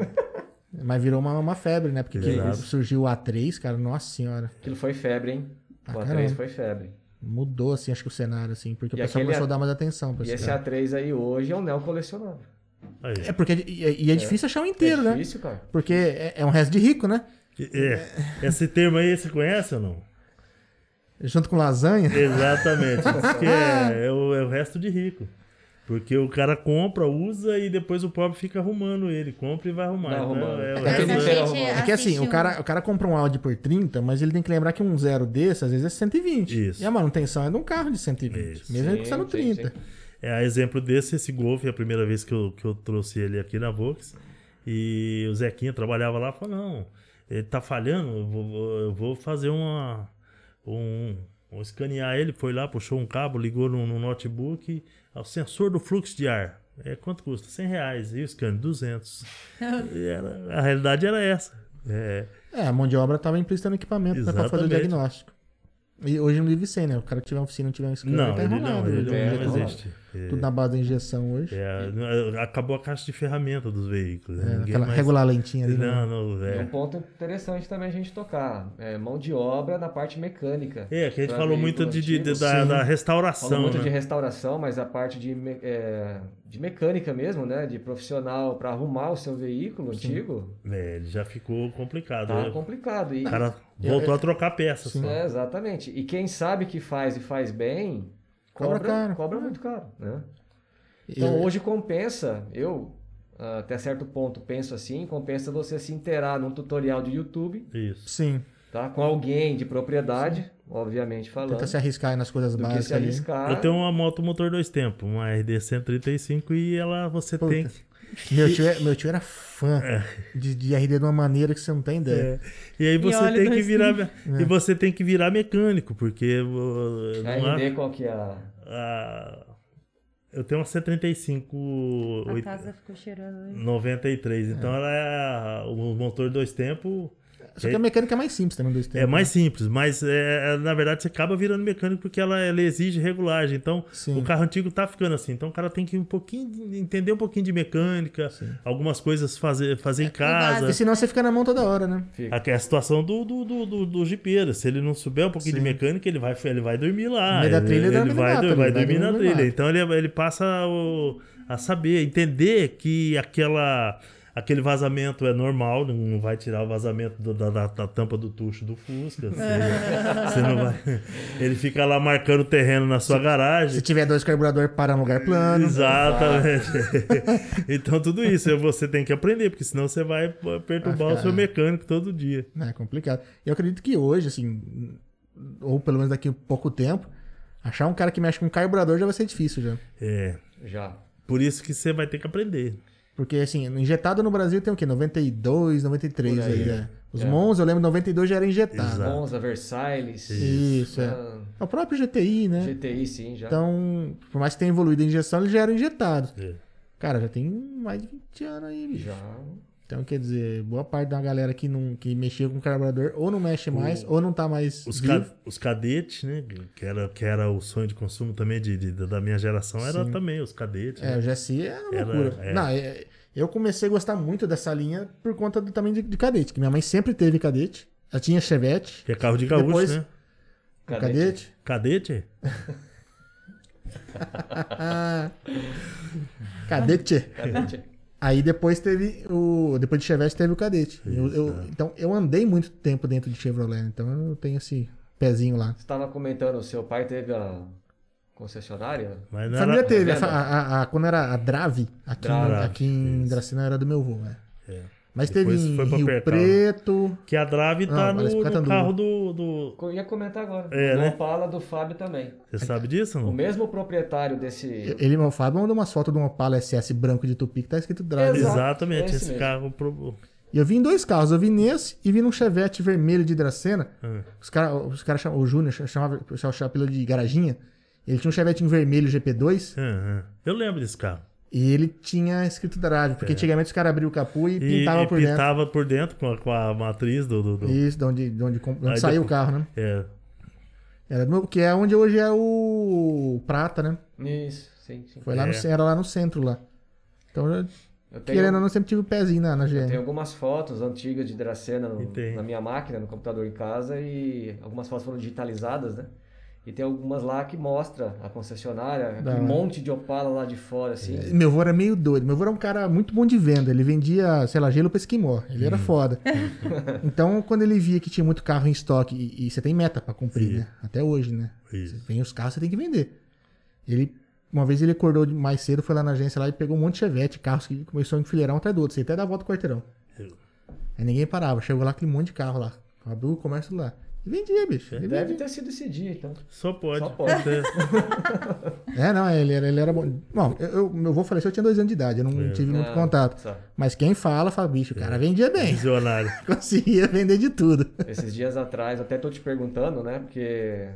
Mas virou uma, uma febre, né? Porque que Exato. surgiu o A3, cara, nossa senhora. Aquilo foi febre, hein? Pra o A3 caramba. foi febre. Mudou, assim, acho que o cenário, assim, porque o E pessoal aquele começou é- a dar mais atenção pra E esse, esse cara. A3 aí hoje é um neo colecionável. Aí. É porque e, e é difícil achar um inteiro, é né? difícil, cara. Porque é, é um resto de rico, né? É, Esse termo aí você conhece ou não? Junto com lasanha. Exatamente. Diz que é, é o, é o resto de rico. Porque o cara compra, usa e depois o pobre fica arrumando ele. Compra e vai arrumar. Vai Então, arrumando. é Mas o resto a Aquele da- inteiro gente arrumado. É que assim, o assiste cara, o cara compra um Audi por 30, mas ele tem que lembrar que um zero desse, às vezes, é 120. Isso. E a manutenção é de um carro de 120. Isso. Mesmo ele Sim, custando sim, 30. É a exemplo desse, esse Golf, é a primeira vez que eu, que eu trouxe ele aqui na Vox. E o Zequinha trabalhava lá e falou: não, ele tá falhando, eu vou- vou, eu vou fazer uma. Um, vou escanear ele. Foi lá, puxou um cabo, ligou no, no notebook. "Ah, O sensor do fluxo de ar. É, quanto custa? 100 reais. E o scanner? 200. E era- a realidade era essa. É, É, a mão de obra tava implícita no equipamento né, pra fazer o Exatamente. diagnóstico. E hoje não vive sem, né? O cara que tiver uma oficina e não tiver um scanner, não, tá ele não, enrolado, ele hoje, né? não, tá enrolado. existe. É, Tudo na base da injeção hoje. é, acabou a caixa de ferramenta dos veículos. né? É, Ninguém aquela mais- regular lentinha ali. né? Não, não, E é. um ponto interessante também a gente tocar. é mão de obra na parte mecânica. É, que a gente Pra falou veículo muito de, de- antigo, da, sim. da Falou restauração, muito né? de restauração, mas a parte de, me- é, de mecânica mesmo, né? De profissional para arrumar o seu veículo antigo, É, ele já ficou complicado. tá né? complicado. E, O cara voltou a trocar peças. só. É, exatamente. E quem sabe que faz e faz bem, Cobra cobra, caro. cobra muito caro, né? Então Eu- hoje compensa, eu ah, até certo ponto penso assim, compensa você se inteirar num tutorial de YouTube, Isso. Sim, tá? Com alguém de propriedade, obviamente falando, tenta se arriscar aí nas coisas do que se básicas ali. arriscar. Eu tenho uma moto motor dois tempos, uma RD 135 e ela você Puta. tem que. Meu tio, é- meu tio era fã É. de, de RD de uma maneira que você não tem ideia. É. E aí você olha tem que dois virar e você tem que virar mecânico, porque uh, A não há- RD qual que é a... a- eu tenho uma 135 A oit- casa ficou cheirando. hein? 93, então ela é a- o motor dois tempos Só que a mecânica é mais simples também dois tempos. É mais simples, mas é, é, na verdade você acaba virando mecânico porque ela, ela exige regulagem. Então né? Sim. o carro antigo tá ficando assim. Então o cara tem que um pouquinho de- entender um pouquinho de mecânica, algumas coisas fazer, fazer em E casa. senão você fica na mão toda hora, né? Fica. Aqui é a situação do, do, do, do, do jipeiro. Se ele não souber um pouquinho Sim. de mecânica, ele vai, ele vai dormir No lá. meio da Ele- trilha, ele ele, dorme no vai, mato, dor- ele vai vai dormir dormir na no trilha. mato. Então ele, ele passa o- a saber, entender que aquela, aquele vazamento é normal, não- não vai tirar o vazamento do- da, da- da tampa do tucho do Fusca. Você, você não vai- ele fica lá marcando o terreno na sua garagem. Se tiver dois carburadores, para no lugar plano. Exatamente. então tudo isso você tem que aprender, porque senão você vai perturbar o ficar- seu mecânico todo dia. É complicado. Eu acredito que hoje, assim, ou pelo menos daqui a pouco tempo, achar um cara que mexe com carburador já vai ser difícil já. É. Já. Por isso que você vai ter que aprender. Porque, assim, injetado no Brasil tem o quê? 92, 93 Por aí, aí, né? Os É. Mons, eu lembro, 92 já era Tá injetado. Exato. Monza, Versailles, Isso, é. ah, É O próprio GTI, né? GTI sim, já. Então, por mais que tenha evoluído a injeção, eles já eram injetados. É. Cara, já tem mais de 20 anos aí, bicho. Já. Então, quer dizer, boa parte da galera que, não, que mexia com carburador ou não mexe mais, ou não tá mais. Os, vivo. ca- os cadetes, né? Que era, que era o sonho de consumo também de, de- da minha geração, era Sim. também os cadetes. É, né? o GSI é uma Era- loucura. é. Não, é- eu comecei a gostar muito dessa linha por conta do, também de, de cadete, que minha mãe sempre teve cadete. Ela tinha chevette, Que é carro de gaúcho, Depois- né? cadete. Cadete? Ah, cadete. Cadete. Aí depois teve o. Depois de Chevette teve o cadete. Eu- é. eu- então eu andei muito tempo dentro de Chevrolet, então eu tenho esse pezinho lá. Você estava comentando, seu pai teve a concessionária? Mas A não família era, teve. venda. A, a- a- quando era a Drave, aqui, em- Drave, aqui em isso. É. Dracena era do meu avô, né? Mas Depois teve em foi pra Rio Percal. Preto. que a Drave tá Não, no, parece no Catanduva. carro do, do- Eu ia comentar agora. É, o né? Opala do Fábio também. Você sabe disso? O Não? mesmo proprietário desse. Ele, meu Fábio, mandou umas fotos de um Opala SS branco de Tupi que tá escrito Drave. Exato. Exatamente, é esse esse mesmo. carro. Pro... E eu vi em dois carros. Eu vi nesse e vi num Chevette vermelho de Dracena. Ah. Os caras, os cara chamam- o Júnior chamava, o pessoal chamava ele de Garajinha. Ele tinha um Chevetinho vermelho GP2. Ah, ah. Eu lembro desse carro. E ele tinha escrito drive, porque antigamente os caras abriam o capô e É. E, pintavam e por pintava por dentro com a, com a matriz do. do- do- dentro. Isso, de onde, de onde, comp- de onde Aí saiu o depois- carro, né? É. Era do meu, que é onde hoje é o Prata, né? Isso, sim, sim. Foi lá no, É. ce- era lá no centro lá. Então, eu- Eu tenho, querendo ou não, sempre tive o pezinho na, na eu GM. tenho algumas fotos antigas de Dracena no- Entendi. na minha máquina, no computador em casa, e algumas fotos foram digitalizadas, né? E tem algumas lá que mostra a concessionária, Da aquele hora. É. monte de Opala lá de fora, assim. Meu avô era meio doido. Meu avô era um cara muito bom de venda. Ele vendia, sei lá, gelo pra esquimó. Ele Hum. era foda. então, quando ele via que tinha muito carro em estoque, e, e você tem meta pra cumprir, Sim. né? Até hoje, né? Isso. Vem os carros, você tem que vender. Ele, uma vez ele acordou de- mais cedo, foi lá na agência lá e pegou um monte de chevette, carros que começou a enfileirar um atrás do outro. Você até dá a volta do quarteirão. Aí ninguém parava. Chegou lá aquele monte de carro lá. Abriu o comércio lá. E vendia, bicho. Ele Deve vendia. ter sido esse dia, então. Só pode. Só pode. É. É, não, ele era, ele era bom. Bom, eu, eu, meu avô faleceu, eu tinha dois anos de idade, eu não tive muito Ah, contato. só. Mas quem fala, fala, bicho, o cara vendia bem. Visionário. Conseguia vender de tudo. Esses dias atrás, até tô te perguntando, né? Porque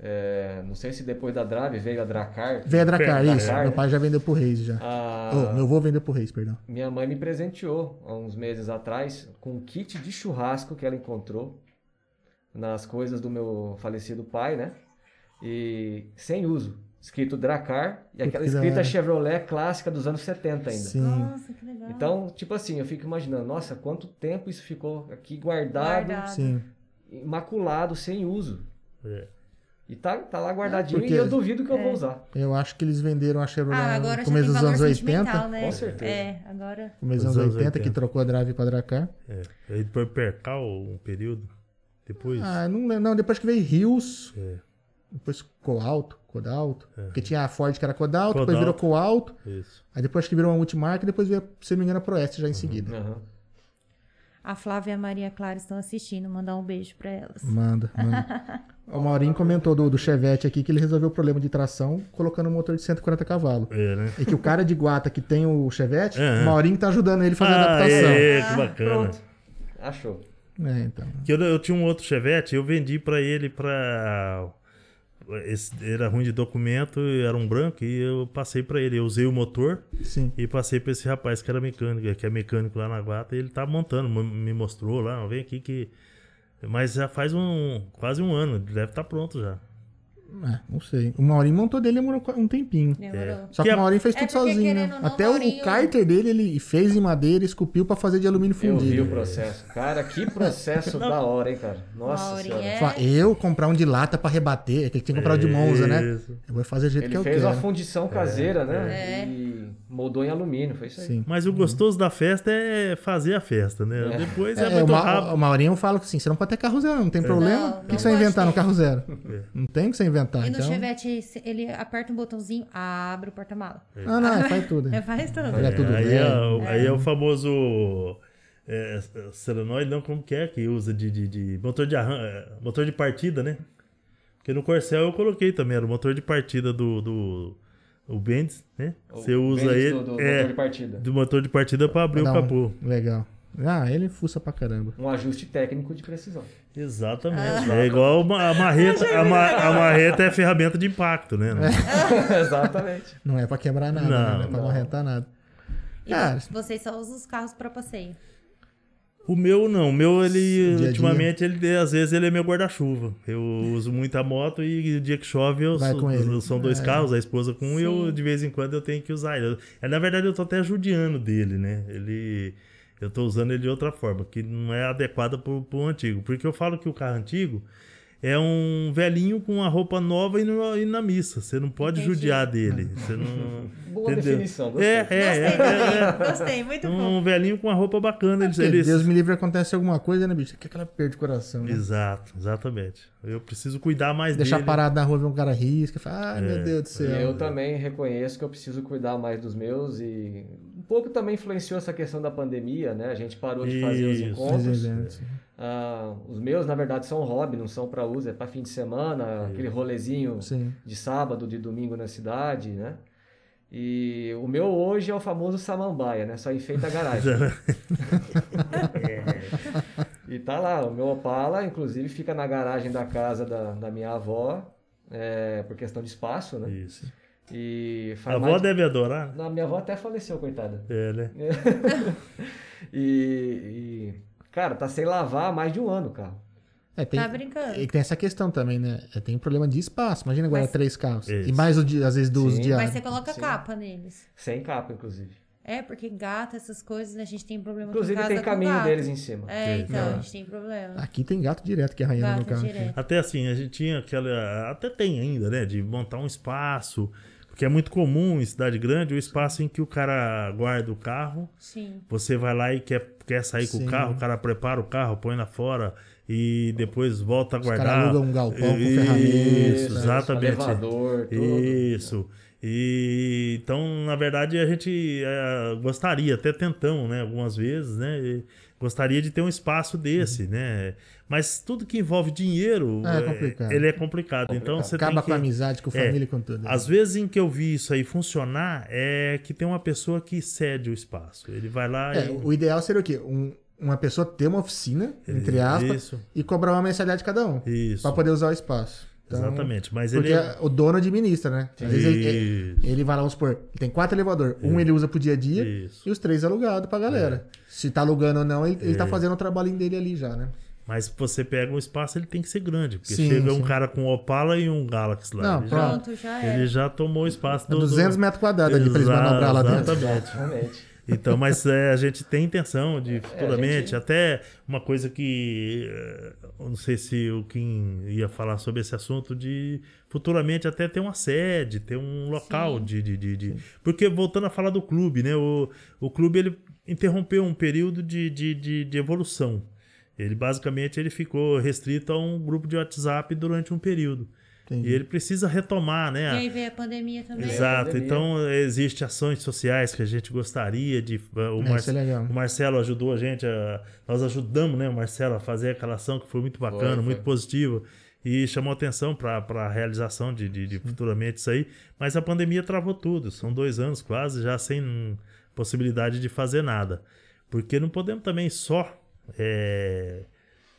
é, não sei se depois da Drive veio a Dracar. Vedracar, Vedracar. isso. Meu pai já vendeu pro Reis já. A- Oh, meu avô vendeu pro Reis, perdão. Minha mãe me presenteou há uns meses atrás com um kit de churrasco que ela encontrou nas coisas do meu falecido pai, né? E sem uso. Escrito Dracar e aquela que da escrita hora. Chevrolet clássica dos anos 70 ainda. Sim. Nossa, que legal. Então, tipo assim, eu fico imaginando, nossa, quanto tempo isso ficou aqui guardado, Guardado. Ah, Sim. imaculado, sem uso. É. E tá, tá lá guardadinho porque- e eu duvido que eu vou usar. Eu acho que eles venderam a Chevrolet ah, no agora já tem começo dos valor anos 80. sentimental, né? Com certeza. É, agora... Começo dos anos Nos anos 80, que 80. trocou a drive pra Dracar. É. Aí depois percal um período. Depois. Ah, não lembro. Não, depois que veio Rios, É. depois Coalto, Codalto. Porque tinha a Ford que era Codalto, depois Codalto. virou Coalto. Isso. Aí depois acho que virou uma multimarca e depois veio, se não me engano, a Proeste já em seguida. Aham. A Flávia e a Maria Clara estão assistindo. Mandar um beijo pra elas. Manda, manda. O Maurinho comentou do, do Chevette aqui que ele resolveu o problema de tração colocando um motor de 140 cavalos. É, né? E que o cara de guata que tem o Chevette, Aham. o Maurinho tá ajudando ele a fazer a Ah, adaptação. É, é, é, que bacana. Achou. é então. Que eu, eu tinha um outro Chevette, eu vendi pra ele pra. Esse, era ruim de documento, era um branco, e eu passei pra ele. Eu usei o motor Sim. e passei pra esse rapaz que era mecânico, que é mecânico lá na Guata, e ele tá montando, mo- me mostrou lá, "Ó, vem aqui que. Mas já faz um. quase um ano, deve estar pronto já. É, não sei. O Maurinho montou dele demorou qua- um tempinho. É. Demorou. Só que, Que o a- Maurinho fez É tudo porque, sozinho, né? querendo ou não, Até o- Maurinho- o cárter dele ele fez em madeira, esculpiu pra fazer de alumínio Eu vi o fundido. processo. Cara, que processo da hora, hein, cara? Nossa Mauri, senhora. é. Fala, Eu comprar um de lata pra rebater, que ele tinha que comprar o de Monza, né? Isso. Eu vou fazer do jeito que Ele eu fez quero. uma fundição caseira, né? É. E moldou em alumínio, foi isso aí. Sim. Mas o gostoso da festa é fazer a festa, né? Depois é, É, o, muito Ma rápido. o Maurinho fala assim: você não pode ter carro zero, não tem problema. não o que, que você vai pode inventar no ter. carro zero? Não tem o que você inventar, E no então. Chevette, se- ele aperta um botãozinho, abre o porta-mala. Ah, não, é, faz tudo. É, faz tudo. Olha Tá tudo aí, velho. é, o- aí é o famoso. É, solenoide, não, como que é que usa de, de- de motor de arran- é, motor de partida, né? Porque no Corcel eu coloquei também, era o motor de partida do, do o Benz, né? O Você usa Bendis ele Do, do é, motor de partida. do motor de partida pra abrir Dá o um- capô. Legal. Ah, ele fuça pra caramba. Um ajuste técnico de precisão. Exatamente. Ah. é igual uma- a marreta, a, ma- a marreta é ferramenta de impacto, né? Exatamente. Não é pra quebrar nada, Não, né? não é pra não. corretar nada. E Cara, vocês só usam os carros pra passeio. O meu não, o meu ele dia a ultimamente ele às vezes ele é meu guarda-chuva. Eu uso muito a moto e o dia que chove eu Vai sou- com ele. É. são dois carros, a esposa com um e eu de vez em quando eu tenho que usar ele. É, na verdade eu tô até judiando dele, né? Ele eu tô usando ele de outra forma, que não é adequada pro, pro antigo, porque eu falo que o carro antigo é um velhinho com uma roupa nova e no- e na missa. Você não pode Entendi. judiar dele. Você não. Boa Entendeu? definição, gostei. É, é, é, Gostei é, é. também. Gostei, muito bom. Um velhinho com uma roupa bacana. Eles, porque eles- Deus me livre acontece alguma coisa, né, bicho? Que aquela perda de coração, né? Exato, exatamente. Eu preciso cuidar mais Deixar dele. parado na rua ver um cara risca. Fala, ai, É, meu Deus do E céu. eu também reconheço que eu preciso cuidar mais dos meus e um pouco também influenciou essa questão da pandemia, né? A gente parou de fazer os Mas, Isso. assim. é encontros. exato. Ah, os meus, na verdade, são hobby, não são para uso, é para fim de semana, aquele rolezinho Sim. de sábado, de domingo na cidade, né? E o meu hoje é o famoso samambaia, né? Só enfeita a É. garagem. É, né? E tá lá, o meu Opala, inclusive, fica na garagem da casa da, da minha avó, é, por questão de espaço, né? Isso. E A faz avó mais- deve adorar. né? Não, minha avó até faleceu, coitada. É, né? E, e, cara, tá sem lavar há mais de um ano, cara. É, tem, Tá brincando. E tem essa questão também, né? É, tem problema de espaço. Imagina agora Mas- três carros. E Isso. mais, o di- às vezes, do uso Sim. diário. Mas você coloca Sim. capa neles. Sem capa, inclusive. É, porque gato, essas coisas, a gente tem problema com Inclusive casa tem com caminho gato. deles em cima. É, Tem. então, É. a gente tem problema. Aqui tem gato direto que arranha no meu Gato carro. direto. Até assim, a gente tinha aquela. Até tem ainda, né? De montar um espaço. Porque é muito comum em cidade grande o espaço em que o cara guarda o carro. Sim. Você vai lá e quer, quer sair com Sim. o carro, o cara prepara o carro, põe lá fora e depois volta a Os caras guardar. alugam um galpão com Isso, ferramentas. Isso, exatamente. Elevador, tudo. Isso. E então, na verdade, a gente eh, gostaria, até tentamos, né, algumas vezes, né, e gostaria de ter um espaço desse, né? Mas tudo que envolve dinheiro, Uhum. Ah, é eh, complicado. ele é complicado. Então você Acaba tem que com a né. amizade, com a É. família, com tudo. As vezes em que eu vi isso aí funcionar é que tem uma pessoa que cede o espaço. Ele vai lá É, e o ideal seria o quê? Um- uma pessoa ter uma oficina, entre aspas, isso, e cobrar uma mensalidade de cada um. isso. Pra poder usar o espaço. Então, Exatamente, mas Porque ele é é o dono administra, né? Às vezes ele, ele- Isso. ele vai lá, vamos supor, ele tem quatro elevador. Um ele usa pro dia a dia Isso. É. e os três alugados pra galera. Se tá alugando ou não, ele, ele tá fazendo o trabalhinho dele ali já, né? Mas você pega um espaço, ele tem que ser grande. Porque Sim, chega um sim. cara com um Opala e um Galaxy lá. Não, ele, já, Pronto. Pronto, já é. ele já tomou o espaço É do. 200 metros quadrados ali pra eles um manobrar lá dentro. Exatamente. Realmente. Então, mas é, a gente tem intenção de futuramente, gente- até uma coisa que eh, eu não sei se o Kim ia falar sobre esse assunto, de futuramente até ter uma sede, ter um local de, de, de, de- Porque voltando a falar do clube, né? O, o clube ele interrompeu um período de, de, de, de evolução. Ele basicamente ele ficou restrito a um grupo de WhatsApp durante um período. Entendi. E ele precisa retomar, né? E a- aí veio a pandemia também. Exato. Pandemia. Então, existem ações sociais que a gente gostaria de. eh, O, É, Mar- isso é legal. o Marcelo ajudou a gente, a- nós ajudamos né, o Marcelo a fazer aquela ação que foi muito bacana, foi. muito positiva. E chamou atenção para a realização de, de- de futuramente isso aí. Mas a pandemia travou tudo. São dois anos quase já sem possibilidade de fazer nada. Porque não podemos também só é,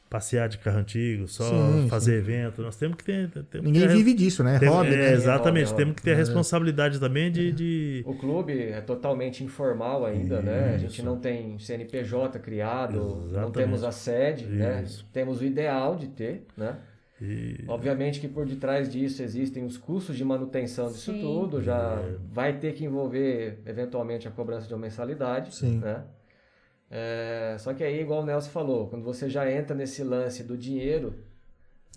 passear de carro antigo, só Sim, sim. fazer evento. Nós temos que ter. temos Ninguém que ter- vive disso, né? É tem- hobby, é, né? Exatamente, Hobby, temos que ter a responsabilidade também de. de- O clube é totalmente informal ainda, né? A gente não tem CNPJ criado, não Exatamente. temos a sede, né? Isso. Temos o ideal de ter, né? e- Obviamente que por detrás disso existem os custos de manutenção disso Sim. tudo, já É. vai ter que envolver eventualmente a cobrança de uma mensalidade, Sim. né? É, só que aí, igual o Nelson falou, quando você já entra nesse lance do dinheiro,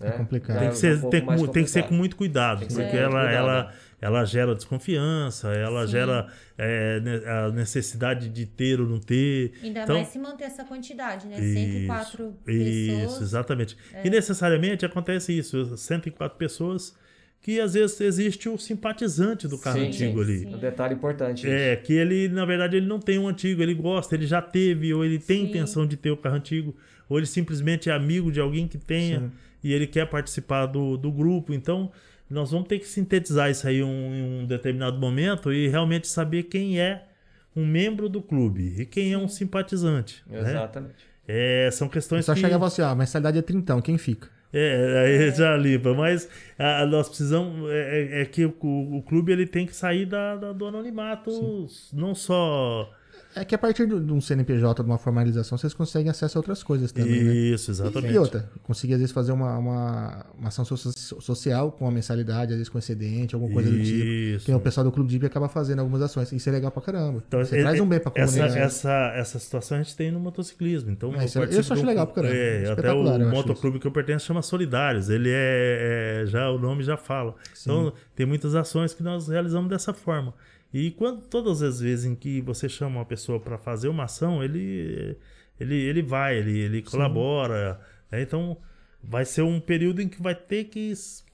É complicado. já tem é que um ser, pouco tem, mais com- tem que ser com complicado. muito cuidado, Tem que ser porque com muito ela, cuidado, né? ela, ela gera desconfiança, ela Sim. gera é, ne- a necessidade de ter ou não ter. Ainda Então- mais se manter essa quantidade, né? 104 pessoas. Isso, exatamente. É. E necessariamente acontece isso, 104 pessoas que às vezes existe o simpatizante do carro Sim, antigo sim, ali. sim. Um detalhe importante. É, que ele, na verdade, ele não tem um antigo, ele gosta, ele já teve, ou ele tem Sim. intenção de ter o carro antigo, ou ele simplesmente é amigo de alguém que tenha e ele quer participar do, do grupo. Então, nós vamos ter que sintetizar isso aí um- em um determinado momento e realmente saber quem é um membro do clube e quem é um simpatizante. né? Exatamente. É, são questões Só que... chegava assim, ó, mensalidade é trintão, quem fica? É, aí já limpa, mas ah, nós precisamos é, é- é que o, o clube ele tem que sair da, da- do anonimato, não só É que a partir do- de um CNPJ, de uma formalização, vocês conseguem acesso a outras coisas também, né? Isso, exatamente. E outra, conseguir às vezes fazer uma, uma, uma ação so- social com uma mensalidade, às vezes com excedente, alguma coisa do tipo. Isso. Tem o pessoal do Clube DIP que acaba fazendo algumas ações. Isso é legal pra caramba. Então, Você e- traz um bem pra essa, é assim, comunidade. essa, essa situação a gente tem no motociclismo. Então, É, isso é- isso eu acho do- legal pra caramba. É, até Espetacular, eu o acho motoclube que eu pertenço chama Solidários. Ele é, é- já O nome já fala. Então, tem muitas ações que nós realizamos dessa forma. E quando todas as vezes em que você chama uma pessoa para fazer uma ação, ele, ele, ele vai, ele, ele colabora. né? Então, vai ser um período em que vai ter que. s-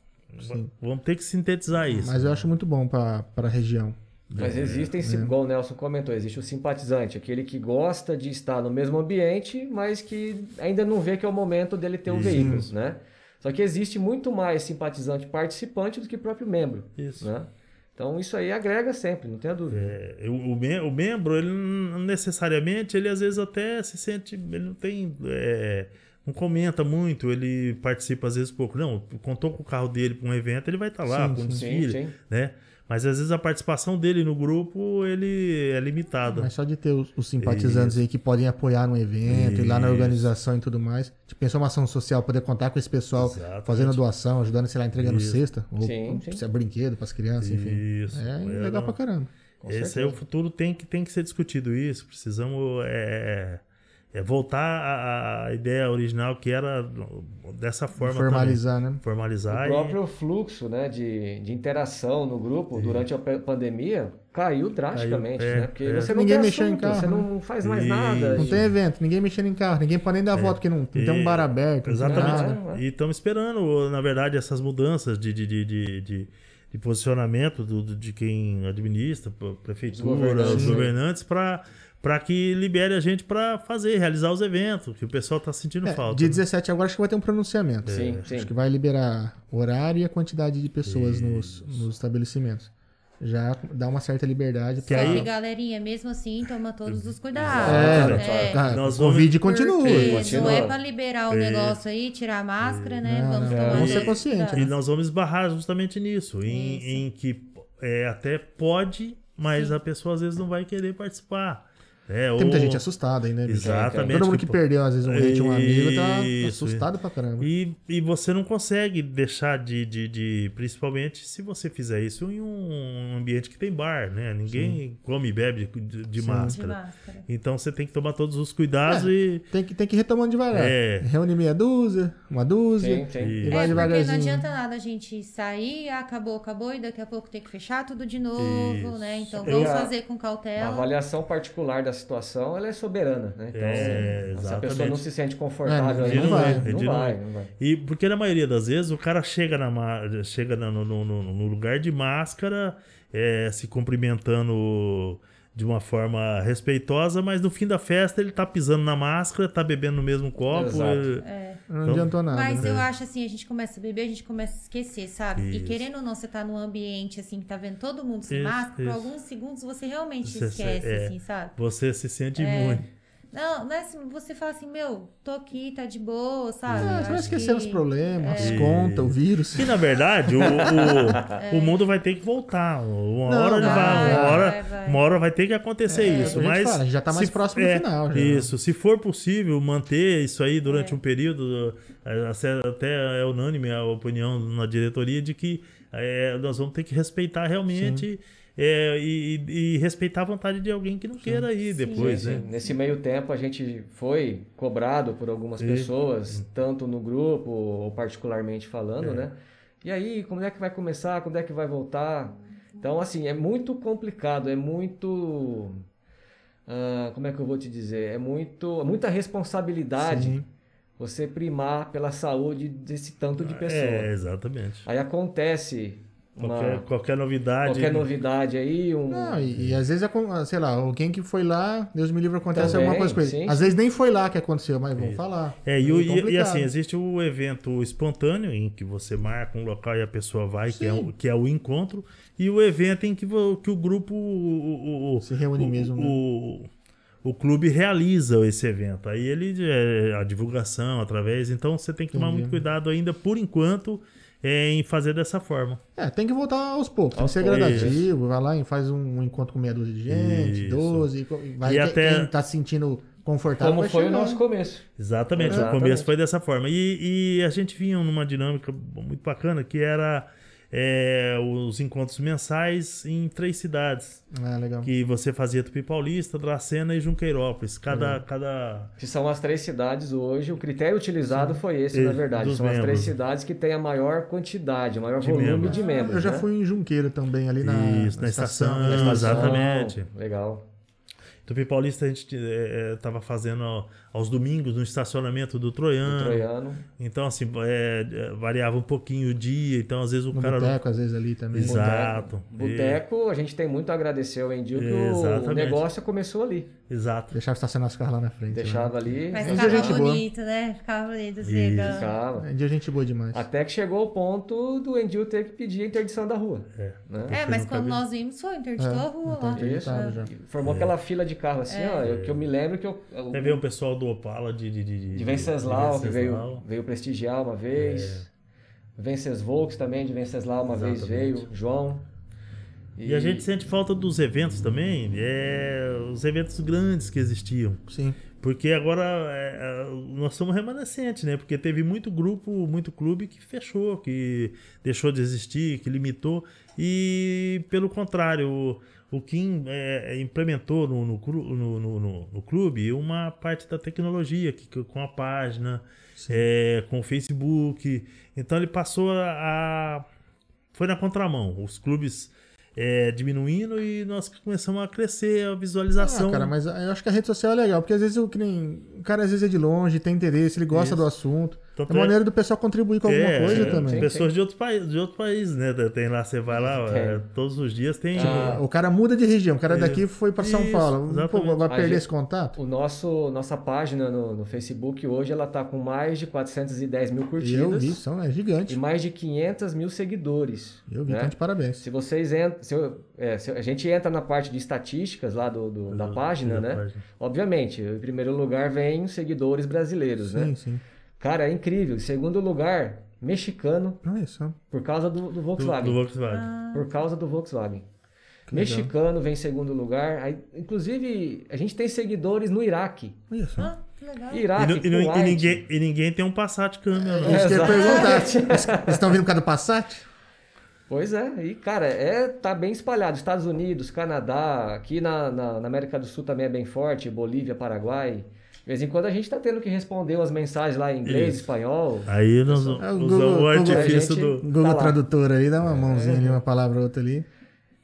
Sim. Vamos ter que sintetizar isso. Mas eu acho muito bom pra, pra região. Né? Mas existem, sim- igual o Nelson comentou, existe o simpatizante, aquele que gosta de estar no mesmo ambiente, mas que ainda não vê que é o momento dele ter um Sim. veículo, né? Só que existe muito mais simpatizante participante do que próprio membro, Isso. né? Então isso aí agrega sempre, não tenha dúvida. É, o, o me- o membro, ele não necessariamente, ele às vezes até se sente, ele não tem, é, não comenta muito, ele participa às vezes pouco. Não, contou com o carro dele para um evento, ele vai estar lá, Sim, com um sim. desfile, Sim, sim. né? Mas às vezes a participação dele no grupo, ele é limitada. Mas só de ter os, os simpatizantes aí que podem apoiar num evento, ir lá na Isso. organização e tudo mais. Tipo, pensou uma ação social, poder contar com esse pessoal Exatamente. fazendo doação, ajudando, sei lá, entregando Isso. cesta. Ou Sim, sim. se é brinquedo pras crianças, enfim. Isso. É Era- legal pra caramba. Com Esse aí, certeza. o futuro tem que, tem que ser discutido isso. Precisamos é, é, voltar à, à ideia original que era dessa forma Formalizar, também. Formalizar. O e- próprio fluxo né, de, de interação no grupo durante a pa- pandemia caiu drasticamente, é, né? Porque é. você não Ninguém tem mexeu em assunto, carro, você né? não faz mais E- nada. né? Não e- tem evento, ninguém mexendo em carro, ninguém pode nem dar voto, porque não, não tem um E- bar aberto. não tem É. Exatamente. nada. nada. E estamos esperando, na verdade, essas mudanças de, de, de, de, de- de posicionamento do, do- de quem administra, pre- prefeitura, Os governantes, os né? governantes, para para que libere a gente para fazer, realizar os eventos, que o pessoal está sentindo É, falta. né? dia 17 agora acho que vai ter um pronunciamento. Sim, sim. Acho que vai liberar o horário e a quantidade de pessoas nos, nos estabelecimentos. Já dá uma certa liberdade Só Que aí- Ah, que, galerinha, mesmo assim, toma todos os cuidados. Exatamente. É. Tá, Nós o Porque Covid continua. Não Continua. é pra liberar o negócio aí, tirar a máscara, né? Não, Vamos não, tomar vamos ser todos os consciente, né? cuidados. E nós vamos esbarrar justamente nisso, em, Isso. em que é, até pode, mas a pessoa às vezes não vai querer participar. É, Tem muita ou- gente assustada ainda, né? bicho? Exatamente. Todo mundo que Tipo, perdeu, às vezes, um dente, um amigo, tá Isso. assustado pra caramba. E, e você não consegue deixar de, de, de- Principalmente se você fizer isso em um ambiente que tem bar, né? Ninguém come e bebe de, de Sim. De máscara. máscara. Então você tem que tomar todos os cuidados e. Tem, que, tem que ir retomando devagar. É. Reúne meia dúzia, uma dúzia. Sim, sim. E É, vai e- porque não devagarzinho. adianta nada a gente sair, ah, acabou, acabou, e daqui a pouco tem que fechar tudo de novo, Isso. né? Então E É. vamos a- fazer com um A cautela. avaliação particular da situação ela é soberana, né? Então, É, se a pessoa exatamente. não se sente confortável, É, aí não não, vai, vai, não, de vai, novo. não vai. E porque na maioria das vezes o cara chega, na, ma- chega na- no, no- no- no lugar de máscara, é, se cumprimentando de uma forma respeitosa, mas no fim da festa ele tá pisando na máscara, tá bebendo no mesmo copo. Exato. é- Não Então- adiantou nada. Mas né? eu acho assim, a gente começa a beber, a gente começa a esquecer, sabe? E Isso. querendo ou não, você tá num ambiente assim, que tá vendo todo mundo sem Isso, máscara, isso. por alguns segundos você realmente Você- esquece, é. assim, sabe? Você se sente muito. Não, não é assim, você fala assim, meu, tô aqui, tá de boa, sabe? É, você Acho vai esquecer que- é. os problemas, as contas, o vírus. Que na verdade o, o, o mundo vai ter que voltar. Uma Não, hora ele vai, vai, uma, hora, vai, vai. uma hora vai ter que acontecer É, isso. a gente mas é, fala, já tá mais próximo do final, já. Isso, se for possível manter isso aí durante É. um período, eh, até- até é unânime a opinião na diretoria de que eh, nós vamos ter que respeitar realmente. eh, e, e- e respeitar a vontade de alguém que não queira ir depois, é. Sim, né? sim. é. Nesse meio tempo, a gente foi cobrado por algumas Uhum. pessoas, tanto no grupo ou particularmente É. falando, né? E aí, como é que vai começar? Quando é que vai voltar? Então, assim, é muito complicado, é muito. ah, como é que eu vou te dizer? É muito, muita responsabilidade Sim. você primar pela saúde desse tanto de pessoa. É, exatamente. Aí acontece uma, Qualquer, qualquer, qualquer novidade. novidade aí, um. né? Não, e, e às vezes, acon- ah, sei lá, alguém que foi lá, Deus me livre, acontece Também, alguma coisa com ele. sim, às vezes nem foi lá que aconteceu, mas vão falar. É, e, o- e- e complicado. assim, existe o evento espontâneo, em que você marca um local e a pessoa vai, que é, Sim. o, que é o encontro, e o evento em que, vo- que o grupo. o- o- o- Se reúne o- mesmo, né? O, o clube realiza esse evento. Aí ele. é, a divulgação através. Então você tem que tomar Entendi. muito cuidado ainda, por enquanto, é, em fazer dessa forma. É, tem que voltar aos poucos, tem que Aos ser poucos. gradativo, vai lá e faz um encontro com meia dúzia de gente, Isso. 12, e co- e vai E quem- até- quem tá se sentindo confortável. Como vai foi o chegando. nosso começo. Exatamente, Exatamente. o começo foi dessa forma. E, e a gente vinha numa dinâmica muito bacana que era é, os encontros mensais em três cidades. Ah, legal. que você fazia Tupi Paulista, Dracena e Junqueirópolis. Cada, cada Que são as três cidades hoje. O critério utilizado foi esse, E- na verdade. dos São as três membros. cidades que têm a maior quantidade, o maior De volume membros. Ah, de membros. Eu já né? fui em Junqueiro também, ali na, Isso, na estação, né? na estação. Exatamente. Ah, Legal. Tupi Paulista a gente estava fazendo ao- aos domingos no estacionamento do Troiano. Troiano. Então, assim, é, é, variava um pouquinho o dia. Então, às vezes o No cara. não- boteco, às vezes, ali também. Exato. Exato. Boteco, a gente tem muito a agradecer ao Endil que o Exatamente. negócio começou ali. Exato. Deixava estacionar os carros lá na frente. Deixava ali. Mas Mas é ficava gente boa. bonito, né? Ficava bonito Isso. chegando. Ficava. Né? Dia gente boa demais. Até que chegou o ponto do Endil ter que pedir a interdição da rua. É. né? É, Porque mas nunca quando vi. nós vimos, foi, interditou a rua lá. Então, interditado É. já. Formou aquela fila de carro assim, ó. eu- que eu me lembro que eu. eu- Até veio o pessoal do Opala de, de, de, De Venceslau, que veio, Venceslau. veio prestigiar uma vez. Vencesvolks também, de Venceslau uma vez Exatamente. veio. João. E a gente sente falta dos eventos também, é, os eventos grandes que existiam. Sim. Porque agora é, é, nós somos remanescentes, né? Porque teve muito grupo, muito clube que fechou, que deixou de existir, que limitou. E pelo contrário, o, o Kim é, implementou no, no, cru- no- no- no- no clube uma parte da tecnologia, que, que- com a página, é, com o Facebook. Então ele passou a. a- Foi na contramão. Os clubes. é, diminuindo e nós começamos a crescer a visualização. Ah, cara, mas eu acho que a rede social é legal, porque às vezes o, que nem, o cara às vezes é de longe, tem interesse, ele gosta do assunto. Tanto é é- uma maneira do pessoal contribuir com alguma É, coisa é, também. Tipo, Pessoas de outros países, de outros países, né? Tem lá, você vai lá, Tem. é, todos os dias tem. Ah, O cara muda de região, o cara Isso. daqui foi pra São Isso, Paulo. Pô, exatamente. vai A perder gente- esse contato? O nosso, nossa página no, no Facebook hoje, ela tá com mais de 410 mil Eu curtidas vi, são, é e gigante. mais de 500 mil seguidores. Eu vi, né? então de parabéns. Se vocês entram. Se eu- é, se a gente entra na parte de estatísticas lá do, do- da página, né? Obviamente, em primeiro lugar vem os seguidores brasileiros, né? Sim, sim. Cara, é incrível. Em segundo lugar, mexicano, Não é isso. por causa do, do Do, Volkswagen. do Volkswagen. Por causa do Volkswagen. Que legal. Mexicano vem em segundo lugar. Aí, inclusive, a gente tem seguidores no Iraque. Olha só. Ah, que legal. E, Iraque, não- e não- e Kuwait. ninguém, e ninguém tem um Passat câmera, não. É. Isso que eu ia perguntar. Exatamente. Eles eles estão vindo por causa do Passat? Pois é, e cara, é, tá bem espalhado. Estados Unidos, Canadá, aqui na, na, na América do Sul também é bem forte, Bolívia, Paraguai. De vez em quando a gente tá tendo que responder umas mensagens lá em inglês, Isso. espanhol. Aí nós É Ah, o usamos Google- o Google- artifício A gente- do. Google Tá lá. Tradutor aí, dá uma mãozinha ali, uma palavra ou outra ali.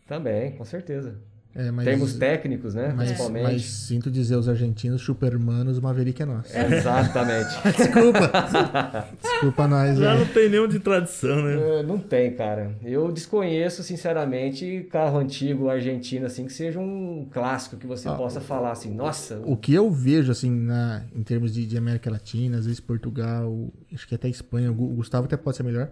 Também, com certeza. É, mas, Termos técnicos, né? mas, principalmente. mas sinto dizer os argentinos, supermanos, Maverick é nosso. Exatamente. Desculpa nós é. Lá aí. não tem nenhum de tradição, né? É, Não tem, cara. Eu desconheço, sinceramente, carro antigo argentino, assim, que seja um clássico que você Ah, possa falar assim, nossa, O que eu vejo, assim, na, em termos de, de América Latina, às vezes Portugal, acho que até Espanha, o Gu- o Gustavo até pode ser melhor.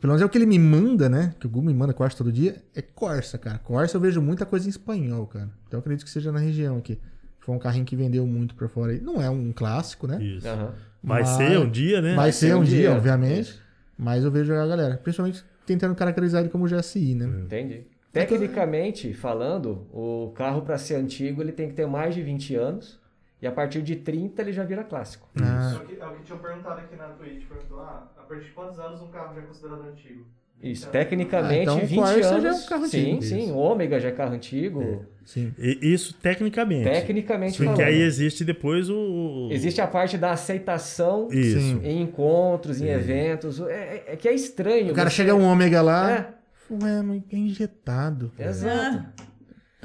Pelo menos é o que ele me manda, né? Que o Gu me manda Corsa todo dia, é Corsa, cara. Corsa eu vejo muita coisa em espanhol, cara. Então eu acredito que seja na região aqui. Foi um carrinho que vendeu muito pra fora aí. Não é um clássico, né? Isso. aham. Vai Mas- ser um dia, né? Vai ser um dia, obviamente. Isso. Mas eu vejo a galera, principalmente tentando caracterizar ele como GSI, né? Entendi. Tecnicamente falando, o carro para ser antigo ele tem que ter mais de 20 anos e a partir de 30 ele já vira clássico. Ah, É o que, é o que tinham perguntado aqui na Twitch, perguntou, ah, a partir de quantos anos um carro já é considerado antigo? Isso, Então- tecnicamente Ah, então o 20 Corsa já é um anos. carro sim, antigo. sim, Isso. o Ômega já é carro antigo. sim. E- isso tecnicamente. Tecnicamente Porque falando. aí é existe depois o. Existe a parte da aceitação Isso. Sim. em encontros, em eventos. É, é- é que é estranho. O cara você- chega um ômega lá, É, ué, mas é injetado. exato.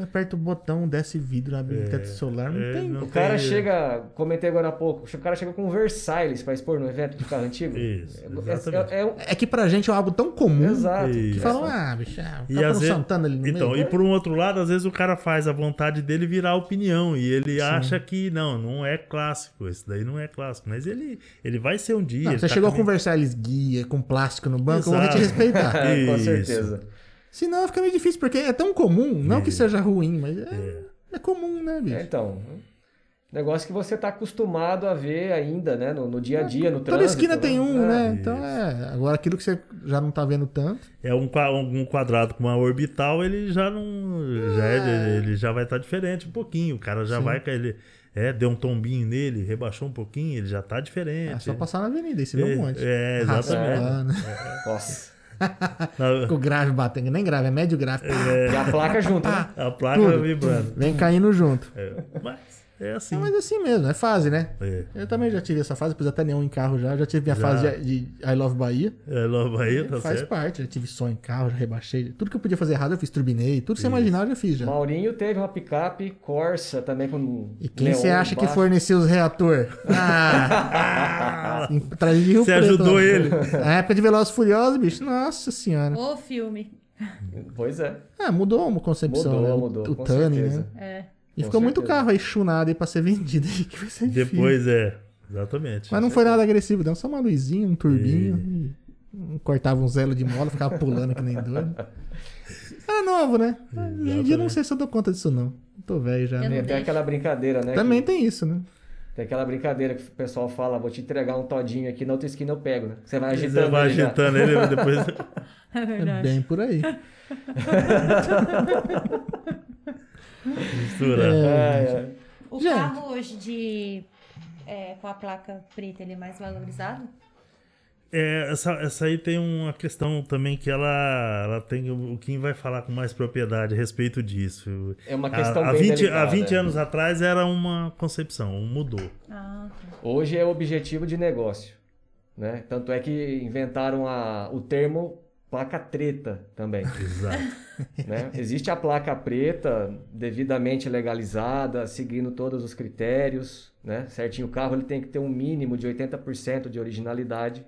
Aperta o botão, desce vidro, abre o teto solar, não é, tem. não O cara tem- chega, comentei agora há pouco, o cara chega com um Versailles para expor no evento de carro antigo. Isso, exatamente. É, é, é um- É que pra gente é algo tão comum. Exato. Isso. Que falam, ah, bicho, ah, É. E tá às pondo vezes- Santana ali no Então, meio. e por um outro lado, às vezes o cara faz a vontade dele virar opinião e ele acha que não, não é clássico, esse daí não é clássico, mas ele, ele vai ser um dia. Não, ele você tá chegou a caminhando. conversar eles guia, com plástico no banco, eu vou Exato. te respeitar. É, com Isso. certeza. Senão fica meio difícil, porque é tão comum, não que seja ruim, mas é, é comum, né, bicho? É, então, negócio que você está acostumado a ver ainda, né? No, no dia a dia, no É, Toda trânsito. esquina tem um, É, Ah, né? Então é. Agora aquilo que você já não tá vendo tanto. É um, qua- um quadrado com uma orbital, ele já não. Já, É. ele, ele já vai estar diferente um pouquinho. O cara já vai. com Ele, é, deu um tombinho nele, rebaixou um pouquinho, ele já tá diferente. É só passar na avenida, aí você vê um É, monte. tá. é, Raça exatamente. urbana. Nossa. Na- Com grave batendo, nem grave, é médio grave. E a placa junto, Ah. né? a placa Tudo. vibrando. Vem caindo junto. É, mas é assim. É, mas assim mesmo, é fase, né? É. Eu também já tive essa fase, pus até neon em carro já. Já tive minha Já. fase de, de I Love Bahia. É, logo aí, tá Faz certo. parte, já tive som em carro, já rebaixei. Tudo que eu podia fazer errado, eu fiz, turbinei. Tudo que você imaginar, eu já fiz já. Maurinho teve uma picape Corsa também com. E quem neon você acha que embaixo. forneceu os reator? Ah! ah em- atrás de Rio Você Preto, ajudou né? ele. Na época de Velozes e Furiosos, bicho, nossa senhora. O filme. Pois é. Ah, mudou uma concepção, Mudou, né? O- mudou, O com Tani, certeza. né? É. E Com ficou muito certeza. carro aí chunado aí pra ser vendido aí, que vai ser difícil. Depois é. Exatamente. Mas não foi nada agressivo, não. Só uma luzinha, um turbinho. e um- Cortava um zelo de mola, ficava pulando que nem doido. Era novo, né? Hoje em dia eu não sei se eu dou conta disso, não. Tô velho já. Eu né? Tem não até deixo. aquela brincadeira, né? Também que- tem isso, né? tem aquela brincadeira que o pessoal fala: vou te entregar um todinho aqui, na outra esquina eu pego, né? Você vai agitando. Você vai ele né? já. agitando ele, mas depois. É É verdade. bem por aí. Mistura. É, é. O Gente. carro hoje de. é, com a placa preta, ele é mais valorizado? É, essa, essa aí tem uma questão também que ela, ela tem. O Kim vai falar com mais propriedade a respeito disso. É uma questão Há há bem 20, há delicada. né? 20 anos atrás era uma concepção, mudou. Ah, Hoje é objetivo de negócio, né? Tanto é que inventaram a- o termo placa treta também, Exato. né? Existe a placa preta devidamente legalizada, seguindo todos os critérios, né? Certinho, o carro ele tem que ter um mínimo de 80% de originalidade,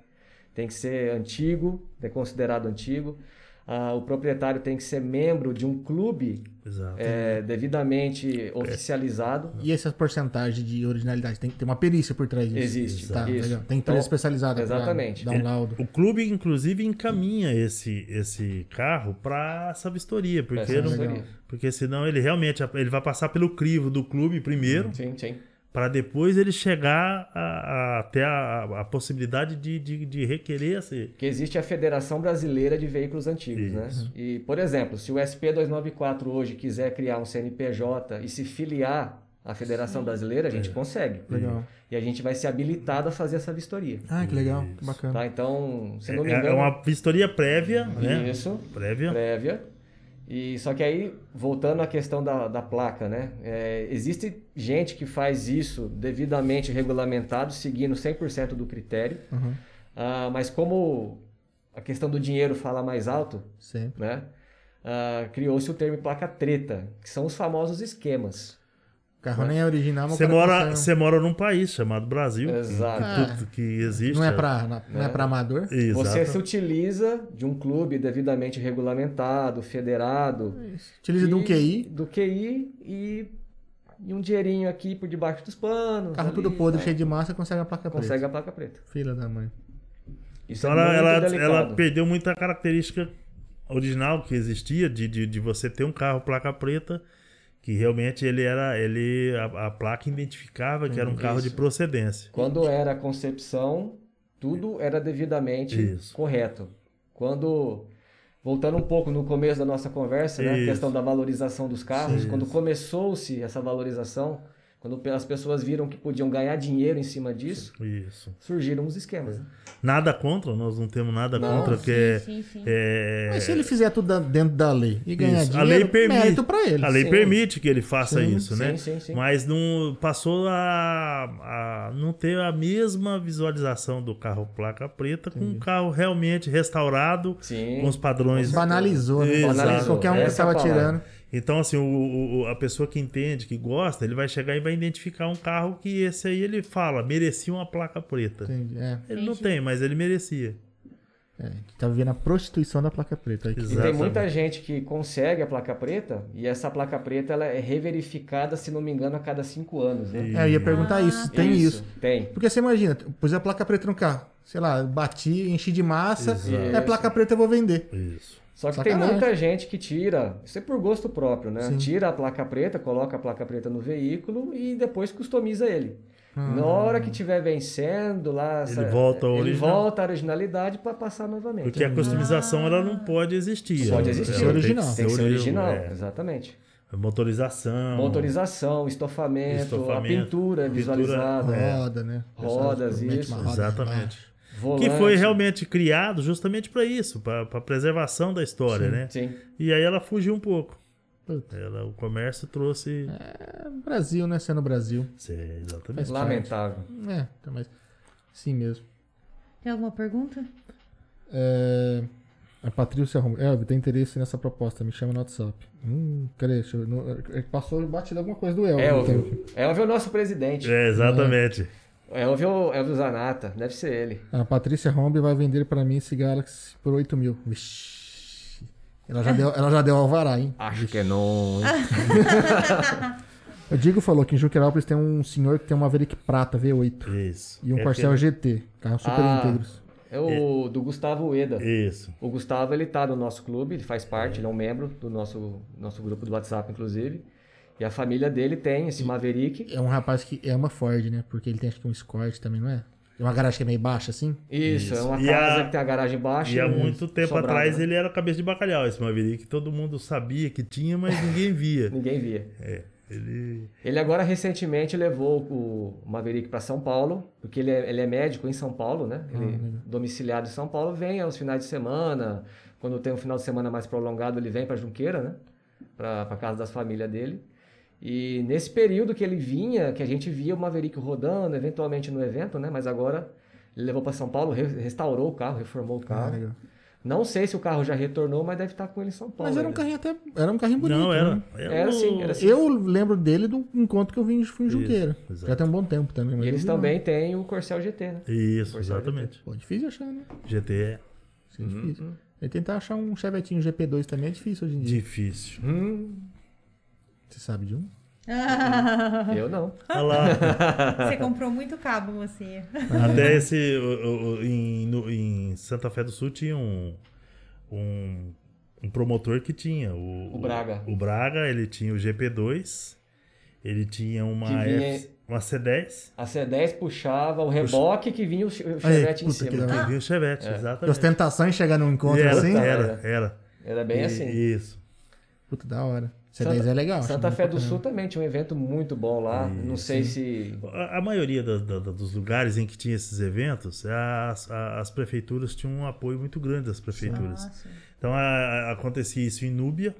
tem que ser antigo, é considerado antigo. Ah, o proprietário tem que ser membro de um clube Exato. é, É. devidamente oficializado. E essa porcentagem de originalidade? Tem que ter uma perícia por trás disso. Existe, Tá, isso. legal. Tem que ter Então, especializada. pra exatamente. Dar um laudo. O clube, inclusive, encaminha esse, esse carro para essa vistoria, porque, Essa é não- vistoria. porque senão ele realmente ele vai passar pelo crivo do clube primeiro, Sim, sim. para depois ele chegar a, a- até a, a possibilidade de, de, de requerer esse. que existe a Federação Brasileira de Veículos Antigos, né? E, por exemplo, se o SP294 hoje quiser criar um CNPJ e se filiar à Federação Brasileira, a gente É. consegue. Legal. E a gente vai ser habilitado a fazer essa vistoria. Ah, que legal. Que bacana. Tá? Então, se É, não me é engano, uma vistoria prévia, né? isso, Prévia. prévia. E só que aí, voltando à questão da, da placa, né? É, existe gente que faz isso devidamente regulamentado, seguindo 100% do critério. Uhum. Ah, mas como a questão do dinheiro fala mais alto, Sempre. né? Ah, Criou-se o termo placa treta, que são os famosos esquemas. O carro nem é original, mas o Você cara mora, consegue- você mora num país chamado Brasil. que- né? Exato. que Tudo que existe. Não é pra, na- não é pra amador? Exato. Você é se utiliza de um clube devidamente regulamentado, federado, Utiliza de um e- QI, do QI e, e um dinheirinho aqui por debaixo dos panos. carro ali, tudo podre, tá? cheio de massa, consegue a placa Consegue preta. a placa preta. Filha da mãe. Isso Então é ela, muito ela- delicado. ela perdeu muita característica original que existia de, de, de você ter um carro placa preta que realmente ele era ele a, a placa identificava que era um carro de Isso. procedência. Quando era a concepção, tudo era devidamente Isso. correto. Quando, voltando um pouco no começo da nossa conversa, né, a Isso. questão da valorização dos carros, Sim. quando começou-se essa valorização, quando pe- as pessoas viram que podiam ganhar dinheiro em cima disso, Isso. surgiram os esquemas. É. né? Nada contra, nós não temos nada Não, contra sim, que é, sim, sim. é- Mas se ele fizer tudo da- dentro da lei e ganhar Isso. A dinheiro, lei permite. mérito pra ele. a lei Sim. permite que ele faça Sim, isso, sim, né? sim, sim. Mas não passou a, a não ter a mesma visualização do carro placa preta com um carro realmente restaurado Sim. com os padrões Banalizou, né? Exato. Banalizou. Qualquer um que Essa é a tava palavra. tirando. Então, assim, o- o- a pessoa que entende, que gosta, ele vai chegar e vai identificar um carro que esse aí ele fala, merecia uma placa preta. Entendi. É, Ele não tem, mas ele merecia. é, que tá vivendo a prostituição da placa preta. Aí que- E tem né? muita gente que consegue a placa preta, e essa placa preta ela é reverificada, se não me engano, a cada cinco anos. Né? É, eu ia perguntar isso, se tem isso. Tem. Porque você imagina, pus a placa preta no carro. Sei lá, bati, enchi de massa, Exato. é placa preta, eu vou vender. Isso. Só que Sacanagem. tem muita gente que tira, isso é por gosto próprio, né? Sim. Tira a placa preta, coloca a placa preta no veículo e depois customiza ele. Ah. Na hora que tiver vencendo lá, Ele volta ao ele original. volta à originalidade para passar novamente. Porque é a customização ela não pode existir. Pode Ela- existir. ela tem que Original. Tem que ser original, é. exatamente. Motorização. Motorização, estofamento, a Estofamento, pintura pintura, visualizada, Roda, né? Rodas, Promete isso. uma roda Exatamente. volante. Que foi realmente criado justamente para isso, para preservação da história, né? Sim, E aí ela fugiu um pouco. Puta. Ela, o comércio trouxe. É. no Brasil, né? Sendo Brasil. Sim, exatamente. lamentável. É, tá mais. Sim mesmo. Tem alguma pergunta? É, A Patrícia Romulo. Elvio, tem interesse nessa proposta? Me chama no WhatsApp. Hum, cadê? Deixa eu- não- é que Passou batido alguma coisa do Elvio. É então. óbvio. É óbvio o nosso presidente. É, exatamente. É óbvio, é óbvio o Zanata, deve ser ele. A Patrícia Rombi vai vender pra mim esse Galaxy por 8 mil. Vixi. Ela já, deu, ela já deu alvará, hein? Acho que é não. O Diego falou que em Junquerópolis tem um senhor que tem uma Verick Prata V8 Isso. e um É Corcel aquele- GT, carros super Ah. íntegros. É o do Gustavo Ueda. Isso. O Gustavo, ele tá no nosso clube, ele faz parte, ele é um membro do nosso, nosso grupo do WhatsApp, inclusive. E a família dele tem esse Maverick. É um rapaz que ama Ford, né? Porque ele tem acho que um Escort também, não é? É uma garagem que é meio baixa assim. Isso, é uma E casa a- que tem a garagem baixa. E há muito um tempo sobrado, atrás né? ele era cabeça de bacalhau, esse Maverick. Todo mundo sabia que tinha, mas ninguém via. Ninguém via. Ele. Ele agora recentemente levou o Maverick para São Paulo, porque ele é, ele é médico em São Paulo, né? Ele Ah, legal. domiciliado em São Paulo, vem aos finais de semana. Quando tem um final de semana mais prolongado, ele vem para Junqueira, né? Para casa das famílias dele. E nesse período que ele vinha, que a gente via o Maverick rodando, eventualmente no evento, né? Mas agora ele levou para São Paulo, re- restaurou o carro, reformou o Ah, carro. legal. Não sei se o carro já retornou, mas deve estar com ele em São Paulo. Mas era um ainda. carrinho até. Era um É carrinho bonito. não, era. um né? Era assim, era assim. Eu lembro dele do encontro que eu vim em fui em Junqueira. exato. Já tem um bom tempo também. Mas E eles Uhum. eu vi, também têm o Corcel GT, né? Isso, Forçado, exatamente. não. Pô, difícil de achar, né? GT é Isso é uhum. difícil. E tentar achar um Chevetinho GP2 também é difícil hoje em dia. difícil. Hum. Você sabe de um? Ah. Eu não. Olha lá, Você comprou muito cabo, mocinha. É. até esse. o- o- o- em, no- em Santa Fé do Sul tinha um. um um promotor que tinha o, O Braga. O Braga, ele tinha o GP2, ele tinha uma Que vinha- F- uma C10, A C10 puxava o reboque que vinha o che- o Chevette em puta que cima. É. da- e vinha o Chevette, Que exatamente. ostentação em chegar num encontro era, assim? era, era. Era bem E- assim. Isso. Puta, da hora. Santa- C10 é legal. Santa acho Fé bom do pra Sul também tinha um evento muito bom lá. Não sei se. A, a maioria da- da- da- dos lugares em que tinha esses eventos, as, a- as prefeituras tinham um apoio muito grande das prefeituras. Nossa. Então a- a- acontecia isso em Núbia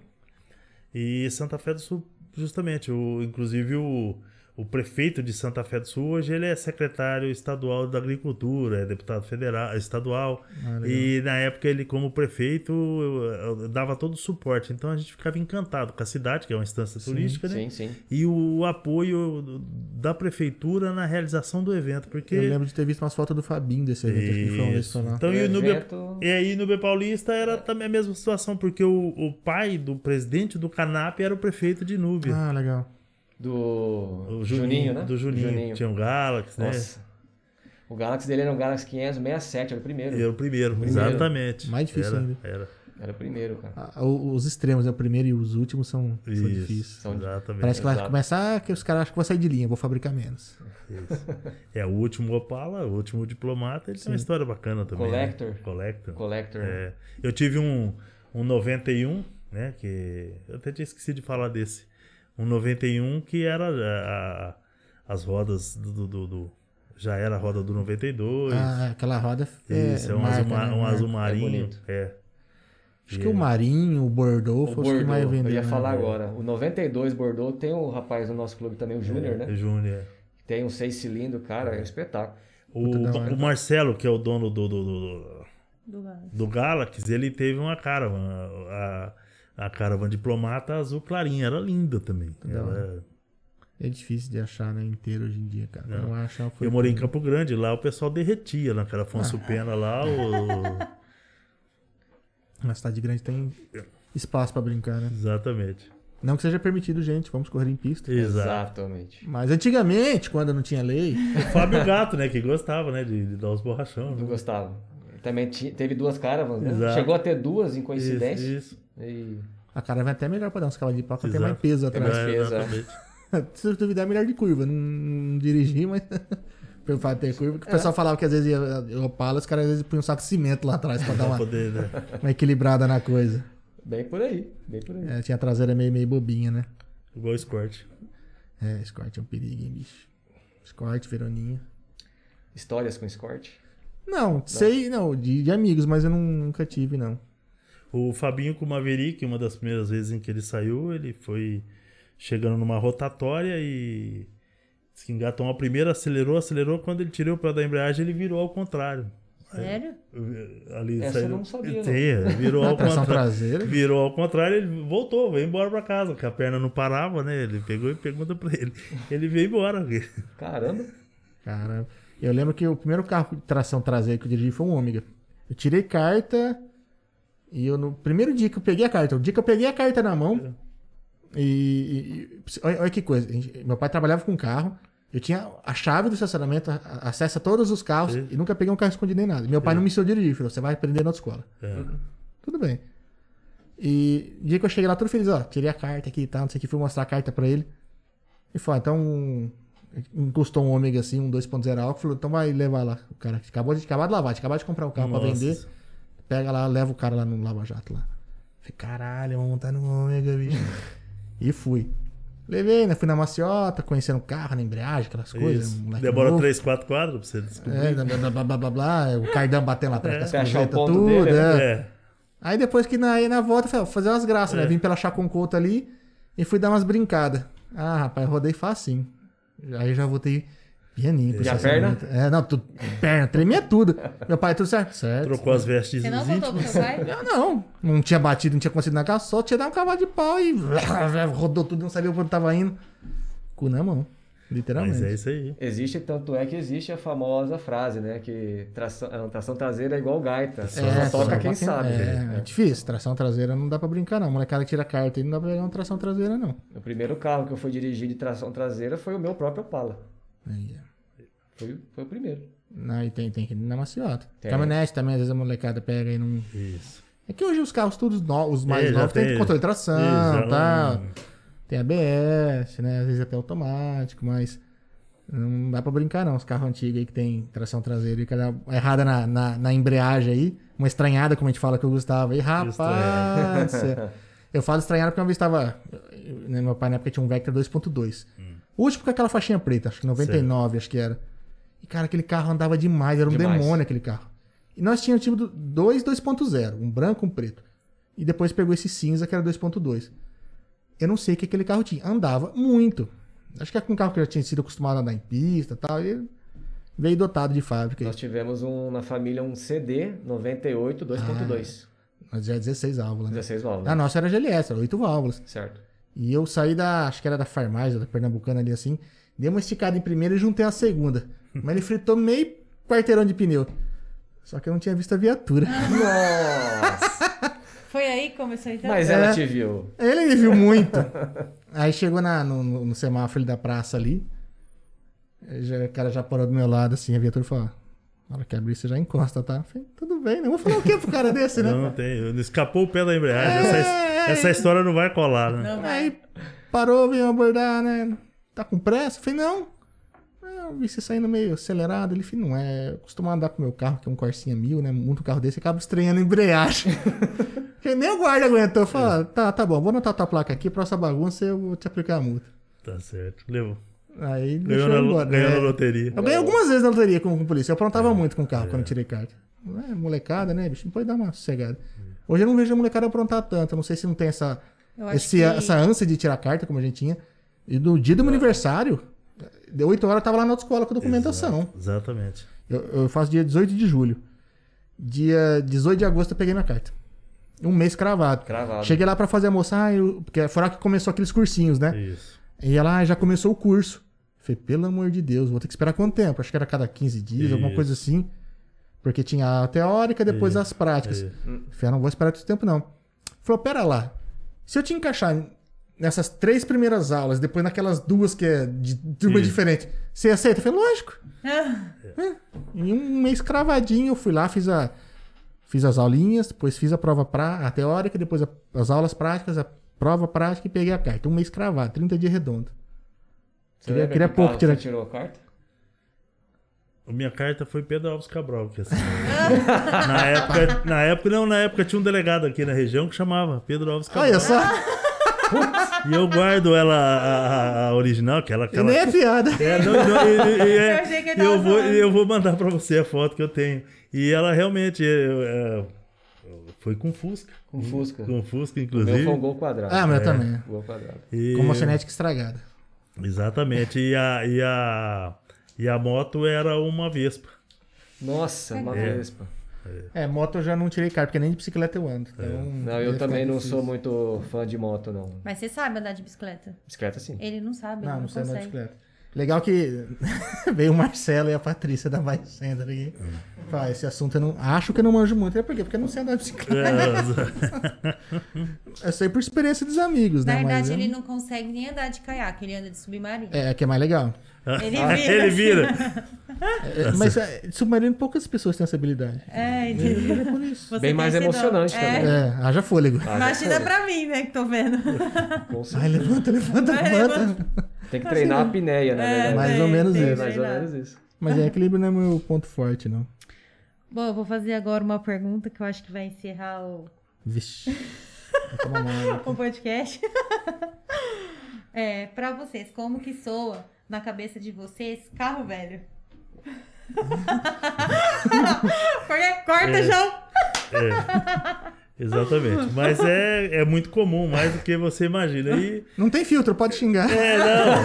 e Santa Fé do Sul, justamente. O, inclusive o, o prefeito de Santa Fé do Sul hoje ele é secretário estadual da Agricultura, é deputado federal, estadual. Ah, legal. e na época ele, como prefeito, eu- eu dava todo o suporte. Então a gente ficava encantado com a cidade, que é uma instância turística, né? Sim, sim. E o apoio do- da prefeitura na realização do evento, porque Eu lembro de ter visto umas fotos do Fabinho desse evento, acho que foi um desses isso. lá. Então, O e, o Nubia- É, evento- e aí, no Paulista era também a mesma situação, porque o, o pai do presidente do Canap era o prefeito de Núbia. Ah, legal. Do Ah, o Juninho, né? Do Juninho. Tinha o Galaxy, né? Nossa. O Galaxy dele era um Galaxy 567, era o primeiro. Era o primeiro, exatamente. Mais difícil era, ainda. Era. Era o primeiro, cara. Ah, o- os extremos, né? o primeiro e os últimos são, são Isso, difíceis. São- exatamente. Parece que vai Exato. começar que os caras acham que vou sair de linha, vou fabricar menos. É o último Opala, o último diplomata, ele tem uma história bacana também. Collector. Né? Collector. Collector. É, eu tive um, um 91, né? Que eu até tinha esquecido de falar desse. Um 91 que era é, a- a- as rodas do, do- do- do- Já era a roda do 92. Ah, aquela roda é, Isso, é um, marca, azul, ma- né? um Marca. azul É marinho. bonito. É. Acho que o Marinho, o Bordeaux, O foi os que mais Bordeaux, vendeu. eu ia né? É. falar agora. O 92 Bordeaux tem um rapaz do nosso clube É. também, o Júnior, né? Júnior. é. Tem um seis cilindros, cara, é um espetáculo. O, da hora. o Marcelo, que é o dono do- do- do- do, Do lado. do Galaxy, ele teve uma caravan. A, a caravan diplomata azul clarinha. Era linda também. Ela- É difícil de achar, né? Inteiro hoje em dia, cara. É. Não, acha. Foi... eu morei em Campo Grande, lá o pessoal derretia naquela Afonso Ah. Pena lá. o- Na cidade grande tem espaço pra brincar, né? Exatamente. Não que seja permitido, gente. Vamos correr em pista. Exato. Exatamente. Mas antigamente, quando não tinha lei, O Fábio Gato, né? Que gostava, né? De, de dar os borrachão. Do né? Gustavo. Também ti- teve duas caravans, né? Exato. Chegou a ter duas em coincidência. Isso, isso. E a cara vai até melhor pra dar uns cavalos de pau, que tem Exato. mais peso Tem atrás. mais É, peso, é. exatamente. Se duvidar, é melhor de curva. Não, não dirigi, mas. Pelo fato de ter curva. que O É. pessoal falava que às vezes ia eu opala, os caras às vezes punham um saco de cimento lá atrás pra dar Pra uma, poder, né? uma equilibrada na coisa. bem por aí, bem por aí. É, tinha a traseira meio, meio bobinha, né? Igual o Escort. É, Escort é um perigo, hein, bicho. Escort, Veroninha. Histórias com escort. Não, sei, não, de, de amigos, mas eu não- nunca tive, não. O Fabinho com o Maverick, uma das primeiras vezes em que ele saiu, ele foi chegando numa rotatória e disse que engatou uma primeira, acelerou, acelerou. Quando ele tirou o pé da embreagem, ele virou ao contrário. Sério? Ali Essa eu saiu... não sabia, não. Sim, virou ao Tração contrário. traseira. Virou ao contrário, ele voltou, veio embora pra casa, que a perna não parava, né? Ele pegou e pergunta pra ele. Ele veio embora. Caramba. Cara, eu lembro que o primeiro carro de tração traseira que eu dirigi foi um Ômega. Eu tirei carta e eu no primeiro dia que eu peguei a carta, o dia que eu peguei a carta na mão e, e- e- olha, olha que coisa, a gente- meu pai trabalhava com carro, eu tinha a chave do estacionamento, a- a- acesso a todos os carros Sim. e nunca peguei um carro escondido nem nada. Meu pai não me ensinou a dirigir, falou, você vai aprender na outra escola. É. Tudo bem. E o dia que eu cheguei lá, todo feliz, ó, tirei a carta aqui e tal, não sei o que, fui mostrar a carta pra ele. E falou, então, encostou um ômega assim, um 2.0 álcool, falou, então vai levar lá. O cara que acabou de, acabar de lavar, tinha acabado de comprar o carro pra Nossa. vender, pega lá, leva o cara lá no Lava Jato lá. Falei, caralho, vamos montar no ômega, bicho. e fui. Levei, né? Fui na maciota, conhecendo o carro, na embreagem, aquelas coisas. um Isso. moleque Demora novo. três, quatro quadros pra você descobrir. É, blá, blá, blá, blá, blá, blá, o cardan batendo lá atrás É. das Você achar o camisetas, ponto tudo. dele, né? é. É. Aí depois que na, aí na volta, eu falei, ó, vou fazer umas graças, né? É. Vim pela Chaconcoto ali e fui dar umas brincadas. Ah, rapaz, rodei facinho. Aí já voltei pianinho. pro E a estacionamento. É, não, tu, perna, tremia tudo. Meu pai, tudo certo? Certo. É, Trocou as vestes Você não íntimas. voltou pro seu pai? Eu Ah, não. Não tinha batido, não tinha conseguido na casa, só tinha dado um cavalo de pau e rodou tudo, não sabia pra onde tava indo. Cu na mão, literalmente. Mas é isso aí. Existe, tanto é que existe a famosa frase, né? Que tração, ah, tração traseira é igual gaita. Só É, toca só quem pra sabe. É, é difícil. Tração traseira não dá pra brincar, não. Molecada que tira carta e não dá pra pegar uma tração traseira, não. O primeiro carro que eu fui dirigir de tração traseira foi o meu próprio Opala. Aí, é. Foi, foi o primeiro. Não, e tem, tem que ir na maciota. Tem. Caminhonete também, às vezes a molecada pega e não. Isso. É que hoje os carros todos novos, os mais É, já novos, tem, tem- controle de tração, Isso, tá? não- Tem ABS, né? Às vezes até automático, mas. Não dá pra brincar, não. Os carros antigos aí que tem tração traseira e cada errada na, na, na embreagem aí. Uma estranhada, como a gente fala que o Gustavo aí. é. Rapaz! cê- eu falo estranhada porque uma vez tava. né, Meu pai na época tinha um Vectra 2.2. Hum. O último com aquela faixinha preta, acho que 99, acho que era. E, cara, aquele carro andava demais, era um Demais. demônio aquele carro. E nós tínhamos tipo do- dois 2.0, um branco, um preto. E depois pegou esse cinza que era 2.2. Eu não sei o que aquele carro tinha. Andava muito. Acho que era um carro que eu já tinha sido acostumado a andar em pista e tal. E veio dotado de fábrica. aí. Nós tivemos um, na família um CD 98 2.2. Mas já é 16 válvulas, né? 16 A válvulas. nossa era GLS, era 8 válvulas. Certo. E eu saí da, acho que era da farmácia, da Pernambucana ali assim, dei uma esticada em primeira e juntei a segunda. Mas ele fritou meio quarteirão de pneu. Só que eu não tinha visto a viatura. Nossa! Foi aí que começou então? Mas É. ela te viu. Ele me viu muito. Aí chegou na, no, no- no semáforo da praça ali. aí já- o cara já parou do meu lado, assim, a viatura falou: "Ó, na hora que abrir, você já encosta, tá? Eu falei, tudo bem, né? Eu Vou falar o que pro cara desse, né? Não tem. Escapou o pé da embreagem. Essa, É. essa história não vai colar, né? Não, Aí parou, veio abordar, né? Tá com pressa? Eu falei, não. Ah, Eu vi você saindo meio acelerado. Ele falou, não é. Eu costumo andar com o meu carro, que é um Corsinha mil, né? Muito carro desse, acaba estranhando a embreagem. Porque nem o guarda aguentou. Falou, tá, tá bom, vou anotar tua placa aqui, próxima bagunça eu vou te aplicar a multa. Tá certo. Levou. Aí Ganhou deixou na, eu embora. ganhou na É. loteria. É. Eu ganhei algumas vezes na loteria com, com polícia. Eu aprontava muito com o carro quando eu tirei carta. É, molecada, né, bicho? Não pode dar uma sossegada. Hoje eu não vejo a molecada aprontar tanto. Eu não sei se não tem essa, Eu acho esse, que- essa ânsia de tirar carta, como a gente tinha. E no dia do meu aniversário, de 8 horas eu tava lá na autoescola com a documentação. Exa- Exatamente. Eu, eu faço dia 18 de julho. Dia 18 de agosto eu peguei minha carta. Um mês cravado. Cravado. Cheguei lá pra fazer a moça, ah, eu... porque foi lá que começou aqueles cursinhos, né? É Isso. E ela "Ah, já começou o curso. Falei, pelo amor de Deus, vou ter que esperar quanto tempo? Acho que era cada 15 dias, alguma Isso. coisa assim. Porque tinha a teórica, depois as práticas. Isso. Falei, ah, não vou esperar tanto tempo, não. Falou, pera lá. Se eu te encaixar nessas três primeiras aulas, depois naquelas duas que é de turma Isso. diferente, você aceita? Eu Falei, lógico. Ah, Em um mês cravadinho, eu fui lá, fiz, a, fiz as aulinhas, depois fiz a prova pra, a teórica, depois a- as aulas práticas, a prova prática e peguei a carta. Um mês cravado, 30 dias redondo. Você Queria- lembra queria que pouco carro tirar- Você tirou a carta? A Minha carta foi Pedro Alves Cabral, que assim, na época, na época não, na época tinha um delegado aqui na região que chamava Pedro Ah, Alves Cabral. Olha só, E eu guardo ela a, a- a original, aquela e aquela nem é piada. É, não, não, e- e- e é- Eu achei que ele e eu tava vou falando. e eu vou mandar pra você a foto que eu tenho. E ela realmente eu, é, foi com Fusca, Com Fusca. com O Fusca meu inclusive. foi um gol quadrado. Hum. Ah, É. mas eu também. Gol quadrado. E- Com uma cinética estragada. Exatamente. E a e a e a moto era uma Vespa. Nossa, uma Vespa. É, moto eu já não tirei carta, porque nem de bicicleta eu ando. Então, Não, ia eu ficar também não difícil. sou muito fã de moto, não. Mas você sabe andar de bicicleta. Bicicleta sim. Ele não sabe, Não, ele não não sei andar de consegue. bicicleta. Legal que veio o Marcelo e a Patrícia da Vai Center aqui. Fala, esse assunto eu não. Acho que eu não manjo muito. É por quê? Porque eu não sei andar de bicicleta. É, Eu sei por experiência dos amigos, Na né? Mas verdade, eu- ele não consegue nem andar de caiaque, ele anda de submarino. É, que é mais legal. Ele vira. Ah, ele vira. É, mas é, de submarino poucas pessoas têm essa habilidade. É, entendeu? É por isso. Você Bem mais tem esse dom. emocionante também. É, haja fôlego. Ah, já Imagina foi. pra mim, né, que tô vendo. Ai, Com certeza. levanta, levanta, Vai, levanta. Tem que treinar a apneia, né? mais ou bem, menos tem isso. É que mais ou treinar. menos isso. Mas é, equilíbrio não é meu ponto forte, não. Bom, eu vou fazer agora uma pergunta que eu acho que vai encerrar o, Vixe. Vou tomar uma água. o podcast. É, pra vocês, como que soa na cabeça de vocês carro velho? Porque corta, É. João! Exatamente. Mas é, é muito comum, mais do que você imagina. E, Não tem filtro, pode xingar. é, não.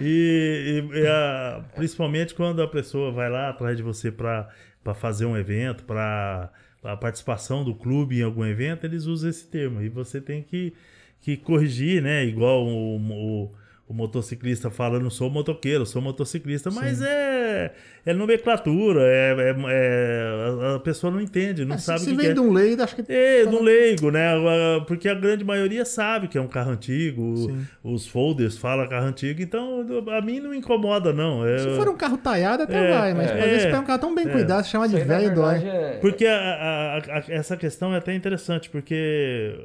E, e- e a- principalmente quando a pessoa vai lá atrás de você para fazer um evento, para a participação do clube em algum evento, eles usam esse termo. E você tem que, que corrigir, né? Igual o, o, o motociclista fala, não sou motoqueiro, sou motociclista. Mas é, é nomenclatura, é, é- é- a- a pessoa não entende, não É, sabe o se que, se que vem é. de um leigo, acho que É, do leigo, né? Ah, Porque a grande maioria sabe que é um carro antigo, Sim. os folders falam carro antigo, então a mim não incomoda, não. É- Se for um carro taiado, até É, vai, mas é. às vezes pega um carro tão bem cuidado, se chama de Isso aí, na velho verdade, dói. é- Porque a- a- a- essa questão é até interessante, porque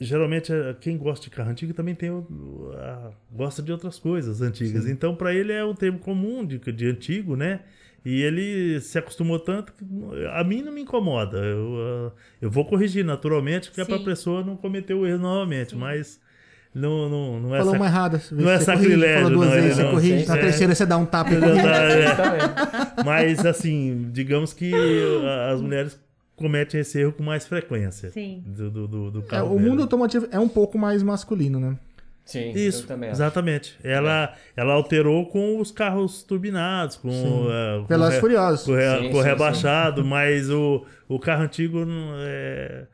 geralmente é, quem gosta de carro antigo também tem o- o- a- gosta de outras coisas antigas. Então, para ele é um termo comum de, de antigo, né? E ele se acostumou tanto que a mim não me incomoda. Eu, ah, eu vou corrigir naturalmente, que é para a Sim. pessoa não cometer o erro novamente, mas não, não, não é Falou sac- uma errada. às vezes não é você corrige, sacrilégio, Falou duas não, vezes, ele você não. corrige, Sim, na é. terceira você dá um tapa e Não, corrige. não, é. Exatamente. Mas assim, digamos que a- as mulheres cometem esse erro com mais frequência. Sim. Do, do, do, do É, carro o mundo velho. automotivo é um pouco mais masculino, né? Sim, Isso, eu também acho. exatamente. Ela, ela alterou com os carros turbinados, com, uh, com, Velozes e re, Furiosos. com, re- Sim, com sim, rebaixado, mas o, o carro antigo não é,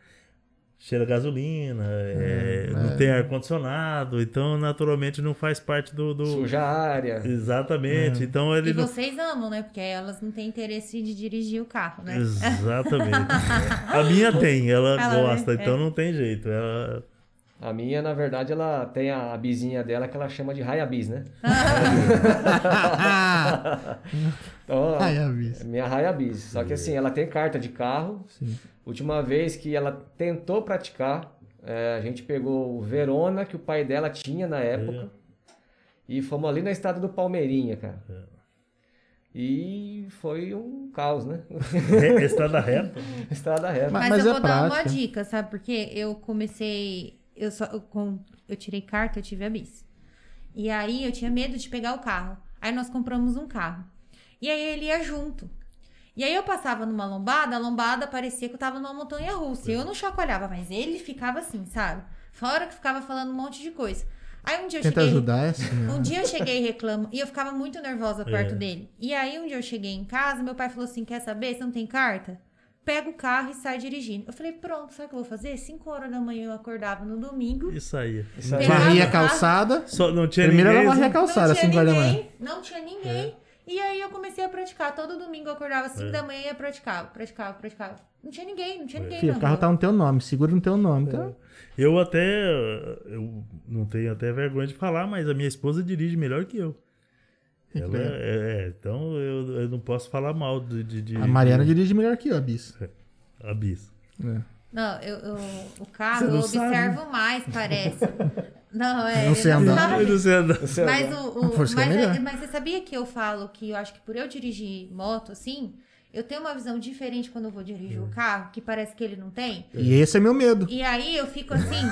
cheira a gasolina, é, não tem ar-condicionado, então naturalmente não faz parte do. do- Suja a área. Exatamente. Então ele E não vocês amam, né? Porque elas não têm interesse de dirigir o carro, né? Exatamente. a minha tem, ela, Ela, gosta, né? então não tem jeito. Ela... A minha, na verdade, ela tem a bizinha dela que ela chama de raia bis, né? Então, a- Ai, aviso. minha raia bis. Só que assim, ela tem carta de carro. Última vez que ela tentou praticar, é, a gente pegou o Verona, que o pai dela tinha na época, e fomos ali na estrada do Palmeirinha, cara. E foi um caos, né? Re- Estrada reta. estrada reta. Mas- Mas, mas eu é vou dar uma prática. dica, sabe? Porque eu comecei. Eu, só, eu, com- eu tirei carta, eu tive a bis. E aí eu tinha medo de pegar o carro. Aí nós compramos um carro. E aí ele ia junto. E aí eu passava numa lombada, a lombada parecia que eu tava numa montanha russa. Eu não chacoalhava, mas ele ficava assim, sabe? Fora que ficava falando um monte de coisa. Aí um dia eu Tenta cheguei. ajudar, é assim. né? Um dia eu cheguei e reclamo, e eu ficava muito nervosa perto É. dele. E aí, um dia eu cheguei em casa, meu pai falou assim: quer saber? Você não tem carta? Pega o carro e sai dirigindo. Eu falei, pronto, sabe o que eu vou fazer? 5 horas da manhã eu acordava no domingo. Isso aí. Isso aí. Pegava Varria o a carro, calçada. Só não tinha Primeiro ela ninguém. varria a né? calçada, assim, não tinha 5 horas da manhã. ninguém, não tinha ninguém. E aí eu comecei a praticar. Todo domingo eu acordava 5 da manhã e ia praticava, praticava, praticava. Não tinha ninguém, não tinha ninguém. Filho, na o carro rua. tá no teu nome, segura no teu nome. Tá? Eu até. Eu não tenho até vergonha de falar, mas a minha esposa dirige melhor que eu. Ela é, é, então eu, eu não posso falar mal de. de- de- A Mariana dirige melhor que eu, a Bis. É. A bis. É. Não, eu, eu- o Você carro não eu observo mais, parece. Não, é. Não sei ele andar. sabe. Eu não sei andar. Não sei Mas, agora. o, o- Por isso que é mas, é- melhor. mas você sabia que eu falo que eu acho que por eu dirigir moto, assim, eu tenho uma visão diferente quando eu vou dirigir Hum. o carro, que parece que ele não tem. E esse é meu medo. E aí eu fico assim.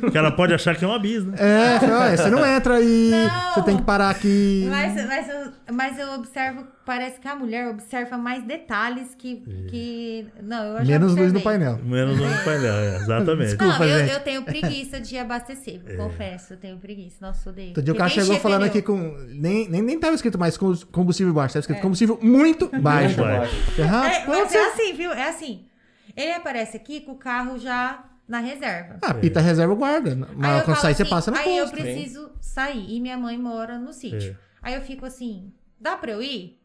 Porque ela pode achar que é uma bis, né? É, falei, "Olha, você não entra aí, Não. você tem que parar aqui. mas, mas, eu, mas eu observo, parece que a mulher observa mais detalhes que. que não, eu já É. Menos luz no observei. painel. Menos um painel, é, exatamente. Não, Desculpa, eu, gente. É. eu tenho preguiça de abastecer, confesso, eu tenho preguiça. Nossa, odeio. Outro dia o cara Porque chegou encher falando pneu. aqui com. Nem, nem, nem tava escrito mais com- combustível baixo, tava escrito combustível muito baixo. "Ah, Muito baixo. Errado. É, mas é assim, viu? É assim. Ele aparece aqui com o carro já na reserva. Ah, pita reserva guarda. Aí eu Mas falo quando sair, você assim, passa no Aí eu posto. É. preciso sair. E minha mãe mora no sítio. Aí eu fico assim, dá pra eu ir?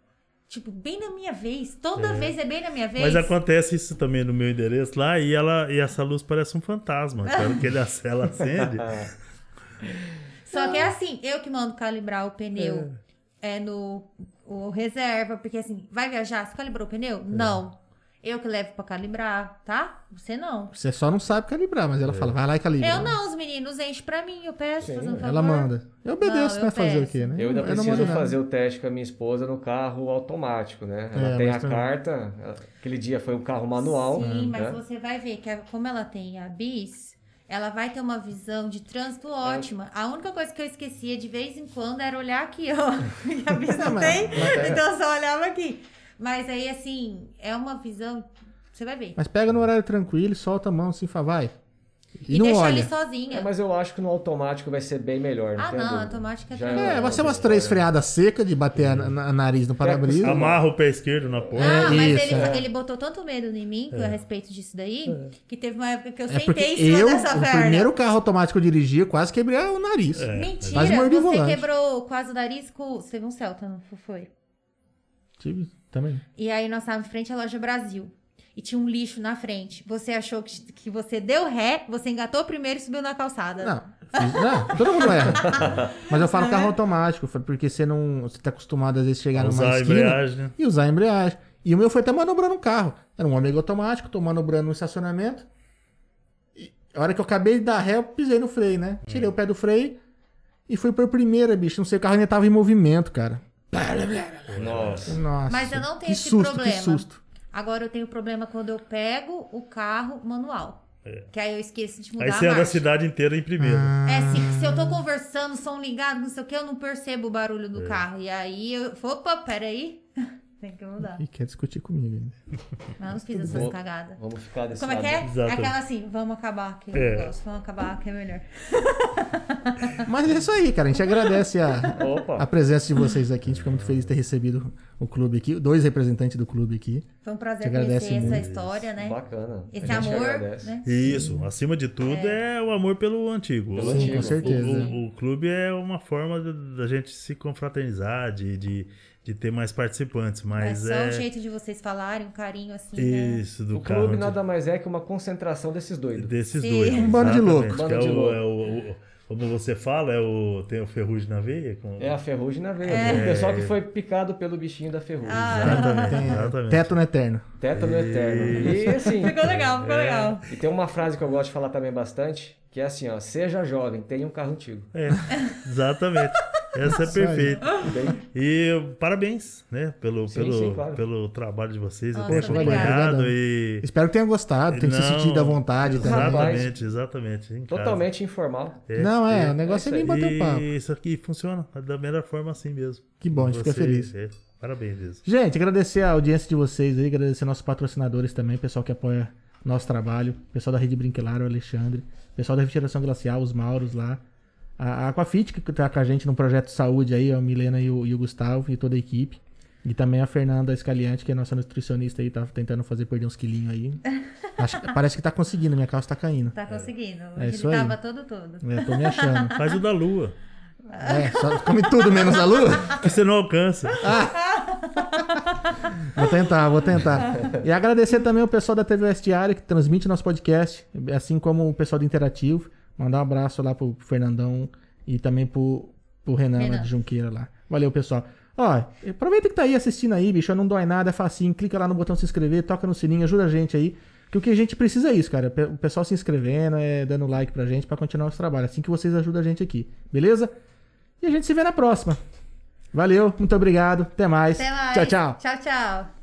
Tipo, bem na minha vez. Toda vez é bem na minha vez. Mas acontece isso também no meu endereço lá e, ela, e essa luz parece um fantasma. Claro que ele, ac- ela acende. Só que é assim, eu que mando calibrar o pneu é, no o reserva, porque assim, vai viajar, você calibrou o pneu? É. Não. Eu que levo pra calibrar, tá? Você não. Você só não sabe calibrar, mas ela É. fala, vai lá e calibra. Eu não, os meninos enchem pra mim, eu peço, Sim, fazendo um favor. Ela manda. Eu obedeço, Não, eu né? Fazer o peço. quê, né? Eu ainda não preciso mando nada. fazer o teste com a minha esposa no carro automático, né? Ela É, tem mas a também- carta, ela- aquele dia foi um carro manual. Uhum. Sim, mas né? você vai ver que a- como ela tem a bis, ela vai ter uma visão de É. trânsito ótima. A única coisa que eu esquecia de vez em quando era olhar aqui, ó. E a vista Não, mas- tem, mas é- então eu só olhava aqui. Mas aí, assim, é uma visão. Você vai ver. Mas pega no horário tranquilo, solta a mão assim, fala, vai. E, e não deixar olha. ele sozinha. É, mas eu acho que no automático vai ser bem melhor, não Ah, tem não, dúvida. automático é Já tranquilo. É, vai ser outra umas três história. freadas secas de bater a, na- a nariz É, no para-brisa. Amarra o pé esquerdo na porta. Ah, É, mas ele, isso, é. ele botou tanto medo em mim a respeito disso daí, que teve uma época que eu É sentei porque em cima eu, dessa o perna. primeiro carro automático que eu dirigi, eu quase quebrei o nariz. É. Mentira, Quase mordi você o volante. quebrou quase o nariz com... Você teve um Celta, não foi? Tive também. E aí nós estávamos em frente à loja Brasil. E tinha um lixo na frente. Você achou que, que você deu ré, você engatou primeiro e subiu na calçada. Não, fiz- não, todo mundo erra. Mas eu Uhum. falo carro automático, porque você não. Você tá acostumado às vezes chegar numa Usar a esquina embreagem, né? e usar a embreagem. E o meu foi até manobrando um carro. Era um amigo automático, tô manobrando no estacionamento. E a hora que eu acabei de dar ré, eu pisei no freio, né? Hum. Tirei o pé do freio e fui por primeira, bicho. Não sei, o carro ainda tava em movimento, cara. Nossa. Nossa. Mas eu não tenho que esse susto, problema. Que susto. Agora eu tenho problema quando eu pego o carro manual. Que aí eu esqueço de mudar É. Aí a você anda a marcha. cidade inteira em primeiro. É assim, se eu tô conversando, som ligado, não sei o que, eu não percebo o barulho É. do carro. E aí eu. Opa, peraí. Tem que mudar. E quer discutir comigo ainda. Mas eu não fiz essas bom. cagadas. Vamos ficar desse Como é lado. que é? Exato. É aquela assim, vamos acabar aquele É. negócio, vamos acabar que é melhor. Mas é isso aí, cara. A gente agradece a, é? a Opa. presença de vocês aqui. A gente fica muito feliz de ter recebido o clube aqui, dois representantes do clube aqui. Foi um prazer Te agradece conhecer essa muito. história, né? Bacana. Esse A gente que amor, agradece. né? Isso, acima de tudo é, o amor pelo antigo. Pelo O- antigo. Sim, com certeza. O, o clube é uma forma da- da gente se confraternizar, de, de, de ter mais participantes, Mas mas só o é jeito de vocês falarem, um carinho assim, né? isso do O carro clube antigo. nada mais é que uma concentração desses doidos. desses Sim. dois. Um bando de louco. exatamente, Bando que é de o- louco. é o- o- como você fala, é o tem o ferrugem na veia. com- É a ferrugem na veia. O pessoal que foi picado pelo bichinho da ferrugem. Ah. Exatamente, Tem exatamente. Teto no Eterno. Tétano eterno. E assim. Ficou legal, é. ficou legal. E tem uma frase que eu gosto de falar também bastante, que é assim, ó, seja jovem, tenha um carro antigo. É, exatamente. Essa é aí. perfeita. Bem, E parabéns, né, pelo, Sim, pelo, sim, claro. pelo trabalho de vocês. Eu Nossa, tenho obrigada. acompanhado Obrigado. e. Espero que tenham gostado, tenham se Não, sentido à vontade também. Rapaz. Exatamente, exatamente. em casa. totalmente informal. Não, é, o negócio É é isso vir bater um papo. E isso aqui funciona da melhor forma assim mesmo. Que bom, a gente fica Você- feliz. é, parabéns, Deus. Gente, agradecer a audiência de vocês aí, agradecer nossos patrocinadores também, pessoal que apoia nosso trabalho, pessoal da Rede Brinquilar, o Alexandre, pessoal da Refrigeração Glacial, os Mauros lá, a a Aquafit, que tá com a gente no projeto Saúde aí, a Milena e o, e o Gustavo e toda a equipe. E também a Fernanda Escaliante, que é nossa nutricionista aí, tá tentando fazer perder uns quilinhos aí. Acho que- parece que tá conseguindo, minha calça tá caindo. Tá conseguindo. É Ele isso aí. tava todo todo. É, tô me achando. Faz o da lua, É, só come tudo menos a lua. que você não alcança. Vou tentar, vou tentar. E agradecer também o pessoal da TV West Diário que transmite nosso podcast, assim como o pessoal do Interativo. Mandar um abraço lá pro Fernandão e também pro, pro Renan, lá Renan. de Junqueira lá. Valeu, pessoal. Ó, aproveita que tá aí assistindo aí, bicho. Não dói nada, é facinho. Clica lá no botão se inscrever, toca no sininho, ajuda a gente aí. Que o que a gente precisa é isso, cara. Pe- O pessoal se inscrevendo, é, dando like pra gente pra continuar nosso trabalho. Assim que vocês ajudam a gente aqui, beleza? E a gente se vê na próxima. Valeu, muito obrigado. Até mais. Até mais. Tchau, tchau. Tchau, tchau.